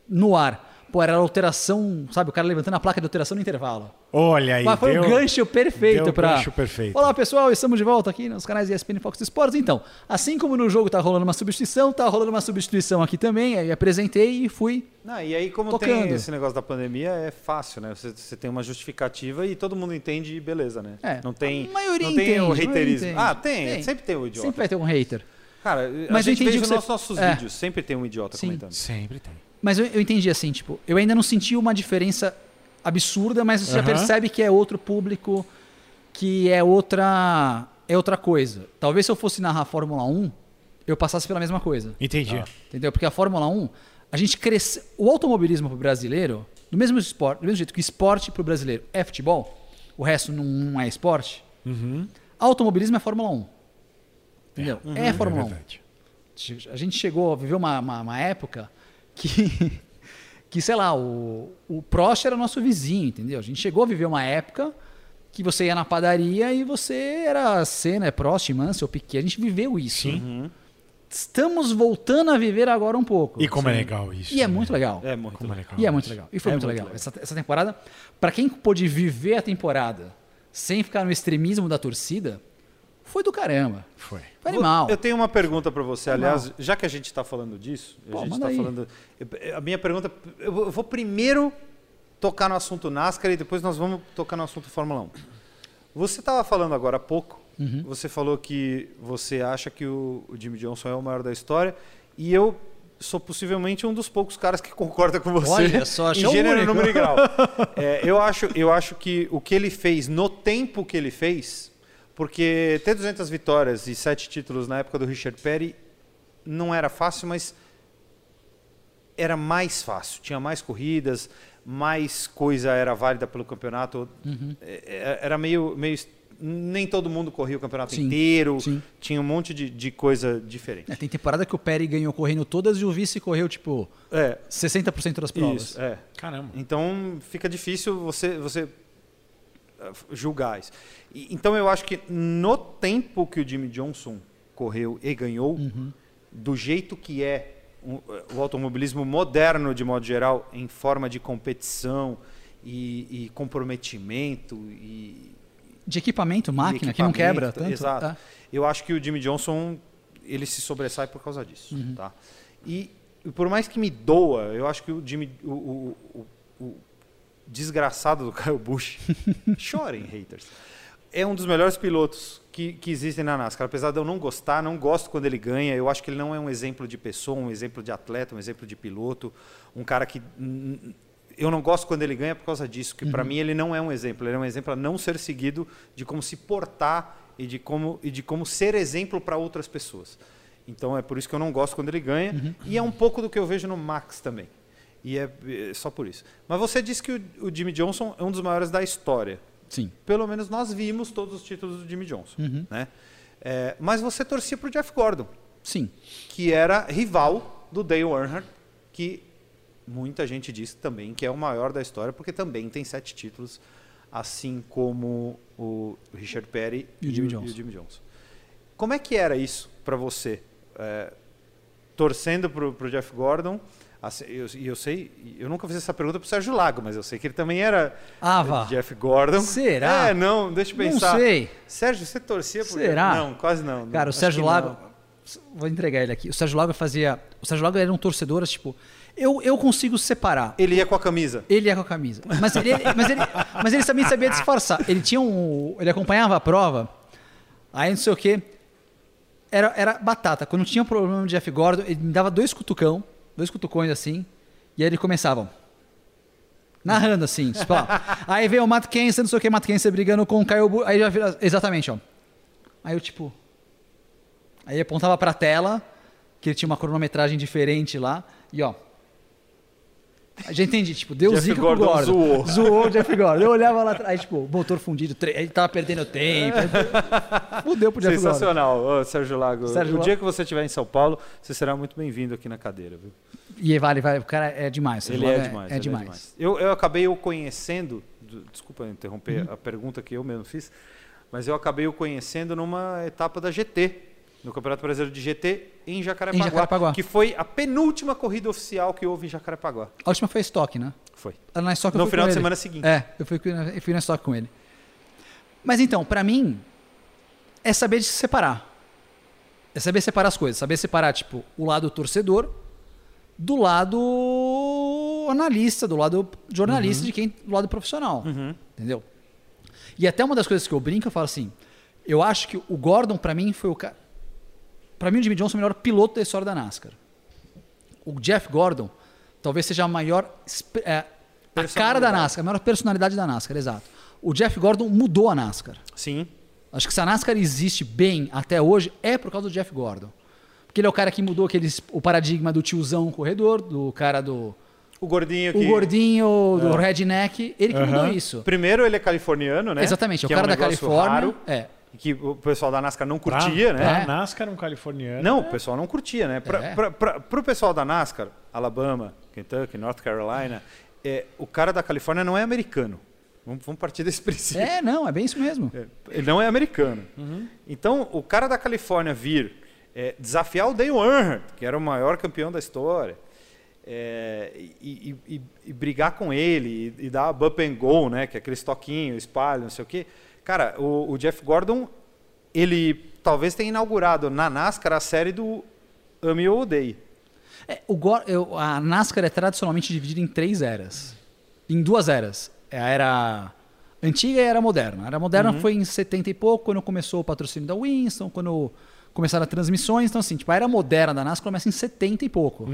E: no ar, pô, era a alteração, sabe, o cara levantando a placa de alteração no intervalo.
C: Olha aí,
E: Mas foi
C: deu...
E: o gancho perfeito
C: deu
E: para.
C: gancho perfeito.
E: Olá, pessoal, estamos de volta aqui nos canais ESPN e Fox Sports. Então, assim como no jogo tá rolando uma substituição, tá rolando uma substituição aqui também. Aí apresentei e fui
D: Não, e aí, como tem
E: Tocando.
D: esse negócio da pandemia, é fácil, né? Você, você tem uma justificativa e todo mundo entende e beleza, né?
E: É.
D: Não tem,
E: A maioria
D: não tem
E: entende,
D: o
E: a maioria
D: haterismo.
E: entende.
D: Ah, tem,
E: Tem.
D: Sempre tem o idiota.
E: Sempre vai ter um hater.
D: Cara, a
E: Mas eu
D: gente
E: entendi
D: vê nos
E: o que você-
D: nossos, nossos
E: é.
D: vídeos, sempre tem um idiota
E: Sim.
D: comentando.
C: Sempre tem.
E: Mas eu, eu entendi assim, tipo, eu ainda não senti uma diferença absurda, mas você já
C: Aham.
E: percebe que é outro público, que é outra é outra coisa. Talvez se eu fosse narrar a Fórmula 1, eu passasse pela mesma coisa.
C: Entendi.
E: Entendeu? Porque a Fórmula 1, a gente cresce, o automobilismo pro brasileiro, do mesmo esporte, do mesmo jeito que esporte pro brasileiro é futebol, o resto não, não é esporte. Automobilismo é Fórmula 1. Entendeu? É, Fórmula 1.
C: verdade.
E: Che- A gente chegou a viver uma, uma, uma época que, [LAUGHS] que, sei lá, o, o Prost era nosso vizinho, entendeu? A gente chegou a viver uma época que você ia na padaria e você era Senna, é Prost, Mansell, Piquet. A gente viveu isso. né?
C: Sim. Uhum.
E: Estamos voltando a viver agora um pouco.
C: E como é
E: Sim.
C: legal isso.
E: E é
C: né?
E: muito legal.
D: É muito.
C: Como é legal.
E: E é muito legal. E foi
D: É
E: muito,
D: muito
E: legal.
D: legal.
E: Essa, essa temporada, pra quem pôde viver a temporada sem ficar no extremismo da torcida, foi do caramba.
C: Foi.
E: Foi animal.
D: Eu tenho uma pergunta pra você, aliás, já que a gente tá falando disso,
E: Pô,
D: a gente
E: manda
D: tá
E: aí.
D: falando. eu- A minha pergunta. Eu vou- eu vou primeiro tocar no assunto NASCAR e depois nós vamos tocar no assunto Fórmula 1. Você estava falando agora há pouco,
E: Uhum.
D: você falou que você acha que o, o Jimmy Johnson é o maior da história, e eu sou possivelmente um dos poucos caras que [LAUGHS] concorda com você.
E: Olha só,
D: em
E: achou
D: gênero,
E: único.
D: número e
E: [LAUGHS]
D: grau. É, eu, acho, eu acho que o que ele fez, no tempo que ele fez, porque ter 200 vitórias e 7 títulos na época do Richard Petty não era fácil, mas era mais fácil. Tinha mais corridas, mais coisa era válida pelo campeonato.
E: Uhum.
D: É, é, Era meio, meio. Nem todo mundo corria o campeonato
E: Sim,
D: inteiro.
E: sim.
D: Tinha um monte de, de coisa diferente.
E: É, tem temporada que o Pérez ganhou correndo todas e o vice correu, tipo,
D: É,
E: 60% das provas.
D: isso. É.
C: Caramba.
D: Então fica difícil você, você eh, julgar isso. E- então eu acho que no tempo que o Jimmy Johnson correu e ganhou,
E: Uhum.
D: do jeito que é o, o automobilismo moderno, de modo geral, em forma de competição e, e comprometimento e,
E: De equipamento,
D: e
E: máquina, que não quebra
D: equipamento,
E: tanto.
D: Exato.
E: tá?
D: Eu acho que o Jimmy Johnson ele se sobressai por causa disso,
E: Uhum.
D: tá? E por mais que me doa, eu acho que o Jimmy, o, o- o- o [LAUGHS] desgraçado do Kyle Busch, chorem haters, é um dos melhores pilotos que, que existem na NASCAR. Apesar de eu não gostar, não gosto quando ele ganha, eu acho que ele não é um exemplo de pessoa, um exemplo de atleta, um exemplo de piloto, um cara que. hum, Eu não gosto quando ele ganha por causa disso, que para mim ele não é um exemplo, ele é um exemplo a não ser seguido de como se portar e de como, e de como ser exemplo para outras pessoas. Então é por isso que eu não gosto quando ele ganha, e é um pouco do que eu vejo no Max também. E é, é só por isso. Mas você disse que o, o Jimmy Johnson é um dos maiores da história
E: Sim.
D: pelo menos nós vimos todos os títulos do Jimmy Johnson. Né? É, mas você torcia para o Jeff Gordon,
E: Sim.
D: que era rival do Dale Earnhardt, que muita gente diz também que é o maior da história, porque também tem sete títulos, assim como o Richard Petty
E: E o Jimmy
D: e
E: Johnson.
D: o Jimmy Johnson. Como é que era isso para você? É, torcendo para o Jeff Gordon, assim, eu- e eu, sei, eu nunca fiz essa pergunta para o Sérgio Lago, mas eu sei que ele também era
E: Ah, vá.
D: Jeff Gordon.
E: Será?
D: É, não, deixa eu
E: Não
D: pensar.
E: sei.
D: Sérgio, você torcia por
E: Será?
D: Não, quase não.
E: Cara, o
D: Acho
E: Sérgio
D: que não.
E: Lago. Vou entregar ele aqui. O Sérgio Lago fazia. O Sérgio Lago era um torcedor, tipo. Eu, eu consigo separar.
D: Ele ia com a camisa.
E: Ele ia com a camisa. Mas ele, mas ele, mas ele também sabia disfarçar. Ele tinha um. Ele acompanhava a prova. Aí não sei o quê. Era, era batata. Quando tinha um problema de Jeff Gordon, ele me dava dois cutucão, dois cutucões assim. E aí ele começava. Narrando assim, tipo,
D: [LAUGHS]
E: ó. Aí veio o Matt Kenseth, não sei o que, Matt Kenseth brigando com o Caio Bu... Aí já vira. Exatamente, ó. Aí eu, tipo. Aí ele apontava pra tela, que ele tinha uma cronometragem diferente lá, e ó. Já entendi, tipo, deu
D: Jeff
E: zica
D: Gordon
E: pro Gordon.
D: zoou.
E: Zoou o Jeff Gordon. Eu olhava lá atrás, tipo, motor fundido, tre- ele tava perdendo tempo. Fudeu pro Jeff Gordon.
D: Sensacional, ô, Sérgio Lago.
E: Sérgio
D: o
E: Lago.
D: dia que você estiver em São Paulo, você será muito bem-vindo aqui na cadeira. Viu?
E: E vale, vale, o cara é demais.
D: Ele é, demais,
E: É,
D: ele
E: demais.
D: Eu, eu acabei o conhecendo, do- desculpa interromper
E: Uhum.
D: a pergunta que eu mesmo fiz, mas eu acabei o conhecendo numa etapa da GT, no Campeonato Brasileiro de GT em Jacarepaguá,
E: Em Jacarepaguá.
D: que foi a penúltima corrida oficial que houve em Jacarepaguá.
E: A última foi estoque, né?
D: Foi.
E: Ah, Na estoque eu
D: No
E: fui
D: final
E: com
D: de
E: ele.
D: semana seguinte.
E: É, eu fui, eu fui na estoque com ele. Mas então, pra mim, é saber de se separar. É saber separar as coisas. Saber separar, tipo, o lado torcedor do lado analista, do lado jornalista, de quem, do lado profissional. Entendeu? E até uma das coisas que eu brinco, eu falo assim, eu acho que o Gordon, pra mim, foi o cara... Pra mim, o Jimmy Johnson é o melhor piloto da história da NASCAR. O Jeff Gordon talvez seja a maior... esp- é, a cara da NASCAR, a maior personalidade da NASCAR, exato. O Jeff Gordon mudou a NASCAR.
D: Sim.
E: Acho que se a NASCAR existe bem até hoje é por causa do Jeff Gordon. Porque ele é o cara que mudou aqueles, o paradigma do tiozão corredor, do cara do.
D: O gordinho que... É.
E: O gordinho, do redneck. Ele que mudou isso.
D: Primeiro ele é californiano, né?
E: Exatamente, é o
D: Que
E: cara da
D: negócio
E: Califórnia.
D: raro,
E: É.
D: que o pessoal da NASCAR não curtia, né?
C: pra NASCAR um californiano.
D: Não, o pessoal não curtia, né? Pra,
E: É.
D: pra- pra- pro pessoal da NASCAR, Alabama, Kentucky, North Carolina, é, o cara da Califórnia não é americano. Vamos, vamos partir desse [LAUGHS] princípio.
E: É, não, é bem isso mesmo.
D: É, Ele não é americano. Então, o cara da Califórnia vir é, desafiar o Dale Earnhardt, que era o maior campeão da história, é, e, e- e- e brigar com ele, e, e dar a bump and go, né, que é aquele toquinho, espalho, não sei o quê. Cara, o, o Jeff Gordon, ele talvez tenha inaugurado na NASCAR a série do Ame ou Odeie.
E: É, o Gor- eu- a NASCAR é tradicionalmente dividida em três eras. Em duas eras. É a era antiga e a era moderna. A era moderna foi em 70 e pouco, quando começou o patrocínio da Winston, quando começaram as transmissões. Então, assim, tipo, a era moderna da NASCAR começa em 70 e pouco.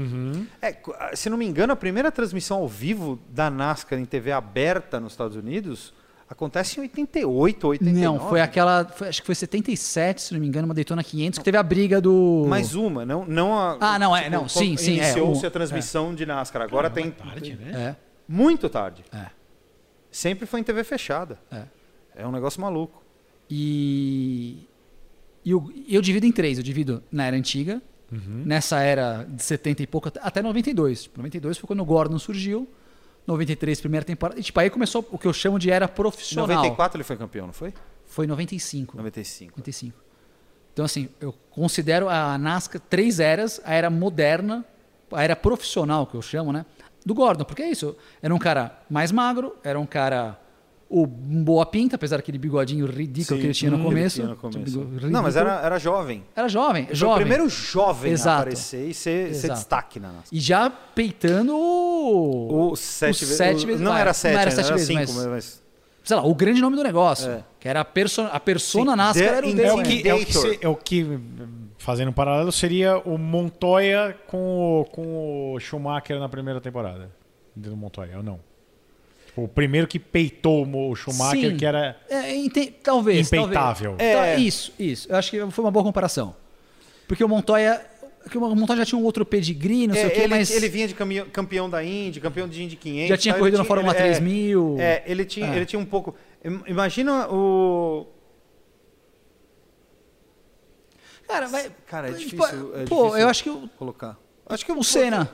D: É, co- ah, se não me engano, a primeira transmissão ao vivo da NASCAR em TV aberta nos Estados Unidos acontece em 88, 89.
E: Não, foi aquela. foi- acho que foi 77, se não me engano, uma Daytona 500, que teve a briga do.
D: Mais uma, não, não a. tipo,
E: Ah, não, é, não, sim,
D: quando
E: sim, é,
D: Iniciou-se
E: o-
D: a transmissão de NASCAR. Agora tem.
C: Tarde, né?
E: É,
D: Muito tarde.
E: é,
D: Sempre foi em TV fechada.
E: é.
D: É um negócio maluco.
E: E. E eu, eu divido em três. Eu divido na era antiga, nessa era de 70 e pouco, até- até 92. Tipo, 92 foi quando o Gordon surgiu. 93, primeira temporada. E tipo, aí começou o que eu chamo de era
D: Em
E: profissional.
D: 94 ele foi campeão, não foi?
E: Foi 95.
D: 95.
E: 95. Então, assim, eu considero a NASCAR três eras: a era moderna, a era profissional, que eu chamo, né? Do Gordon, porque é isso. Era um cara mais magro, era um cara. O um boa pinta, apesar daquele bigodinho ridículo que ele tinha no
D: Hum,
E: começo.
D: tinha no
E: Tinha um
D: começo.
E: bigode
D: Não, mas
E: ridículo.
D: era, era jovem.
E: Era jovem,
D: Ele foi
E: jovem.
D: o primeiro jovem a
E: Exato.
D: aparecer e ser, ser
E: Exato.
D: destaque na NASCAR.
E: E já peitando o.
D: O sete
E: o
D: vezes.
E: sete
D: o-
E: vezes-
D: Não
E: ah,
D: era sete,
E: não era
D: ainda
E: sete
D: era
E: vezes,
D: cinco,
E: mas-
D: mas-
E: sei lá, o grande nome do negócio, que era a persona, a
D: É.
E: persona
D: Sim,
E: NASCAR
D: The
E: era o
C: É
E: dele.
C: o, que, é, o que
D: Dator.
C: se- é o que, fazendo um paralelo, seria o Montoya com o, com o Schumacher na primeira temporada. Do Montoya, ou não? Tipo, o primeiro que peitou o Mo- o Schumacher,
E: Sim.
C: que era.
E: É, ente- talvez.
C: Impeitável.
E: Talvez. Tá,
D: É.
E: Isso, isso. Eu acho que foi uma boa comparação. Porque o Montoya. que o Montoya já tinha um outro pedigree, não sei
D: É,
E: o quê,
D: ele,
E: mas.
D: ele vinha de caminho- campeão da Indy, campeão de Indy 500.
E: Já tinha
D: tal,
E: corrido
D: ele
E: na Fórmula
D: ele- é,
E: 3000.
D: É, ele tinha,
E: É.
D: ele tinha um pouco... im- Imagina o...
E: Cara, vai.
D: Cara, é
E: tipo,
D: difícil, é
E: Pô,
D: difícil.
E: eu acho que o,
D: Colocar.
E: acho que o Senna.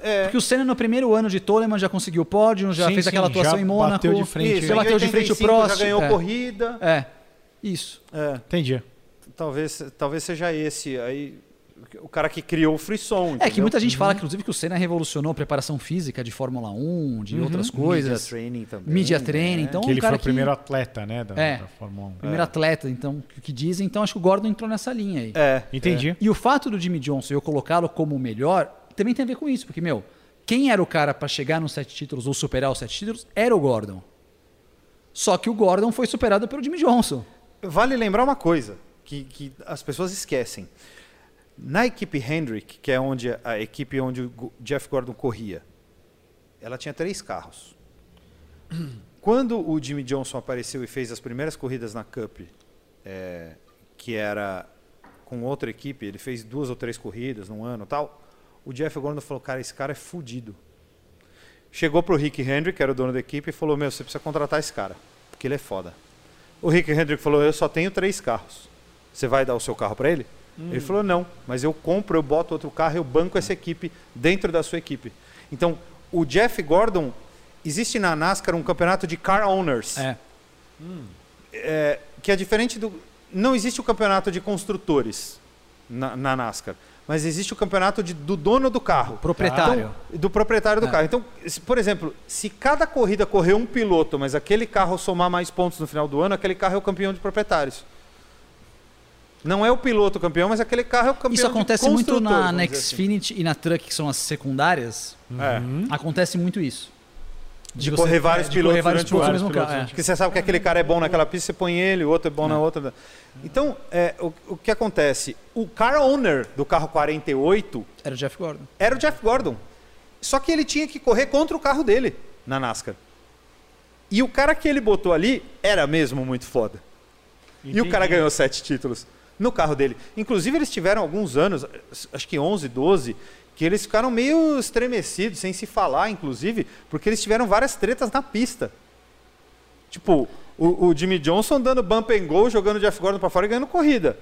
D: É.
E: Porque o Senna no primeiro ano de Toleman já conseguiu o pódio, já
C: Sim,
E: fez
C: sim,
E: aquela atuação
C: já
E: em Mônaco.
C: bateu de frente. né?
D: Isso,
E: já
D: em
E: bateu de frente o
D: 85
E: próximo.
D: Já ganhou
E: é.
D: corrida.
E: É. Isso.
D: É,
C: Entendi.
D: talvez, talvez seja esse aí o cara que criou o frisson.
E: É que muita gente
D: Uhum.
E: fala, inclusive, que o Senna revolucionou a preparação física de Fórmula 1, de outras coisas.
D: training Uhum. também. né?
E: Media training, então.
C: que
E: um
C: ele foi
E: cara
C: o primeiro atleta, né? Da,
E: É.
C: da Fórmula 1.
E: Primeiro atleta, então, que, que dizem. Então, acho que o Gordon entrou nessa linha aí.
D: É.
C: Entendi.
E: E o fato do Jimmy Johnson eu colocá-lo como o melhor também tem a ver com isso, porque, meu, quem era o cara pra chegar nos sete títulos ou superar os sete títulos era o Gordon. Só que o Gordon foi superado pelo Jimmy Johnson.
D: Vale lembrar uma coisa que, que as pessoas esquecem. Na equipe Hendrick, que é onde a equipe onde o Go- Jeff Gordon corria, ela tinha três carros. [CLEARS THROAT] Quando o Jimmy Johnson apareceu e fez as primeiras corridas na Cup, é, que era com outra equipe, ele fez duas ou três corridas num ano e tal, o Jeff Gordon falou, cara, esse cara é fudido. Chegou pro Rick Hendrick, que era o dono da equipe, e falou, meu, você precisa contratar esse cara, porque ele é foda. O Rick Hendrick falou, eu só tenho três carros. Você vai dar o seu carro para ele? Ele falou, não, mas eu compro, eu boto outro carro, eu banco essa equipe dentro da sua equipe. Então, o Jeff Gordon, existe na NASCAR um campeonato de car owners
E: É.
D: é, que é diferente do. Não existe o campeonato de construtores na, na NASCAR, mas existe o campeonato de- do dono do carro.
E: Proprietário. É.
D: Então, do proprietário do carro. Então, se- por exemplo, se cada corrida correr um piloto, mas aquele carro somar mais pontos no final do ano, aquele carro é o campeão de proprietários. Não é o piloto campeão, mas aquele carro é o campeão
E: Isso acontece muito na, na
D: Next
E: Xfinity e na Truck, que são as secundárias. Acontece muito isso. De, você-
D: É. correr vários
E: é,
D: pilotos
E: correr vários
D: durante
E: pilotos no
D: vários
E: mesmo carro. é.
D: Porque você sabe que aquele cara é bom naquela pista, você põe ele, o outro é bom na outra. Então, é, o, o que acontece? O car owner do carro 48
E: é, Era o Jeff Gordon.
D: era o Jeff Gordon. Só que ele tinha que correr contra o carro dele na NASCAR. E o cara que ele botou ali era mesmo muito foda. E o cara ganhou sete títulos no carro dele. Inclusive, eles tiveram alguns anos, acho que 11, 12, que eles ficaram meio estremecidos, sem se falar, inclusive, porque eles tiveram várias tretas na pista. Tipo, o, o Jimmy Johnson dando bump and go, jogando o Jeff Gordon pra fora e ganhando corrida.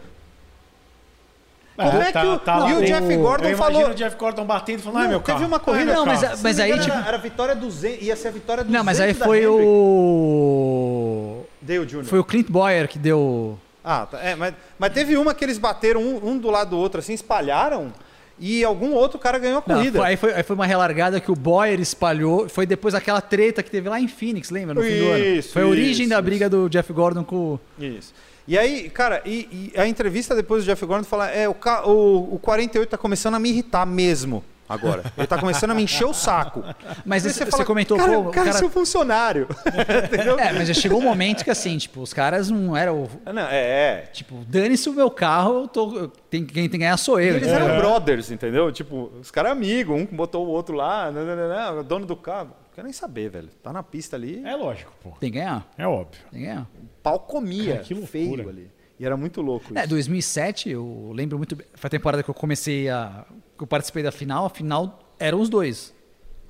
D: Como é que o- e o
C: Ah, tá, lá
D: Jeff Gordon
C: eu imagino
D: falou-
C: o Jeff Gordon batendo e falando, ah,
D: Não,
C: meu
D: teve
C: carro.
D: uma corrida.
E: Não, mas,
C: carro.
D: Se
E: mas
D: não me
E: aí,
D: engano,
E: tipo.
D: era, era a vitória 200, ia ser a vitória 200
E: Não, mas aí
D: da
E: foi
D: Hendrick.
E: o.
D: Dale Jr.
E: Foi o Clint Boyer que deu.
D: Ah, tá. É, mas, mas teve uma que eles bateram um, um do lado do outro, assim, espalharam, e algum outro cara ganhou a
E: Não,
D: corrida.
E: foi- aí, foi, aí foi uma relargada que o Boyer espalhou. Foi depois aquela treta que teve lá em Phoenix, lembra? No fim do ano.
D: Isso,
E: Foi a origem
D: isso,
E: da briga do Jeff Gordon com. o-
D: Isso. E aí, cara, e, e a entrevista depois do Jeff Gordon fala: é, o, ca- o, o 48 tá começando a me irritar mesmo agora. Ele tá começando a me encher o
E: [LAUGHS]
D: saco.
E: Mas
D: Aí
E: esse- você comentou,
D: cara,
E: pô,
D: o
E: o
D: cara é
E: cara-
D: seu funcionário. [LAUGHS] Entendeu?
E: É, mas já chegou um momento que assim, tipo, os caras não eram.
D: Não, é, é.
E: Tipo, dane-se o meu carro, eu tô. eu- tem- quem tem que ganhar sou eu.
D: Eles
E: entendeu?
D: eram brothers, entendeu? Tipo, os caras amigos, um botou o outro lá, né, né, né, né, o dono do carro. Não quero nem saber, velho. Tá na pista ali,
C: É lógico, pô.
E: Tem que ganhar.
C: É óbvio.
E: Tem que ganhar.
D: pau comia,
C: Cara, que loucura.
D: feio ali. E era muito louco
E: É,
D: isso.
E: 2007, eu lembro muito bem. Foi a temporada que eu comecei a. que eu participei da final. A final eram os dois.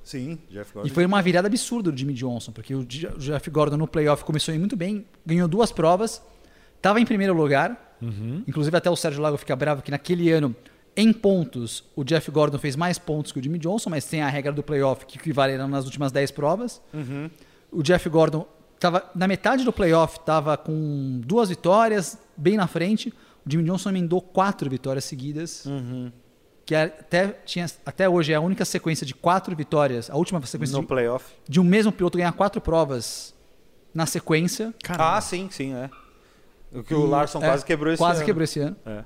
D: Sim, Jeff Gordon.
E: E foi uma virada absurda do Jimmy Johnson, porque o Je- o Jeff Gordon no playoff começou a ir muito bem, ganhou duas provas, estava em primeiro lugar. Inclusive, até o Sérgio Lago fica bravo que naquele ano, em pontos, o Jeff Gordon fez mais pontos que o Jimmy Johnson, mas tem a regra do playoff que equivale nas últimas 10 provas. O Jeff Gordon estava na metade do playoff, estava com duas vitórias, bem na frente. O Jimmy Johnson emendou quatro vitórias seguidas que é até, tinha, até hoje é a única sequência de quatro vitórias, a última sequência
D: No
E: de,
D: playoff.
E: de um mesmo piloto ganhar quatro provas na sequência.
C: Caramba.
D: Ah, sim, sim, é. O que o Larson
E: É,
D: quase quebrou esse
E: Quase
D: ano.
E: quebrou esse ano.
D: É.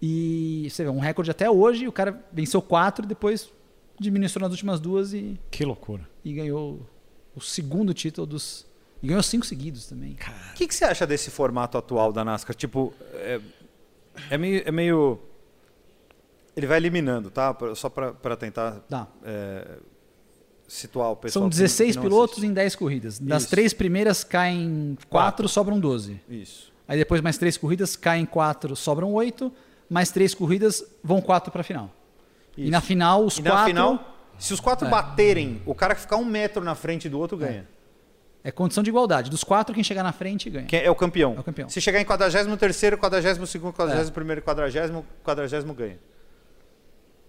E: E você vê, um recorde até hoje, o cara venceu quatro, depois diminuiu nas últimas duas e,
C: Que loucura.
E: e ganhou o segundo título dos E ganhou cinco seguidos também.
D: O que, que você acha desse formato atual da NASCAR? Tipo, é, é meio, é meio- Ele vai eliminando, tá? Pra- Só para tentar
E: Tá.
D: é, situar o pessoal.
E: São
D: um que
E: 16
D: não
E: pilotos
D: assiste.
E: em 10 corridas. Das
D: Isso.
E: três primeiras caem 4, sobram 12.
D: Isso.
E: Aí depois mais três corridas, caem 4, sobram 8. Mais três corridas, vão 4 para a final. E
D: Isso.
E: na final, os
D: E
E: quatro
D: na final, se os quatro baterem, o cara que ficar um metro na frente do outro ganha.
E: é condição de igualdade. Dos quatro, quem chegar na frente ganha.
D: Quem é É. o campeão.
E: É o campeão.
D: Se chegar em 43º, 42º, 41º, 40
E: É
D: 40 ganha.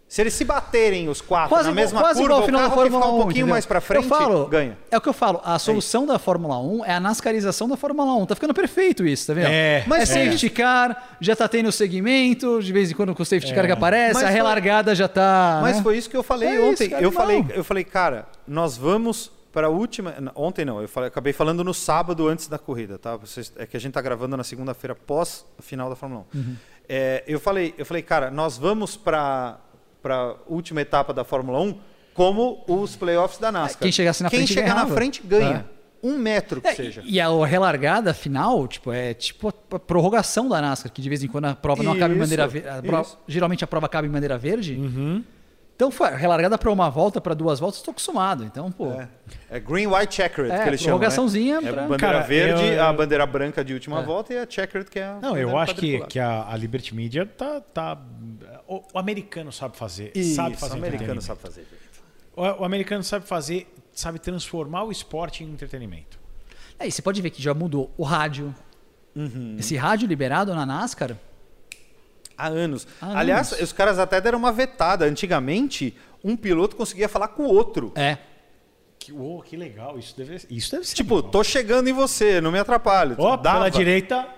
D: Se eles se baterem os quatro na mesma curva, o carro que ficar um pouquinho
E: entendeu?
D: mais pra frente
E: eu falo,
D: ganha.
E: É o que eu falo. A solução da Fórmula 1 é a nascarização da Fórmula 1. Tá ficando perfeito isso, tá vendo?
C: É,
E: Mas
C: é.
E: safety car, já tá tendo o segmento, de vez em quando com o safety car que aparece,
D: É. Mas
E: a
D: foi-
E: relargada já tá.
D: Mas
E: né?
D: foi isso que eu falei
E: É isso,
D: ontem.
E: cara,
D: eu
E: não.
D: falei, eu falei, cara, nós vamos para a última. n- Ontem não, eu falei- acabei falando no sábado antes da corrida, tá? Vocês- é que a gente tá gravando na segunda-feira pós a final da Fórmula 1.
E: Uhum.
D: É, eu falei, eu falei, cara, nós vamos para para última etapa da Fórmula 1 como os playoffs da NASCAR.
E: Quem chegasse na
D: Quem
E: frente
D: chegar
E: ganhava.
D: na frente ganha. Um metro que
E: É,
D: seja.
E: E a relargada final, tipo, é tipo a prorrogação da NASCAR, que de vez em quando a prova não acaba em
D: Isso,
E: bandeira verde.
D: isso. Uhum.
E: Geralmente a prova acaba em bandeira verde. Então, foi, relargada para uma volta, para duas voltas, estou acostumado. Então, pô.
D: É. É green, white, checkered
E: É,
D: que eles chamam.
E: prorrogaçãozinha
D: né? É
E: pra-
D: bandeira
C: Cara,
D: verde,
C: eu-
D: a bandeira branca de última volta e a checkered que é a
C: Não, eu
D: bandeira
C: acho que,
D: quadricular.
C: que a, a Liberty Media tá. tá o, o americano sabe fazer.
D: Isso,
C: sabe fazer
D: o americano
C: entretenimento.
D: sabe fazer.
C: O, o americano sabe fazer, sabe transformar o esporte em entretenimento.
E: Aí é, você pode ver que já mudou o rádio.
D: Uhum.
E: Esse rádio liberado na NASCAR,
D: Há anos.
E: Há
D: Aliás,
E: anos.
D: os caras até deram uma vetada. Antigamente, um piloto conseguia falar com o outro.
E: é.
C: Que, uou, que legal. Isso deve, isso deve ser.
D: Tipo,
C: legal.
D: tô chegando em você, não me atrapalhe.
C: Ó,
D: Dava,
C: pela
D: É.
C: direita.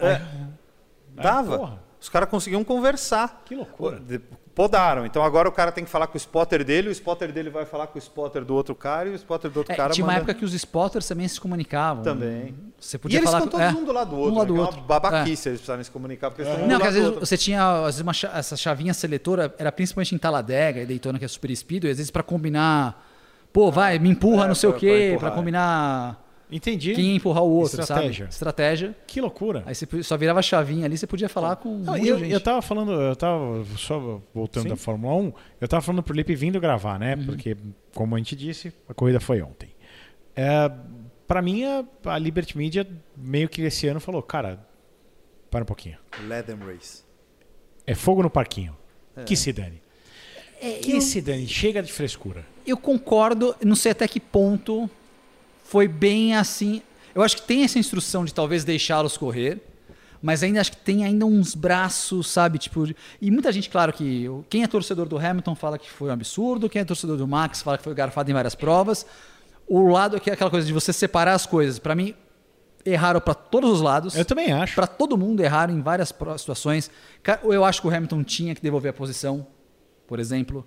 D: Dava.
C: Ah, porra.
D: os caras conseguiam conversar.
C: Que loucura.
D: Pô, de- Podaram. Então agora o cara tem que falar com o spotter dele, o spotter dele vai falar com o spotter do outro cara e o spotter do outro
E: É,
D: cara
E: tinha uma
D: manda-
E: época que os spotters também se comunicavam.
D: Também.
E: Você
D: E
E: podia
D: eles
E: falar
D: estão
E: com-
D: todos
E: é,
D: um do lado do outro.
E: Um lado do
D: né?
E: outro.
D: É uma
E: É.
D: babaquice eles precisarem se comunicar, porque eles estão um
E: Não,
D: do
E: que
D: lado
E: às
D: do
E: vezes
D: outro.
E: você tinha às vezes uma cha- essa chavinha seletora, era principalmente em Taladega e Daytona, que é super speed, e às vezes pra combinar, pô, vai, me empurra,
D: É,
E: não sei
D: pra-
E: o quê,
D: pra
E: pra
D: empurrar,
E: combinar
C: Entendi.
E: quem ia empurrar o outro,
C: Estratégia.
E: sabe? Estratégia.
C: Que loucura.
E: Aí você só virava a chavinha ali, você podia falar com
C: Não,
E: muita
C: eu,
E: gente.
C: eu tava falando, eu tava só voltando da Fórmula 1, eu tava falando pro Lipe vindo gravar, né?
D: Uhum.
C: Porque, como a gente disse, a corrida foi ontem. É, para mim, a, a Liberty Media meio que esse ano falou, cara, para um pouquinho.
D: Let them race.
C: É fogo no parquinho.
D: É.
C: Que se dane. que se dane, chega de frescura.
E: Eu concordo, não sei até que ponto foi bem assim. Eu acho que tem essa instrução de talvez deixá-los correr, mas ainda acho que tem ainda uns braços, sabe? Tipo, de- e muita gente, claro que o- quem é torcedor do Hamilton fala que foi um absurdo, quem é torcedor do Max fala que foi garfado em várias provas. O lado é que é aquela coisa de você separar as coisas. Pra mim, erraram pra todos os lados.
C: Eu também acho.
E: Pra todo mundo erraram em várias pro- situações. Ca- Eu acho que o Hamilton tinha que devolver a posição, por exemplo.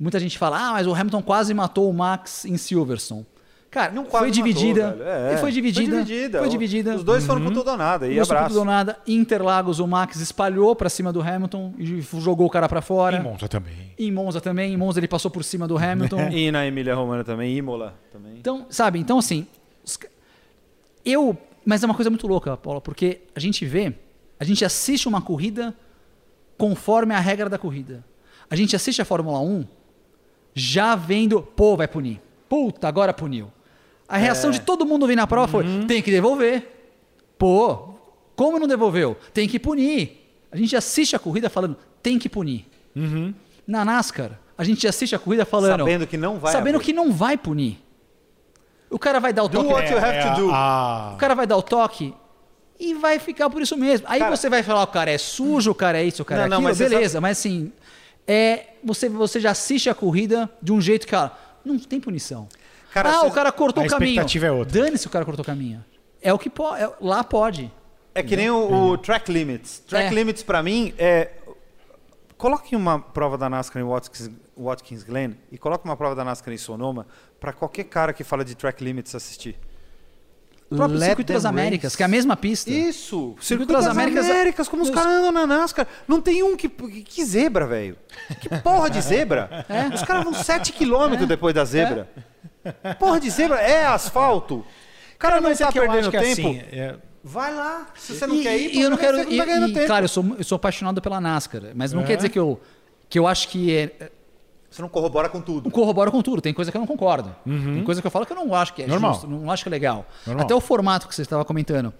E: Muita gente fala, ah, mas o Hamilton quase matou o Max em Silverstone. Cara,
D: Não quase
E: foi, dividida,
D: matou, velho. É,
E: E foi dividida.
D: Foi dividida.
E: Foi dividida.
D: Os dois foram com tudo ou nada. E
E: Não sobrou
D: abraço.
E: tudo ou nada. Em Interlagos, o Max espalhou pra cima do Hamilton e jogou o cara pra fora.
C: E
D: é.
C: monta também.
E: Em Monza também. Em Monza ele passou por cima do
D: [LAUGHS]
E: Hamilton.
D: E na Emília Romana também, Imola também.
E: Então, sabe? Então, assim, os ca- eu. Mas é uma coisa muito louca, Paula, porque a gente vê, a gente assiste uma corrida conforme a regra da corrida. A gente assiste a Fórmula 1 já vendo, pô, vai punir. Puta, agora puniu. A reação
D: É.
E: de todo mundo vem na prova
D: Uhum.
E: foi: tem que devolver. Pô, como não devolveu? Tem que punir. A gente assiste a corrida falando: tem que punir. Na NASCAR, a gente assiste a corrida falando.
D: Uhum. Sabendo que não vai
E: Sabendo
D: haver.
E: que não vai punir. O cara vai dar o
D: Do
E: toque.
D: what you have
C: É,
D: to do. tá
C: a-
E: O cara vai dar o toque e vai ficar por isso mesmo. Aí
D: Cara-
E: você vai falar, o cara é sujo, o cara é isso, o cara
D: Não,
E: é
D: não,
E: aquilo,
D: mas você
E: beleza. Mas assim, é, você, você já assiste a corrida de um jeito que, cara, não tem punição.
D: Cara,
E: ah,
D: você-
E: o cara cortou
C: a
E: o caminho.
C: expectativa é outra.
E: Dane-se o cara cortou o caminho. É o que pode. lá pode.
D: É que nem o, o track limits. Track
E: É.
D: limits pra mim é coloque uma prova da NASCAR em Watkins, Watkins Glen e coloque uma prova da NASCAR em Sonoma pra qualquer cara que fala de track limits assistir.
E: O próprio
D: Let
E: Circuito das
D: them
E: Américas,
D: race.
E: que é a mesma pista.
D: Isso, Circuito
E: das
D: das Américas,
E: Américas-
D: como os
E: Os-
D: caras andam na NASCAR. Não tem um que, que, que zebra, velho. Que porra de zebra? Os caras vão 7 km depois da zebra. Porra de zebra é asfalto. cara não
C: mas é
D: tá
C: que eu
D: perdendo
C: acho que,
D: tempo,
C: assim, é-
D: vai lá. Se você não
E: E-
D: quer
E: e-
D: ir,
E: e eu não
D: pô, mas
E: quero.
D: você
E: e-
D: tá ganhando
E: e,
D: tempo.
E: Claro, eu sou, eu sou apaixonado pela NASCAR, mas não
C: É.
E: quer dizer que eu, que eu acho que é,
D: Você não corrobora com tudo.
E: corroboro com tudo. Tem coisa que eu não concordo. Tem coisa que eu falo que eu não acho que é
C: Uhum. Normal.
E: justo, não acho que é legal.
C: Normal.
E: Até o formato que você estava comentando.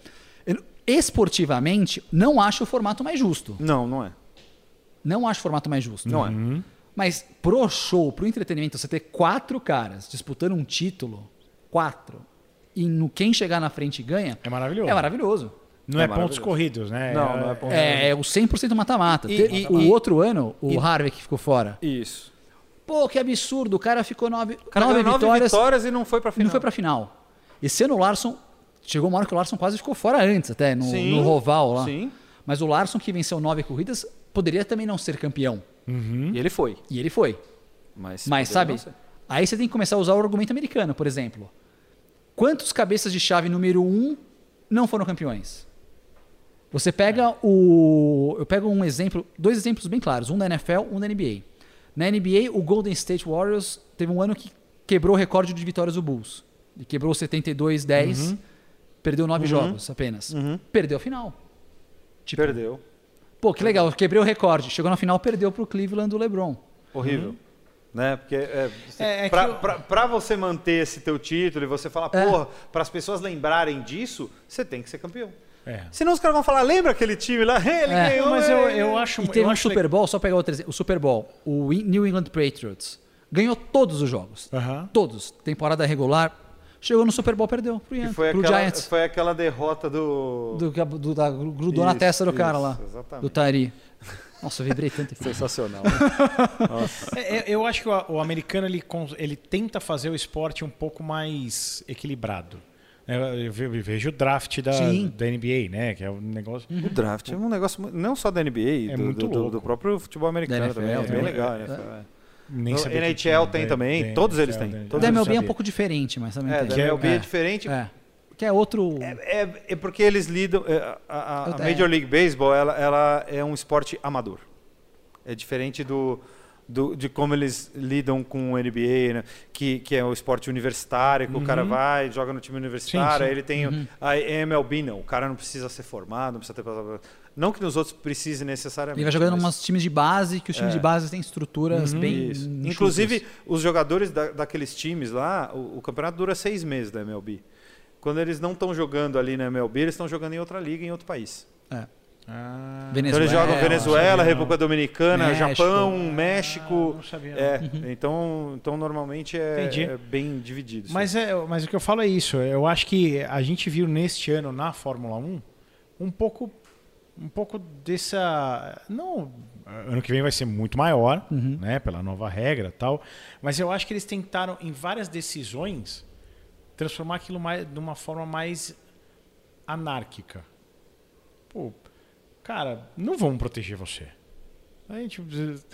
E: Eu, esportivamente, não acho o formato mais justo.
D: Não, não é.
E: Não acho o formato mais justo.
D: Não é.
C: Uhum.
E: Mas pro show, pro entretenimento, você ter quatro caras disputando um título, quatro, e no quem chegar na frente ganha,
C: É maravilhoso.
E: É maravilhoso.
C: Não
D: É
C: é, pontos
D: maravilhoso.
C: corridos, né?
D: Não, não é pontos
E: É, é o 100% mata-mata.
D: E-
E: Te-
D: e-
E: o
D: e-
E: outro ano, o Harvick ficou fora.
D: Isso.
E: Pô, que absurdo, o cara ficou nove,
D: Cara,
E: nove,
D: ganhou nove
E: vitórias,
D: vitórias, e não foi pra
E: e
D: final.
E: não foi pra final. Esse ano o Larson, chegou uma hora que o Larson quase ficou fora antes até, no,
D: Sim,
E: no Roval lá.
D: sim.
E: Mas o Larson que venceu nove corridas, poderia também não ser campeão.
D: E ele foi.
E: E ele foi.
D: Mas,
E: Hum?
D: poderia
E: Mas sabe,
D: não ser.
E: aí você tem que começar a usar o argumento americano, por exemplo. Quantos cabeças de chave número um não foram campeões? Você pega o. Eu pego um exemplo, dois exemplos bem claros, um da NFL, um da NBA. Na NBA, o Golden State Warriors teve um ano que quebrou o recorde de vitórias do Bulls. Ele quebrou 72-10, perdeu nove jogos apenas. Perdeu a final. tipo,
D: Perdeu.
E: Pô, que legal, quebrei o recorde. Chegou na final, perdeu pro Cleveland do LeBron.
D: Horrível. Né? Porque é, você-
C: É, é
D: pra,
C: que eu-
D: pra- pra você manter esse teu título e você falar,
E: É.
D: porra, para as pessoas lembrarem disso, você tem que ser campeão.
C: É.
D: Senão os caras vão falar, lembra aquele time lá? [LAUGHS] Ele
E: É.
D: ganhou.
C: Mas eu,
D: é."
C: eu acho
E: E teve
C: eu
E: um
C: acho
E: Super Bowl, só pegar outro exemplo. O Super Bowl, o In- New England Patriots, ganhou todos os jogos.
C: Aham.
E: Todos. Temporada regular. Chegou no Super Bowl, perdeu pro,
D: E
E: Yan-
D: foi,
E: pro
D: aquela,
E: Giants.
D: foi aquela derrota do.
E: Do, que- do- da- grudou na
D: Isso,
E: testa do cara
D: isso,
E: lá.
D: exatamente.
E: Do Tari. Nossa, eu vibrei tanto.
D: Sensacional. né?
C: É, é, eu acho que o, o americano ele, cons- ele tenta fazer o esporte um pouco mais equilibrado. É, Eu ve- eu vejo o draft da,
E: Sim.
C: da NBA, né? Que é um negócio.
D: o draft é um negócio mu- não só da NBA,
C: É
D: do,
C: muito
D: do- do-
C: louco.
D: do próprio futebol americano
E: Da NFL,
D: também. É bem
E: é.
D: legal. né?
C: Nem
D: No
C: sabia que tinha,
D: NHL tem
C: né?
D: também, todos eles têm,
C: né?
E: O
D: todos
E: da
D: eles
E: MLB é um pouco diferente, mas também
D: É,
E: tem.
D: da MLB é,
E: É.
D: diferente.
E: É. Que é outro...
D: É, é porque eles lidam. é, a- A, a
E: Eu- é.
D: Major League Baseball ela, ela é um esporte amador. É diferente do, do- de como eles lidam com o NBA, né? que, que é o esporte universitário, que o
E: Uhum.
D: cara vai, joga no time universitário,
C: sim.
D: aí ele tem. o- A MLB não, o cara não precisa ser formado, não precisa ter. Não que nos outros precise necessariamente.
E: Ele vai jogando
D: mas- É. Uhum.
E: umas times de base, que os times de base têm estruturas bem...
D: isso.
E: enxutas.
D: Inclusive, os jogadores da- daqueles times lá, o, o campeonato dura seis meses da MLB. Quando eles não estão jogando ali na MLB, eles estão jogando em outra liga, em outro país.
E: É.
C: Ah,
D: Então eles jogam Venezuela, República Dominicana,
E: México.
D: Japão, México.
C: Ah, não sabia,
D: É,
E: Uhum.
D: então, então normalmente é,
C: Entendi.
D: é bem dividido. sim.
C: Mas, é, mas o que eu falo é isso. Eu acho que a gente viu neste ano na Fórmula 1 um pouco, um pouco dessa. Não, ano que vem vai ser muito maior, né? Pela nova regra e tal. Mas eu acho que eles tentaram, em várias decisões, transformar aquilo mais, de uma forma mais anárquica. Pô, cara, não vamos proteger você. A gente,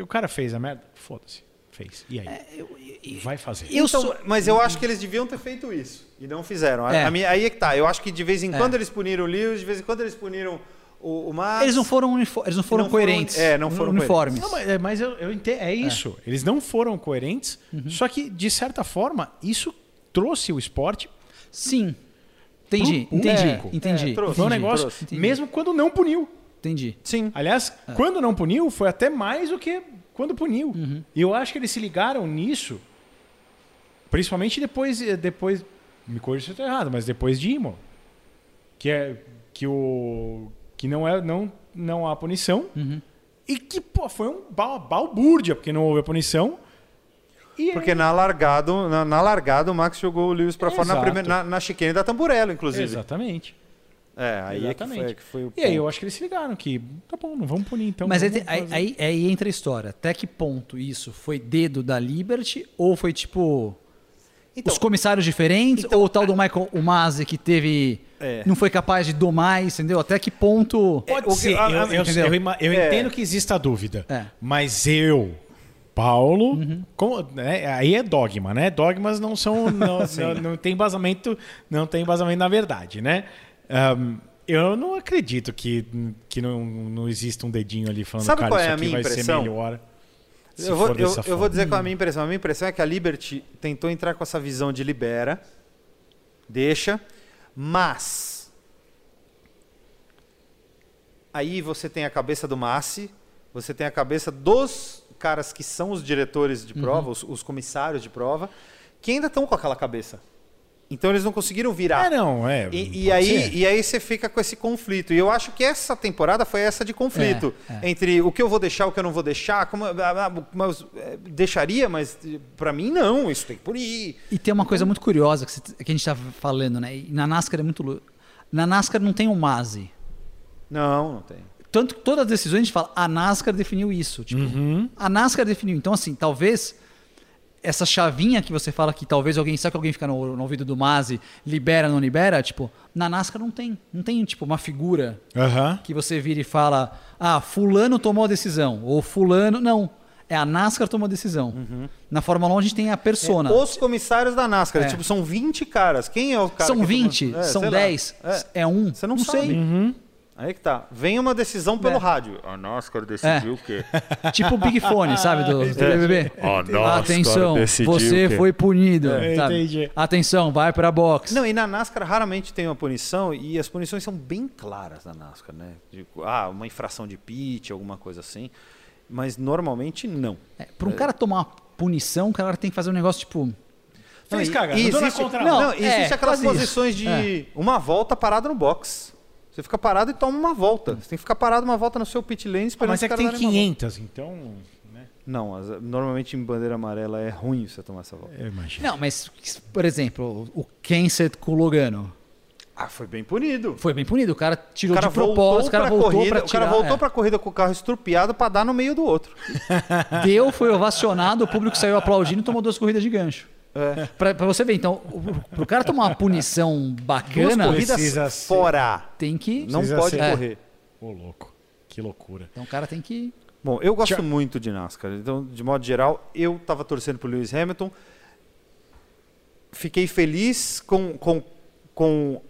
C: o cara fez a merda, foda-se, fez. É, E aí? vai fazer.
E: Eu
D: Então,
E: sou...
D: Mas eu acho que eles deviam ter feito isso. E não fizeram. A-
E: É.
D: a minha- aí é que tá. Eu acho que de vez em
E: É.
D: quando eles puniram o Lewis, de vez em quando eles puniram o, o Max.
E: Eles não foram, unifo- eles não foram
D: Não foram-
E: coerentes.
D: é, não foram
E: uniformes.
C: Não, mas, é, mas eu, eu entendo. É isso. Eles não foram coerentes.
D: Uhum.
C: Só que, de certa forma, isso trouxe o esporte.
E: Sim. Entendi,
C: Pro
E: entendi,
C: público.
E: entendi.
D: É, trouxe.
C: Foi um
E: entendi,
C: negócio,
E: entendi,
C: mesmo quando não puniu.
E: Entendi.
D: Sim. É.
C: Aliás, quando não puniu, foi até mais do que quando puniu.
D: Uhum.
C: E eu acho que eles se ligaram nisso, principalmente depois. eh, depois me corrija se eu estou errado, mas depois de Imo. Que é. Que, o, que não, é, não, não há punição.
D: Uhum.
C: E que, pô, foi um ba- balbúrdia, porque não houve a punição. E
D: Porque na largada, na, na largada o Max jogou o Lewis pra fora na,
C: Exato.
D: primeira, na, na chicane da Tamburello, inclusive.
C: Exatamente.
D: É, aí é que,
C: Exatamente.
D: foi, é que foi o
C: E aí
D: ponto.
C: eu acho que eles se ligaram que, tá bom, não vamos punir então.
E: Mas aí,
C: vamos
E: tem- aí,
C: fazer.
E: aí, aí entra a história. Até que ponto isso? Foi dedo da Liberty ou foi tipo.
D: Então-
E: os comissários diferentes? ou o tal do Michael Umase que teve.
D: É.
E: Não foi capaz de domar, isso, entendeu? Até que ponto.
C: Pode
D: o que- Ah,
C: ser,
D: a- a-
C: eu, eu-
E: entendeu?
C: eu ima- eu
D: É.
C: entendo que exista a dúvida,
E: É.
C: mas eu, Paulo,
D: Uhum.
C: com- né, aí é dogma, né? Dogmas não
D: [LAUGHS]
C: são, não, não, não tem embasamento, não tem embasamento na verdade, né? Ahm, eu não acredito que, que não, não exista um dedinho ali falando,
D: Sabe
C: cara,
D: qual é
C: isso
D: a
C: aqui
D: minha
C: vai
D: impressão?
C: ser melhor. se
D: Eu vou,
C: for
D: eu,
C: dessa
D: eu vou
C: forma.
D: dizer qual é a minha impressão. A minha impressão é que a Liberty tentou entrar com essa visão de libera, deixa, Mas. Aí você tem a cabeça do Massi, você tem a cabeça dos caras que são os diretores
C: Uhum.
D: de prova, os, os comissários de prova, que ainda estão com aquela cabeça. Então eles não conseguiram virar.
C: É, não, é.
D: E,
C: pode
D: e, aí,
C: ser.
D: e aí você fica com esse conflito. E eu acho que essa temporada foi essa de conflito.
E: É,
D: Entre o que eu vou deixar, o que eu não vou deixar. Como, ah, ah, mas, eh, deixaria, mas eh, pra mim não. Isso tem que punir.
E: E tem uma coisa muito curiosa que, você- que a gente tá falando, né? E na NASCAR é muito louco. Na NASCAR não tem o Mase.
D: Não, não tem.
E: Tanto que todas as decisões a gente fala, a NASCAR definiu isso. Tipo,
D: Uhum.
E: A NASCAR definiu. Então, assim, talvez essa chavinha que você fala que talvez alguém, sabe que alguém fica no, no ouvido do Mase, libera, não libera? Tipo, na NASCAR não tem. Não tem, tipo, uma figura
C: Aham.
E: que você vira e fala, ah, fulano tomou a decisão, ou fulano, não. É a NASCAR tomou a decisão. Na Fórmula 1 a gente tem a persona.
D: Uhum. É, Os comissários da NASCAR.
E: É.
D: Tipo, são 20 caras. Quem é o cara? que
E: são
D: toma-
E: 20,
D: É,
E: são
D: sei lá.
E: 10,
D: É.
E: é, um.
D: Você não, sabe.
E: sei.
D: Aí que tá. Vem uma decisão pelo
E: É.
D: rádio.
B: A NASCAR decidiu o
E: [LAUGHS]
B: quê?
E: Tipo o Big Fone, sabe, do, do BBB?
B: A NASCAR
E: Atenção,
B: decidiu
E: você
B: que-
E: foi punido.
D: É,
E: sabe?
C: entendi.
E: Atenção, vai pra box.
D: Não, e na NASCAR raramente tem uma punição e as punições são bem claras na NASCAR, né? De, ah, uma infração de pit, alguma coisa assim. Mas normalmente não.
E: É, pra um cara tomar uma punição, o cara tem que fazer um negócio tipo.
C: Fez
D: Não, e-
C: cagada,
D: e
C: andou na
D: existe,
C: contramão.
D: Não,
E: É,
D: existe aquelas
E: quase isso. É.
D: posições de uma volta parado no box. Você fica parado e toma uma volta. Você tem que ficar parado uma volta no seu pit lane esperando
C: Mas
D: os
C: é que
D: caras
C: tem
D: darem uma volta.
C: 500, então. Né?
D: Não, as- normalmente em bandeira amarela é ruim você tomar essa volta.
C: Eu imagino.
E: Não, mas, por exemplo, o Kenseth com o Logano.
D: Ah, foi bem punido.
E: Foi bem punido. O cara
D: O
E: tirou
D: cara
E: de propósito,
D: voltou
E: o cara
D: pra
E: voltou
D: corrida,
E: pra
D: o
E: tirar.
D: cara voltou
E: é.
D: pra corrida com o carro estrupiado pra dar no meio do outro.
E: Deu, foi ovacionado, o público saiu aplaudindo e tomou duas corridas de gancho.
D: É.
E: Pra, pra você ver, então, o- pro cara tomar uma punição
D: Duas
E: bacana,
C: Precisa
D: corridas
C: ser.
D: fora.
E: tem que.
D: Não
C: Precisa
D: pode
C: ser.
D: correr.
C: Ô, louco. Que loucura.
E: Então o cara tem que.
D: Bom, eu gosto muito de NASCAR. Então, de modo geral, eu tava torcendo pro Lewis Hamilton. Fiquei feliz com, com, com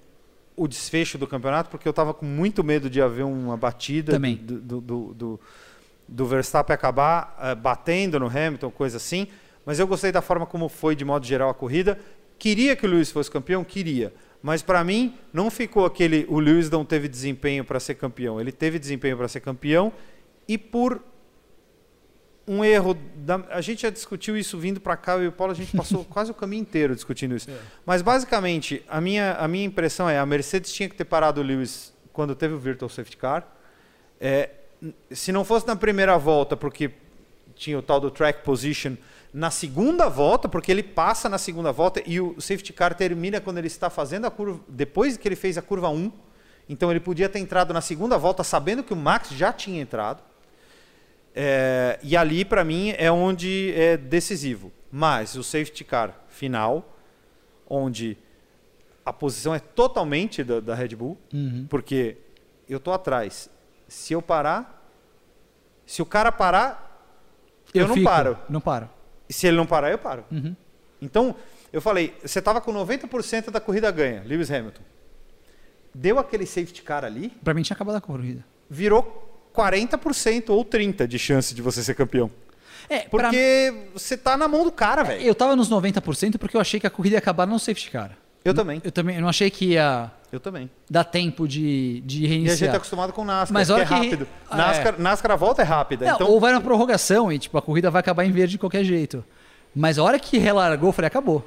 D: o desfecho do campeonato, porque eu tava com muito medo de haver uma batida
E: Também.
D: Do, do, do, do- do Verstappen acabar eh, batendo no Hamilton, coisa assim. Mas eu gostei da forma como foi, de modo geral, a corrida. Queria que o Lewis fosse campeão? Queria. Mas para mim, não ficou aquele. O Lewis não teve desempenho para ser campeão. Ele teve desempenho para ser campeão e por um erro. da- a gente já discutiu isso vindo para cá, eu e o Paulo, a gente
E: [LAUGHS]
D: passou quase o caminho inteiro discutindo isso.
E: É.
D: Mas basicamente, a minha, a minha impressão é: a Mercedes tinha que ter parado o Lewis quando teve o Virtual Safety Car. É, n- se não fosse na primeira volta, porque tinha o tal do track position, na segunda volta, porque ele passa na segunda volta e o safety car termina quando ele está fazendo a curva, depois que ele fez a curva 1. Então ele podia ter entrado na segunda volta sabendo que o Max já tinha entrado. É, e ali, para mim, é onde é decisivo. Mas o safety car final, onde a posição é totalmente da, da Red Bull, porque eu tô atrás. Se eu parar, se o cara parar, eu, não
E: fico,
D: paro.
E: Não paro.
D: E se ele não parar, eu paro. Então, eu falei, você tava com 90% da corrida ganha, Lewis Hamilton. Deu aquele safety car ali,
E: Pra mim tinha acabado a corrida.
D: virou 40% ou 30% de chance de você ser campeão.
E: É, pra
D: Porque você tá na mão do cara, velho.
E: Eu tava nos 90% porque eu achei que a corrida ia acabar no safety car.
D: Eu também.
E: Eu também eu não achei que ia
D: Eu também.
E: dar tempo de, de
D: E a gente
E: reiniciar.
D: tá acostumado com NASCAR,
E: é. Mas
D: que
E: olha
D: é
E: que-
D: rápido.
E: Ah,
D: NASCAR, NASCAR a volta é rápida.
E: Não,
D: então,
E: Ou vai na prorrogação e tipo, a corrida vai acabar em verde de qualquer jeito. Mas a hora que relargou, eu falei, acabou.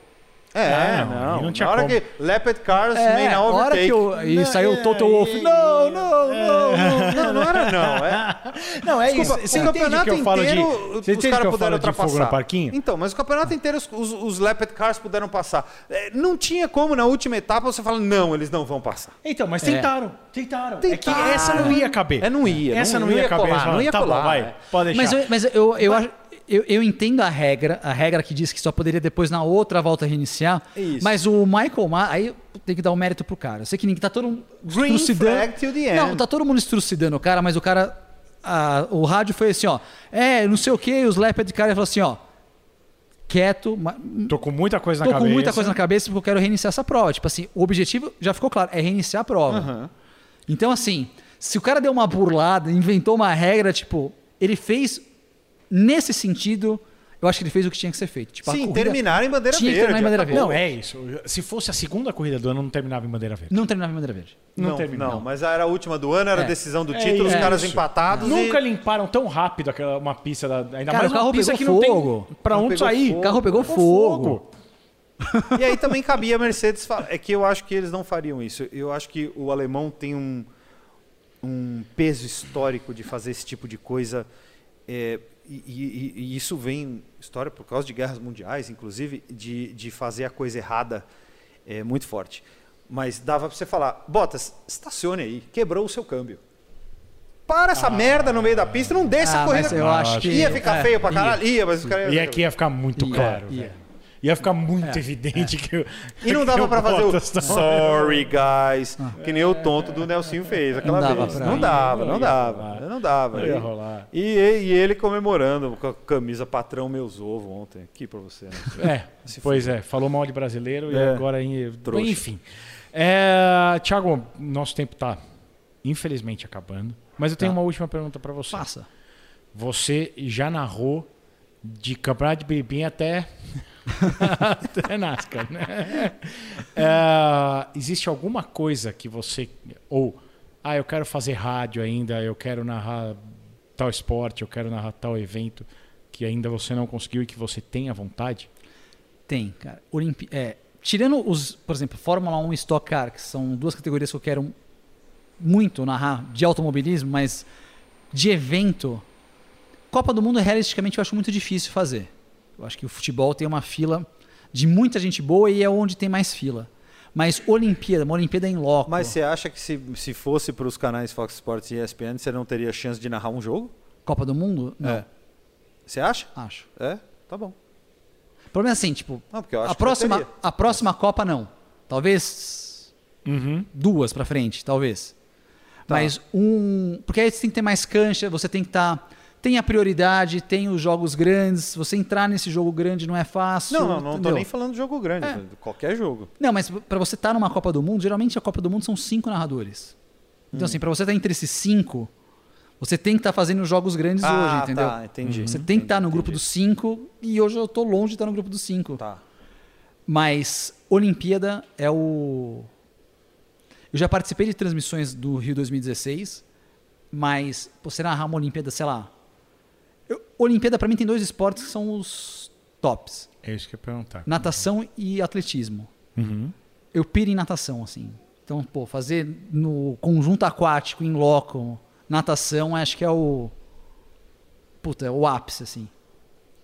D: é,
C: Ah, não,
D: não.
C: aí não tinha
D: na hora
C: como.
D: que Leopard Cars may
E: a
D: now
E: É, hora
D: overtake.
E: que eu, e
C: Não,
E: saiu
C: é,
E: o Toto Wolff.
C: é,
E: Não, não, não,
D: [LAUGHS]
E: não.
D: Não, não era não. É,
C: Não, é
D: desculpa,
C: isso. Você entende
D: o
C: o
D: campeonato
C: que eu falo
D: inteiro
C: de. Você
D: os
C: entende o que
D: caras
C: eu
D: puderam
C: falo de
D: ultrapassar.
C: fogo no parquinho?
D: Então, mas o campeonato inteiro os, os, os Leopard Cars puderam passar. É, não tinha como na última etapa você falar, não, eles não vão passar.
C: Então, mas tentaram, tentaram. É
D: Tentaram.
C: que essa não ia caber.
D: É, não ia,
C: Essa
D: não-
C: não,
D: não
C: ia,
D: ia
C: caber.
D: colar,
C: eles falaram,
D: não ia
C: tá bom,
D: colar,
C: vai,
D: é.
C: pode
E: Mas,
C: deixar.
E: eu, mas eu, eu, acho- eu, eu entendo a regra, a regra que diz que só poderia depois na outra volta reiniciar.
D: Isso.
E: Mas o Michael Ma, aí tem que dar o mérito pro cara. Eu sei que ninguém tá todo mundo
D: Green
E: estrucidando-
D: flag till the
E: Não,
D: end.
E: tá todo mundo estrucidando o cara, mas o cara. a- o rádio foi assim, ó. É, não sei o que, os Leopard de cara falou assim, ó. Quieto, ma-
C: Tô com muita coisa na
E: tô
C: cabeça.
E: com muita coisa na cabeça porque eu quero reiniciar essa prova. Tipo assim, o objetivo já ficou claro, é reiniciar a prova. Então, assim, se o cara deu uma burlada, inventou uma regra, tipo, ele fez nesse sentido, Eu acho que ele fez o que tinha que ser feito. Tipo, a
D: Sim,
E: corrida
D: terminar em bandeira
E: tinha que
D: verde.
E: terminar em bandeira verde.
C: Não, é isso. Se fosse a segunda corrida do ano, não terminava em bandeira verde.
E: Não terminava em bandeira verde.
C: Não,
D: Não,
C: terminou.
D: não, mas era a última do ano, era a
E: É.
D: decisão do
C: É
D: título, os
C: isso.
D: caras empatados. e-
C: Nunca limparam tão rápido aquela, uma pista, da, ainda
E: Cara,
C: mais
E: o carro
C: uma pista
E: pegou
C: que não
E: fogo.
C: tem pra onde
D: pegou
C: sair.
D: fogo.
E: O carro pegou fogo.
D: E aí também cabia a Mercedes. fa- É que eu acho que eles não fariam isso. Eu acho que o alemão tem um, um peso histórico de fazer esse tipo de coisa. é, e, e- e isso vem história por causa de guerras mundiais, inclusive, de, de fazer a coisa errada é, muito forte. Mas dava para você falar: Botas, estacione aí, quebrou o seu câmbio. Para essa merda no meio da pista, não desça
E: Ah,
D: a corrida.
E: mas eu acho que-
D: Ia ficar
E: é,
D: feio pra
E: ia.
D: caralho, ia, mas os caras.
C: E aqui ia ficar muito
E: Ia,
C: claro.
E: ia.
C: velho. Ia ficar muito evidente que eu,
D: E não
C: [LAUGHS] que
D: dava
C: eu
D: pra fazer o
C: boto essa-
D: sorry guys, que nem o tonto do Nelsinho fez aquela
E: Não dava
D: vez.
E: pra
D: não,
E: ir.
D: dava,
C: Não
D: não
C: ia
D: dava,
C: rolar.
D: não dava,
C: Não [LAUGHS] ia rolar.
D: E, e- e ele comemorando com a camisa patrão meus ovos ontem. Aqui pra você, né?
C: É, pois é, falou mal de brasileiro e
D: É,
C: agora em
D: trouxa.
C: Enfim. É, Tiago, nosso tempo tá infelizmente acabando. Mas eu
D: Tá.
C: tenho uma última pergunta pra você.
E: Passa.
C: Você já narrou de campeonato de biribinha até. [LAUGHS] até NASCAR, né? É, existe alguma coisa que você. Ou, ah, eu quero fazer rádio ainda, eu quero narrar tal esporte, eu quero narrar tal evento, que ainda você não conseguiu e que você tenha vontade?
E: Tem, cara. Olimpi- é, tirando os, por exemplo, Fórmula 1 e Stock Car, que são duas categorias que eu quero muito narrar de automobilismo, mas de evento, Copa do Mundo realisticamente eu acho muito difícil fazer. Eu acho que o futebol tem uma fila de muita gente boa e é onde tem mais fila. Mas Olimpíada, uma Olimpíada em loco.
D: [LAUGHS] Mas você acha que se, se fosse pros canais Fox Sports e ESPN, você não teria chance de narrar um jogo?
E: Copa do Mundo? Não,
D: É. Você acha?
E: acho.
D: É? Tá bom.
E: O problema é assim, tipo,
D: Não, porque eu acho
E: a
D: que eu
E: próxima,
D: teria.
E: a próxima Copa não. Talvez duas pra frente, talvez.
D: Tá.
E: Mas um, porque aí você tem que ter mais cancha, você tem que estar tem a prioridade, tem os jogos grandes. Você entrar nesse jogo grande não é fácil.
D: Não, não, não tô
E: entendeu?
D: nem falando de jogo grande, qualquer jogo.
E: Não, mas pra você estar numa Copa do Mundo, geralmente a Copa do Mundo são cinco narradores.
D: Hum.
E: Então assim, pra você estar entre esses cinco, você tem que estar fazendo os jogos grandes
D: Ah,
E: hoje, entendeu?
D: tá, entendi.
E: Você tem que estar no
D: Entendi,
E: grupo
D: entendi.
E: dos cinco e hoje eu tô longe de estar no grupo dos cinco.
D: Tá.
E: Mas Olimpíada é o. Eu já participei de transmissões do Rio 2016, mas pô, você narrar uma Olimpíada, sei lá. Eu- Olimpíada pra mim tem dois esportes que são os tops:
C: É isso que eu ia perguntar. Uhum.
E: natação e atletismo. Eu piro em natação, assim. Então, pô, fazer no conjunto aquático, em loco, natação, acho que é o. Puta, é o ápice, assim.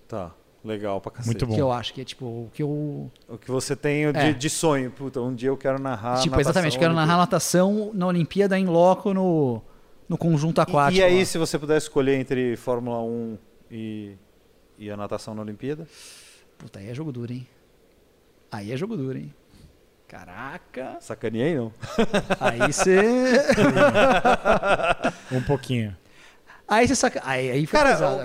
D: Tá. Legal pra cacete.
C: Muito bom.
E: Que eu acho que é tipo o que eu
D: O que você tem de,
E: É.
D: de sonho. Puta, um dia eu quero narrar.
E: Tipo,
D: natação,
E: exatamente, eu quero
D: Olimpíada.
E: narrar natação na Olimpíada em loco no, no conjunto aquático.
D: E, é e aí,
E: lá.
D: se você pudesse escolher entre Fórmula 1 e, e a natação na Olimpíada?
E: Puta, aí é jogo duro, hein? Aí é jogo duro, hein? Caraca!
D: Sacaneei, [LAUGHS] não?
E: Aí
D: [LAUGHS]
E: você.
C: Um pouquinho.
E: aí você saca. Aí, aí fica
D: Cara,
E: pesado.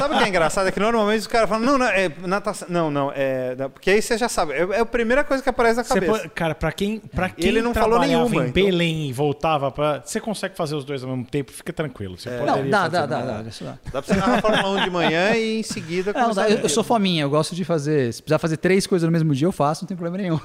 D: sabe o que é engraçado? É que normalmente os caras falam, não, não, é natação. Não, não, é. não, Porque aí você já sabe. É, é a primeira coisa que aparece na
C: Você
D: cabeça.
C: pô- cara, pra quem, pra quem
D: Ele não falou
C: trabalhava
D: nenhuma,
C: em
D: então.
C: Belém e voltava pra... Você consegue fazer os dois ao mesmo tempo, fica tranquilo.
D: É.
C: Você
E: Não,
C: poderia
E: dá,
C: fazer
E: dá,
C: uma-
E: dá, dá, isso dá.
D: Dá pra você narrar Fórmula 1 de manhã e em seguida.
E: Ah, não
D: começar
E: dá.
D: a
E: Eu, eu
D: Olimpíada.
E: sou fominha, eu gosto de fazer. Se precisar fazer três coisas no mesmo dia, eu faço, não tem problema nenhum.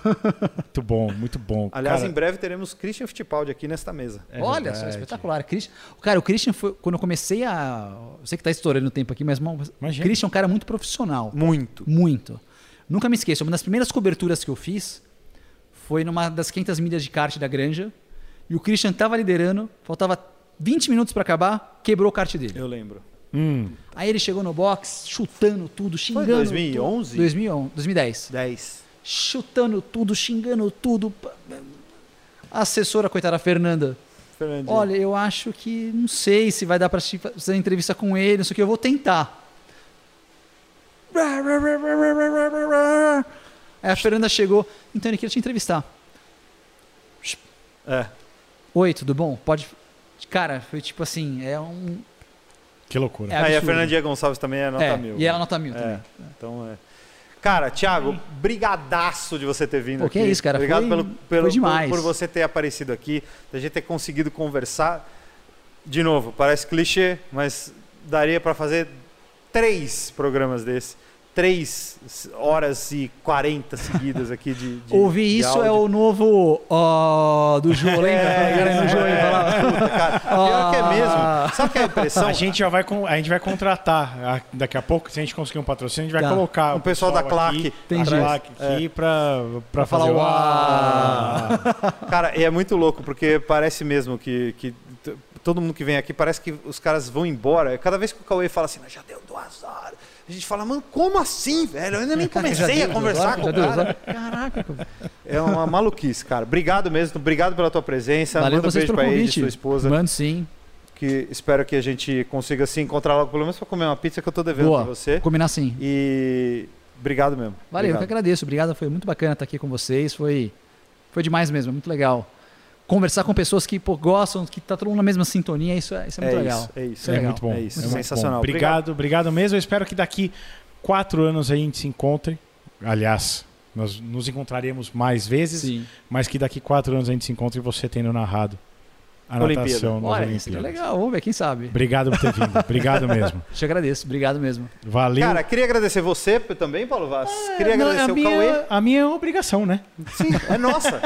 C: Muito bom, muito bom.
D: Aliás,
C: Cara,
D: em breve teremos Christian Fittipaldi aqui nesta mesa.
C: É
E: Olha só,
C: verdade.
E: espetacular. Christian, cara, o Christian foi. Quando eu comecei a. Eu sei que tá estourando o tempo aqui, mas mano, o
C: Imagina.
E: Christian é um cara muito profissional.
D: Muito.
E: Muito. Nunca me esqueço, uma das primeiras coberturas que eu fiz foi numa das 500 milhas de kart da Granja. E o Christian tava liderando, faltava 20 minutos pra acabar, quebrou o kart dele.
D: Eu lembro.
C: Hum,
E: Aí ele chegou no box, chutando tudo, xingando.
D: 2011?
E: tudo. 2011, 2010.
D: 10.
E: Chutando tudo, xingando tudo. A assessora, coitada, a Fernanda.
D: Fernandinho. É.
E: Olha, eu acho que não sei se vai dar pra se fazer entrevista com ele, não sei o que, eu vou tentar. Aí a Fernanda chegou, então ele queria te entrevistar.
D: É.
E: Oi, tudo bom? Pode. Cara, foi tipo assim, é um.
C: que loucura.
E: É
D: Aí a
E: absurdo.
D: Fernandinha Gonçalves também é nota
E: é,
D: mil.
E: E ela nota mil também.
D: É, então é. Cara, Thiago, brigadaço de você ter vindo
E: Pô,
D: aqui.
E: que é isso, cara,
D: Obrigado
E: foi-
D: pelo, pelo-
E: foi demais.
D: Por, por você ter aparecido aqui, da gente ter conseguido conversar. De novo, parece clichê, mas daria pra fazer três programas desse. Três horas e 40 seguidas aqui de. de
E: [LAUGHS] Ouvir
D: de
E: isso
D: áudio.
E: é o novo ó do Jô,
D: [LAUGHS]
E: lembra?
D: É,
E: O cara do Jô aí falava.
D: Puta, cara. Pior que é
E: [LAUGHS] Ah.
D: mesmo. Sabe o que é a impressão?
C: A gente já vai, com- a gente vai contratar a- daqui a pouco, se a gente conseguir um patrocínio, a gente vai
E: Tá.
C: colocar
D: O pessoal da É. Claque.
C: aqui,
E: Entendi.
C: a Claque aqui pra, pra
E: falar
C: fazer o-
E: o
C: Ah.
D: Cara, e é muito louco, porque parece mesmo que, que t- todo mundo que vem aqui parece que os caras vão embora. Cada vez que o Cauê fala assim, "Não, já deu duas horas. A gente fala, mano, como assim, velho? Eu ainda nem
E: [LAUGHS] Já
D: comecei a
E: deu,
D: conversar
E: já
D: com o
E: deu, já
D: cara. Tá
E: [LAUGHS] Caraca, pô.
D: É uma maluquice, cara. Obrigado mesmo, obrigado pela tua presença.
E: valeu
D: Manda um
E: vocês
D: beijo
E: pelo
D: pra ele,
E: convite.
D: sua esposa,
E: Mano, sim.
D: que espero que a gente consiga se encontrar logo, pelo menos pra comer uma pizza que eu tô devendo
E: Boa.
D: pra você.
E: Combinar sim.
D: E obrigado mesmo.
E: Valeu, eu que
D: Obrigado.
E: agradeço. Obrigado, foi muito bacana estar aqui com vocês. Foi, foi demais mesmo, é muito legal. Conversar com pessoas que pô, gostam, que tá todo mundo na mesma sintonia, isso é, isso é muito
D: É
E: legal.
D: isso, é isso.
E: Isso é legal.
C: muito bom.
D: É isso,
C: muito
D: sensacional.
C: bom. Obrigado, obrigado mesmo. Eu espero que daqui quatro anos a gente se encontre. Aliás, nós nos encontraremos mais vezes,
E: Sim.
C: mas que daqui quatro anos a gente se encontre e você tendo narrado a
D: Olimpíada.
C: natação nas
D: um
E: Olha,
C: Olimpíadas.
E: isso é legal, vamos ver, quem sabe.
C: Obrigado por ter
E: [LAUGHS]
C: vindo. Obrigado mesmo.
E: Te agradeço, obrigado mesmo.
C: Valeu.
D: Cara, queria agradecer você também, Paulo Vaz. queria
C: Ah, Não,
D: agradecer
C: a
D: o
C: minha,
D: Cauê.
C: A minha é obrigação, né? é,
D: Sim,
C: [LAUGHS]
D: é nossa.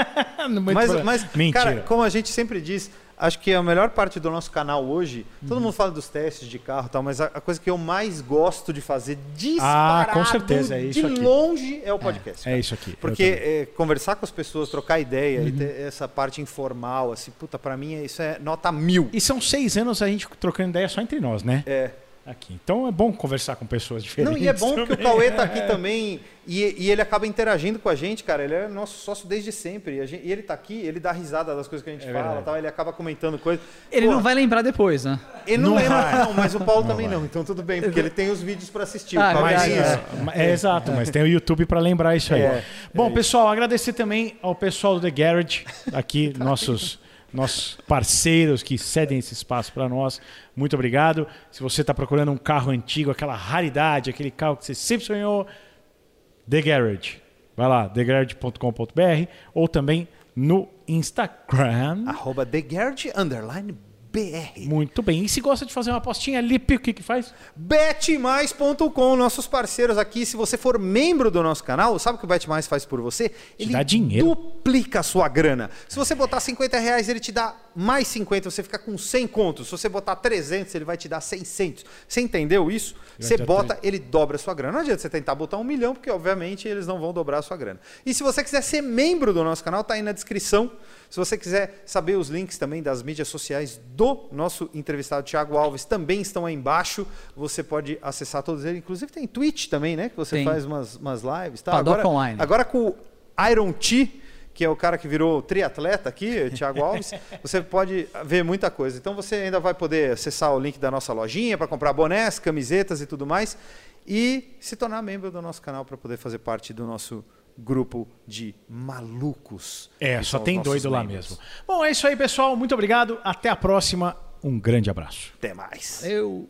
C: Não vou te
D: mas,
C: falar.
D: mas
C: Mentira.
D: cara, como a gente sempre diz, acho que a melhor parte do nosso canal hoje, todo
C: Uhum.
D: mundo fala dos testes de carro e tal, mas a, a coisa que eu mais gosto de fazer disparado,
C: Ah, com certeza, é isso
D: de
C: aqui.
D: longe, é o podcast.
C: é
D: cara.
C: isso aqui. Eu
D: Porque
C: também. Uhum.
D: é, conversar com as pessoas, trocar ideia e ter essa parte informal, assim, puta, pra mim isso é nota mil.
C: E são seis anos a gente trocando ideia só entre nós, né?
D: É.
C: Aqui. Então é bom conversar com pessoas diferentes.
D: Não, e é
C: [LAUGHS]
D: bom que o
C: também. É.
D: Cauê tá aqui também e, e ele acaba interagindo com a gente, cara. Ele é nosso sócio desde sempre. E, a gente- e ele tá aqui, ele dá risada das coisas que a gente
C: É
D: fala,
C: verdade.
D: tal, ele acaba comentando coisas.
E: Ele
D: Pô,
E: não vai lembrar depois, né?
D: Ele não,
C: Não
D: lembra,
C: vai.
D: não, mas o Paulo
C: Não
D: também
C: vai.
D: não. Então tudo bem, porque ele tem os vídeos pra assistir.
E: Ah,
D: o Paulo
C: Mas,
D: tem
E: verdade,
D: isso.
C: é, é, exato, mas tem o YouTube para lembrar isso aí.
D: É,
C: Bom, pessoal, agradecer também ao pessoal do The Garage, [LAUGHS] aqui, nossos, nossos parceiros que cedem esse espaço para nós. Muito obrigado. Se você está procurando um carro antigo, aquela raridade, aquele carro que você sempre sonhou, The Garage. Vai lá, thegarage.com.br ou também no Instagram.
D: Arroba TheGuard underline BR.
C: Muito bem. E se gosta de fazer uma apostinha, Lipe, o que que faz?
D: Betmais.com, nossos parceiros aqui. Se você for membro do nosso canal, sabe o que o Betmais faz por você? Ele
C: dá dinheiro.
D: duplica a sua grana. Se você botar 50 reais, ele te dá mais 50, você fica com 100 contos. Se você botar 300, ele vai te dar 600. Você entendeu isso? Você
C: dar
D: bota, ele dobra a sua grana. Não adianta você tentar botar um milhão, porque obviamente eles não vão dobrar a sua grana. E se você quiser ser membro do nosso canal, tá aí na descrição. Se você quiser saber os links também das mídias sociais do nosso entrevistado Thiago Alves, também estão aí embaixo. Você pode acessar todos eles. Inclusive tem Twitch também, né? Que você
E: Tem.
D: faz umas, umas lives. Tá?
E: Padoca
D: Agora,
E: Online.
D: agora com o Iron T, que é o cara que virou triatleta aqui,
C: [LAUGHS]
D: Thiago Alves, você pode ver muita coisa. Então você ainda vai poder acessar o link da nossa lojinha para comprar bonés, camisetas e tudo mais. E se tornar membro do nosso canal para poder fazer parte do nosso grupo de malucos.
C: É,
D: que
C: só
D: são os
C: tem
D: nossos
C: doido lá
D: membros.
C: mesmo. Bom, é isso aí, pessoal. Muito obrigado. Até a próxima. Um grande abraço.
D: Até mais.
E: Eu.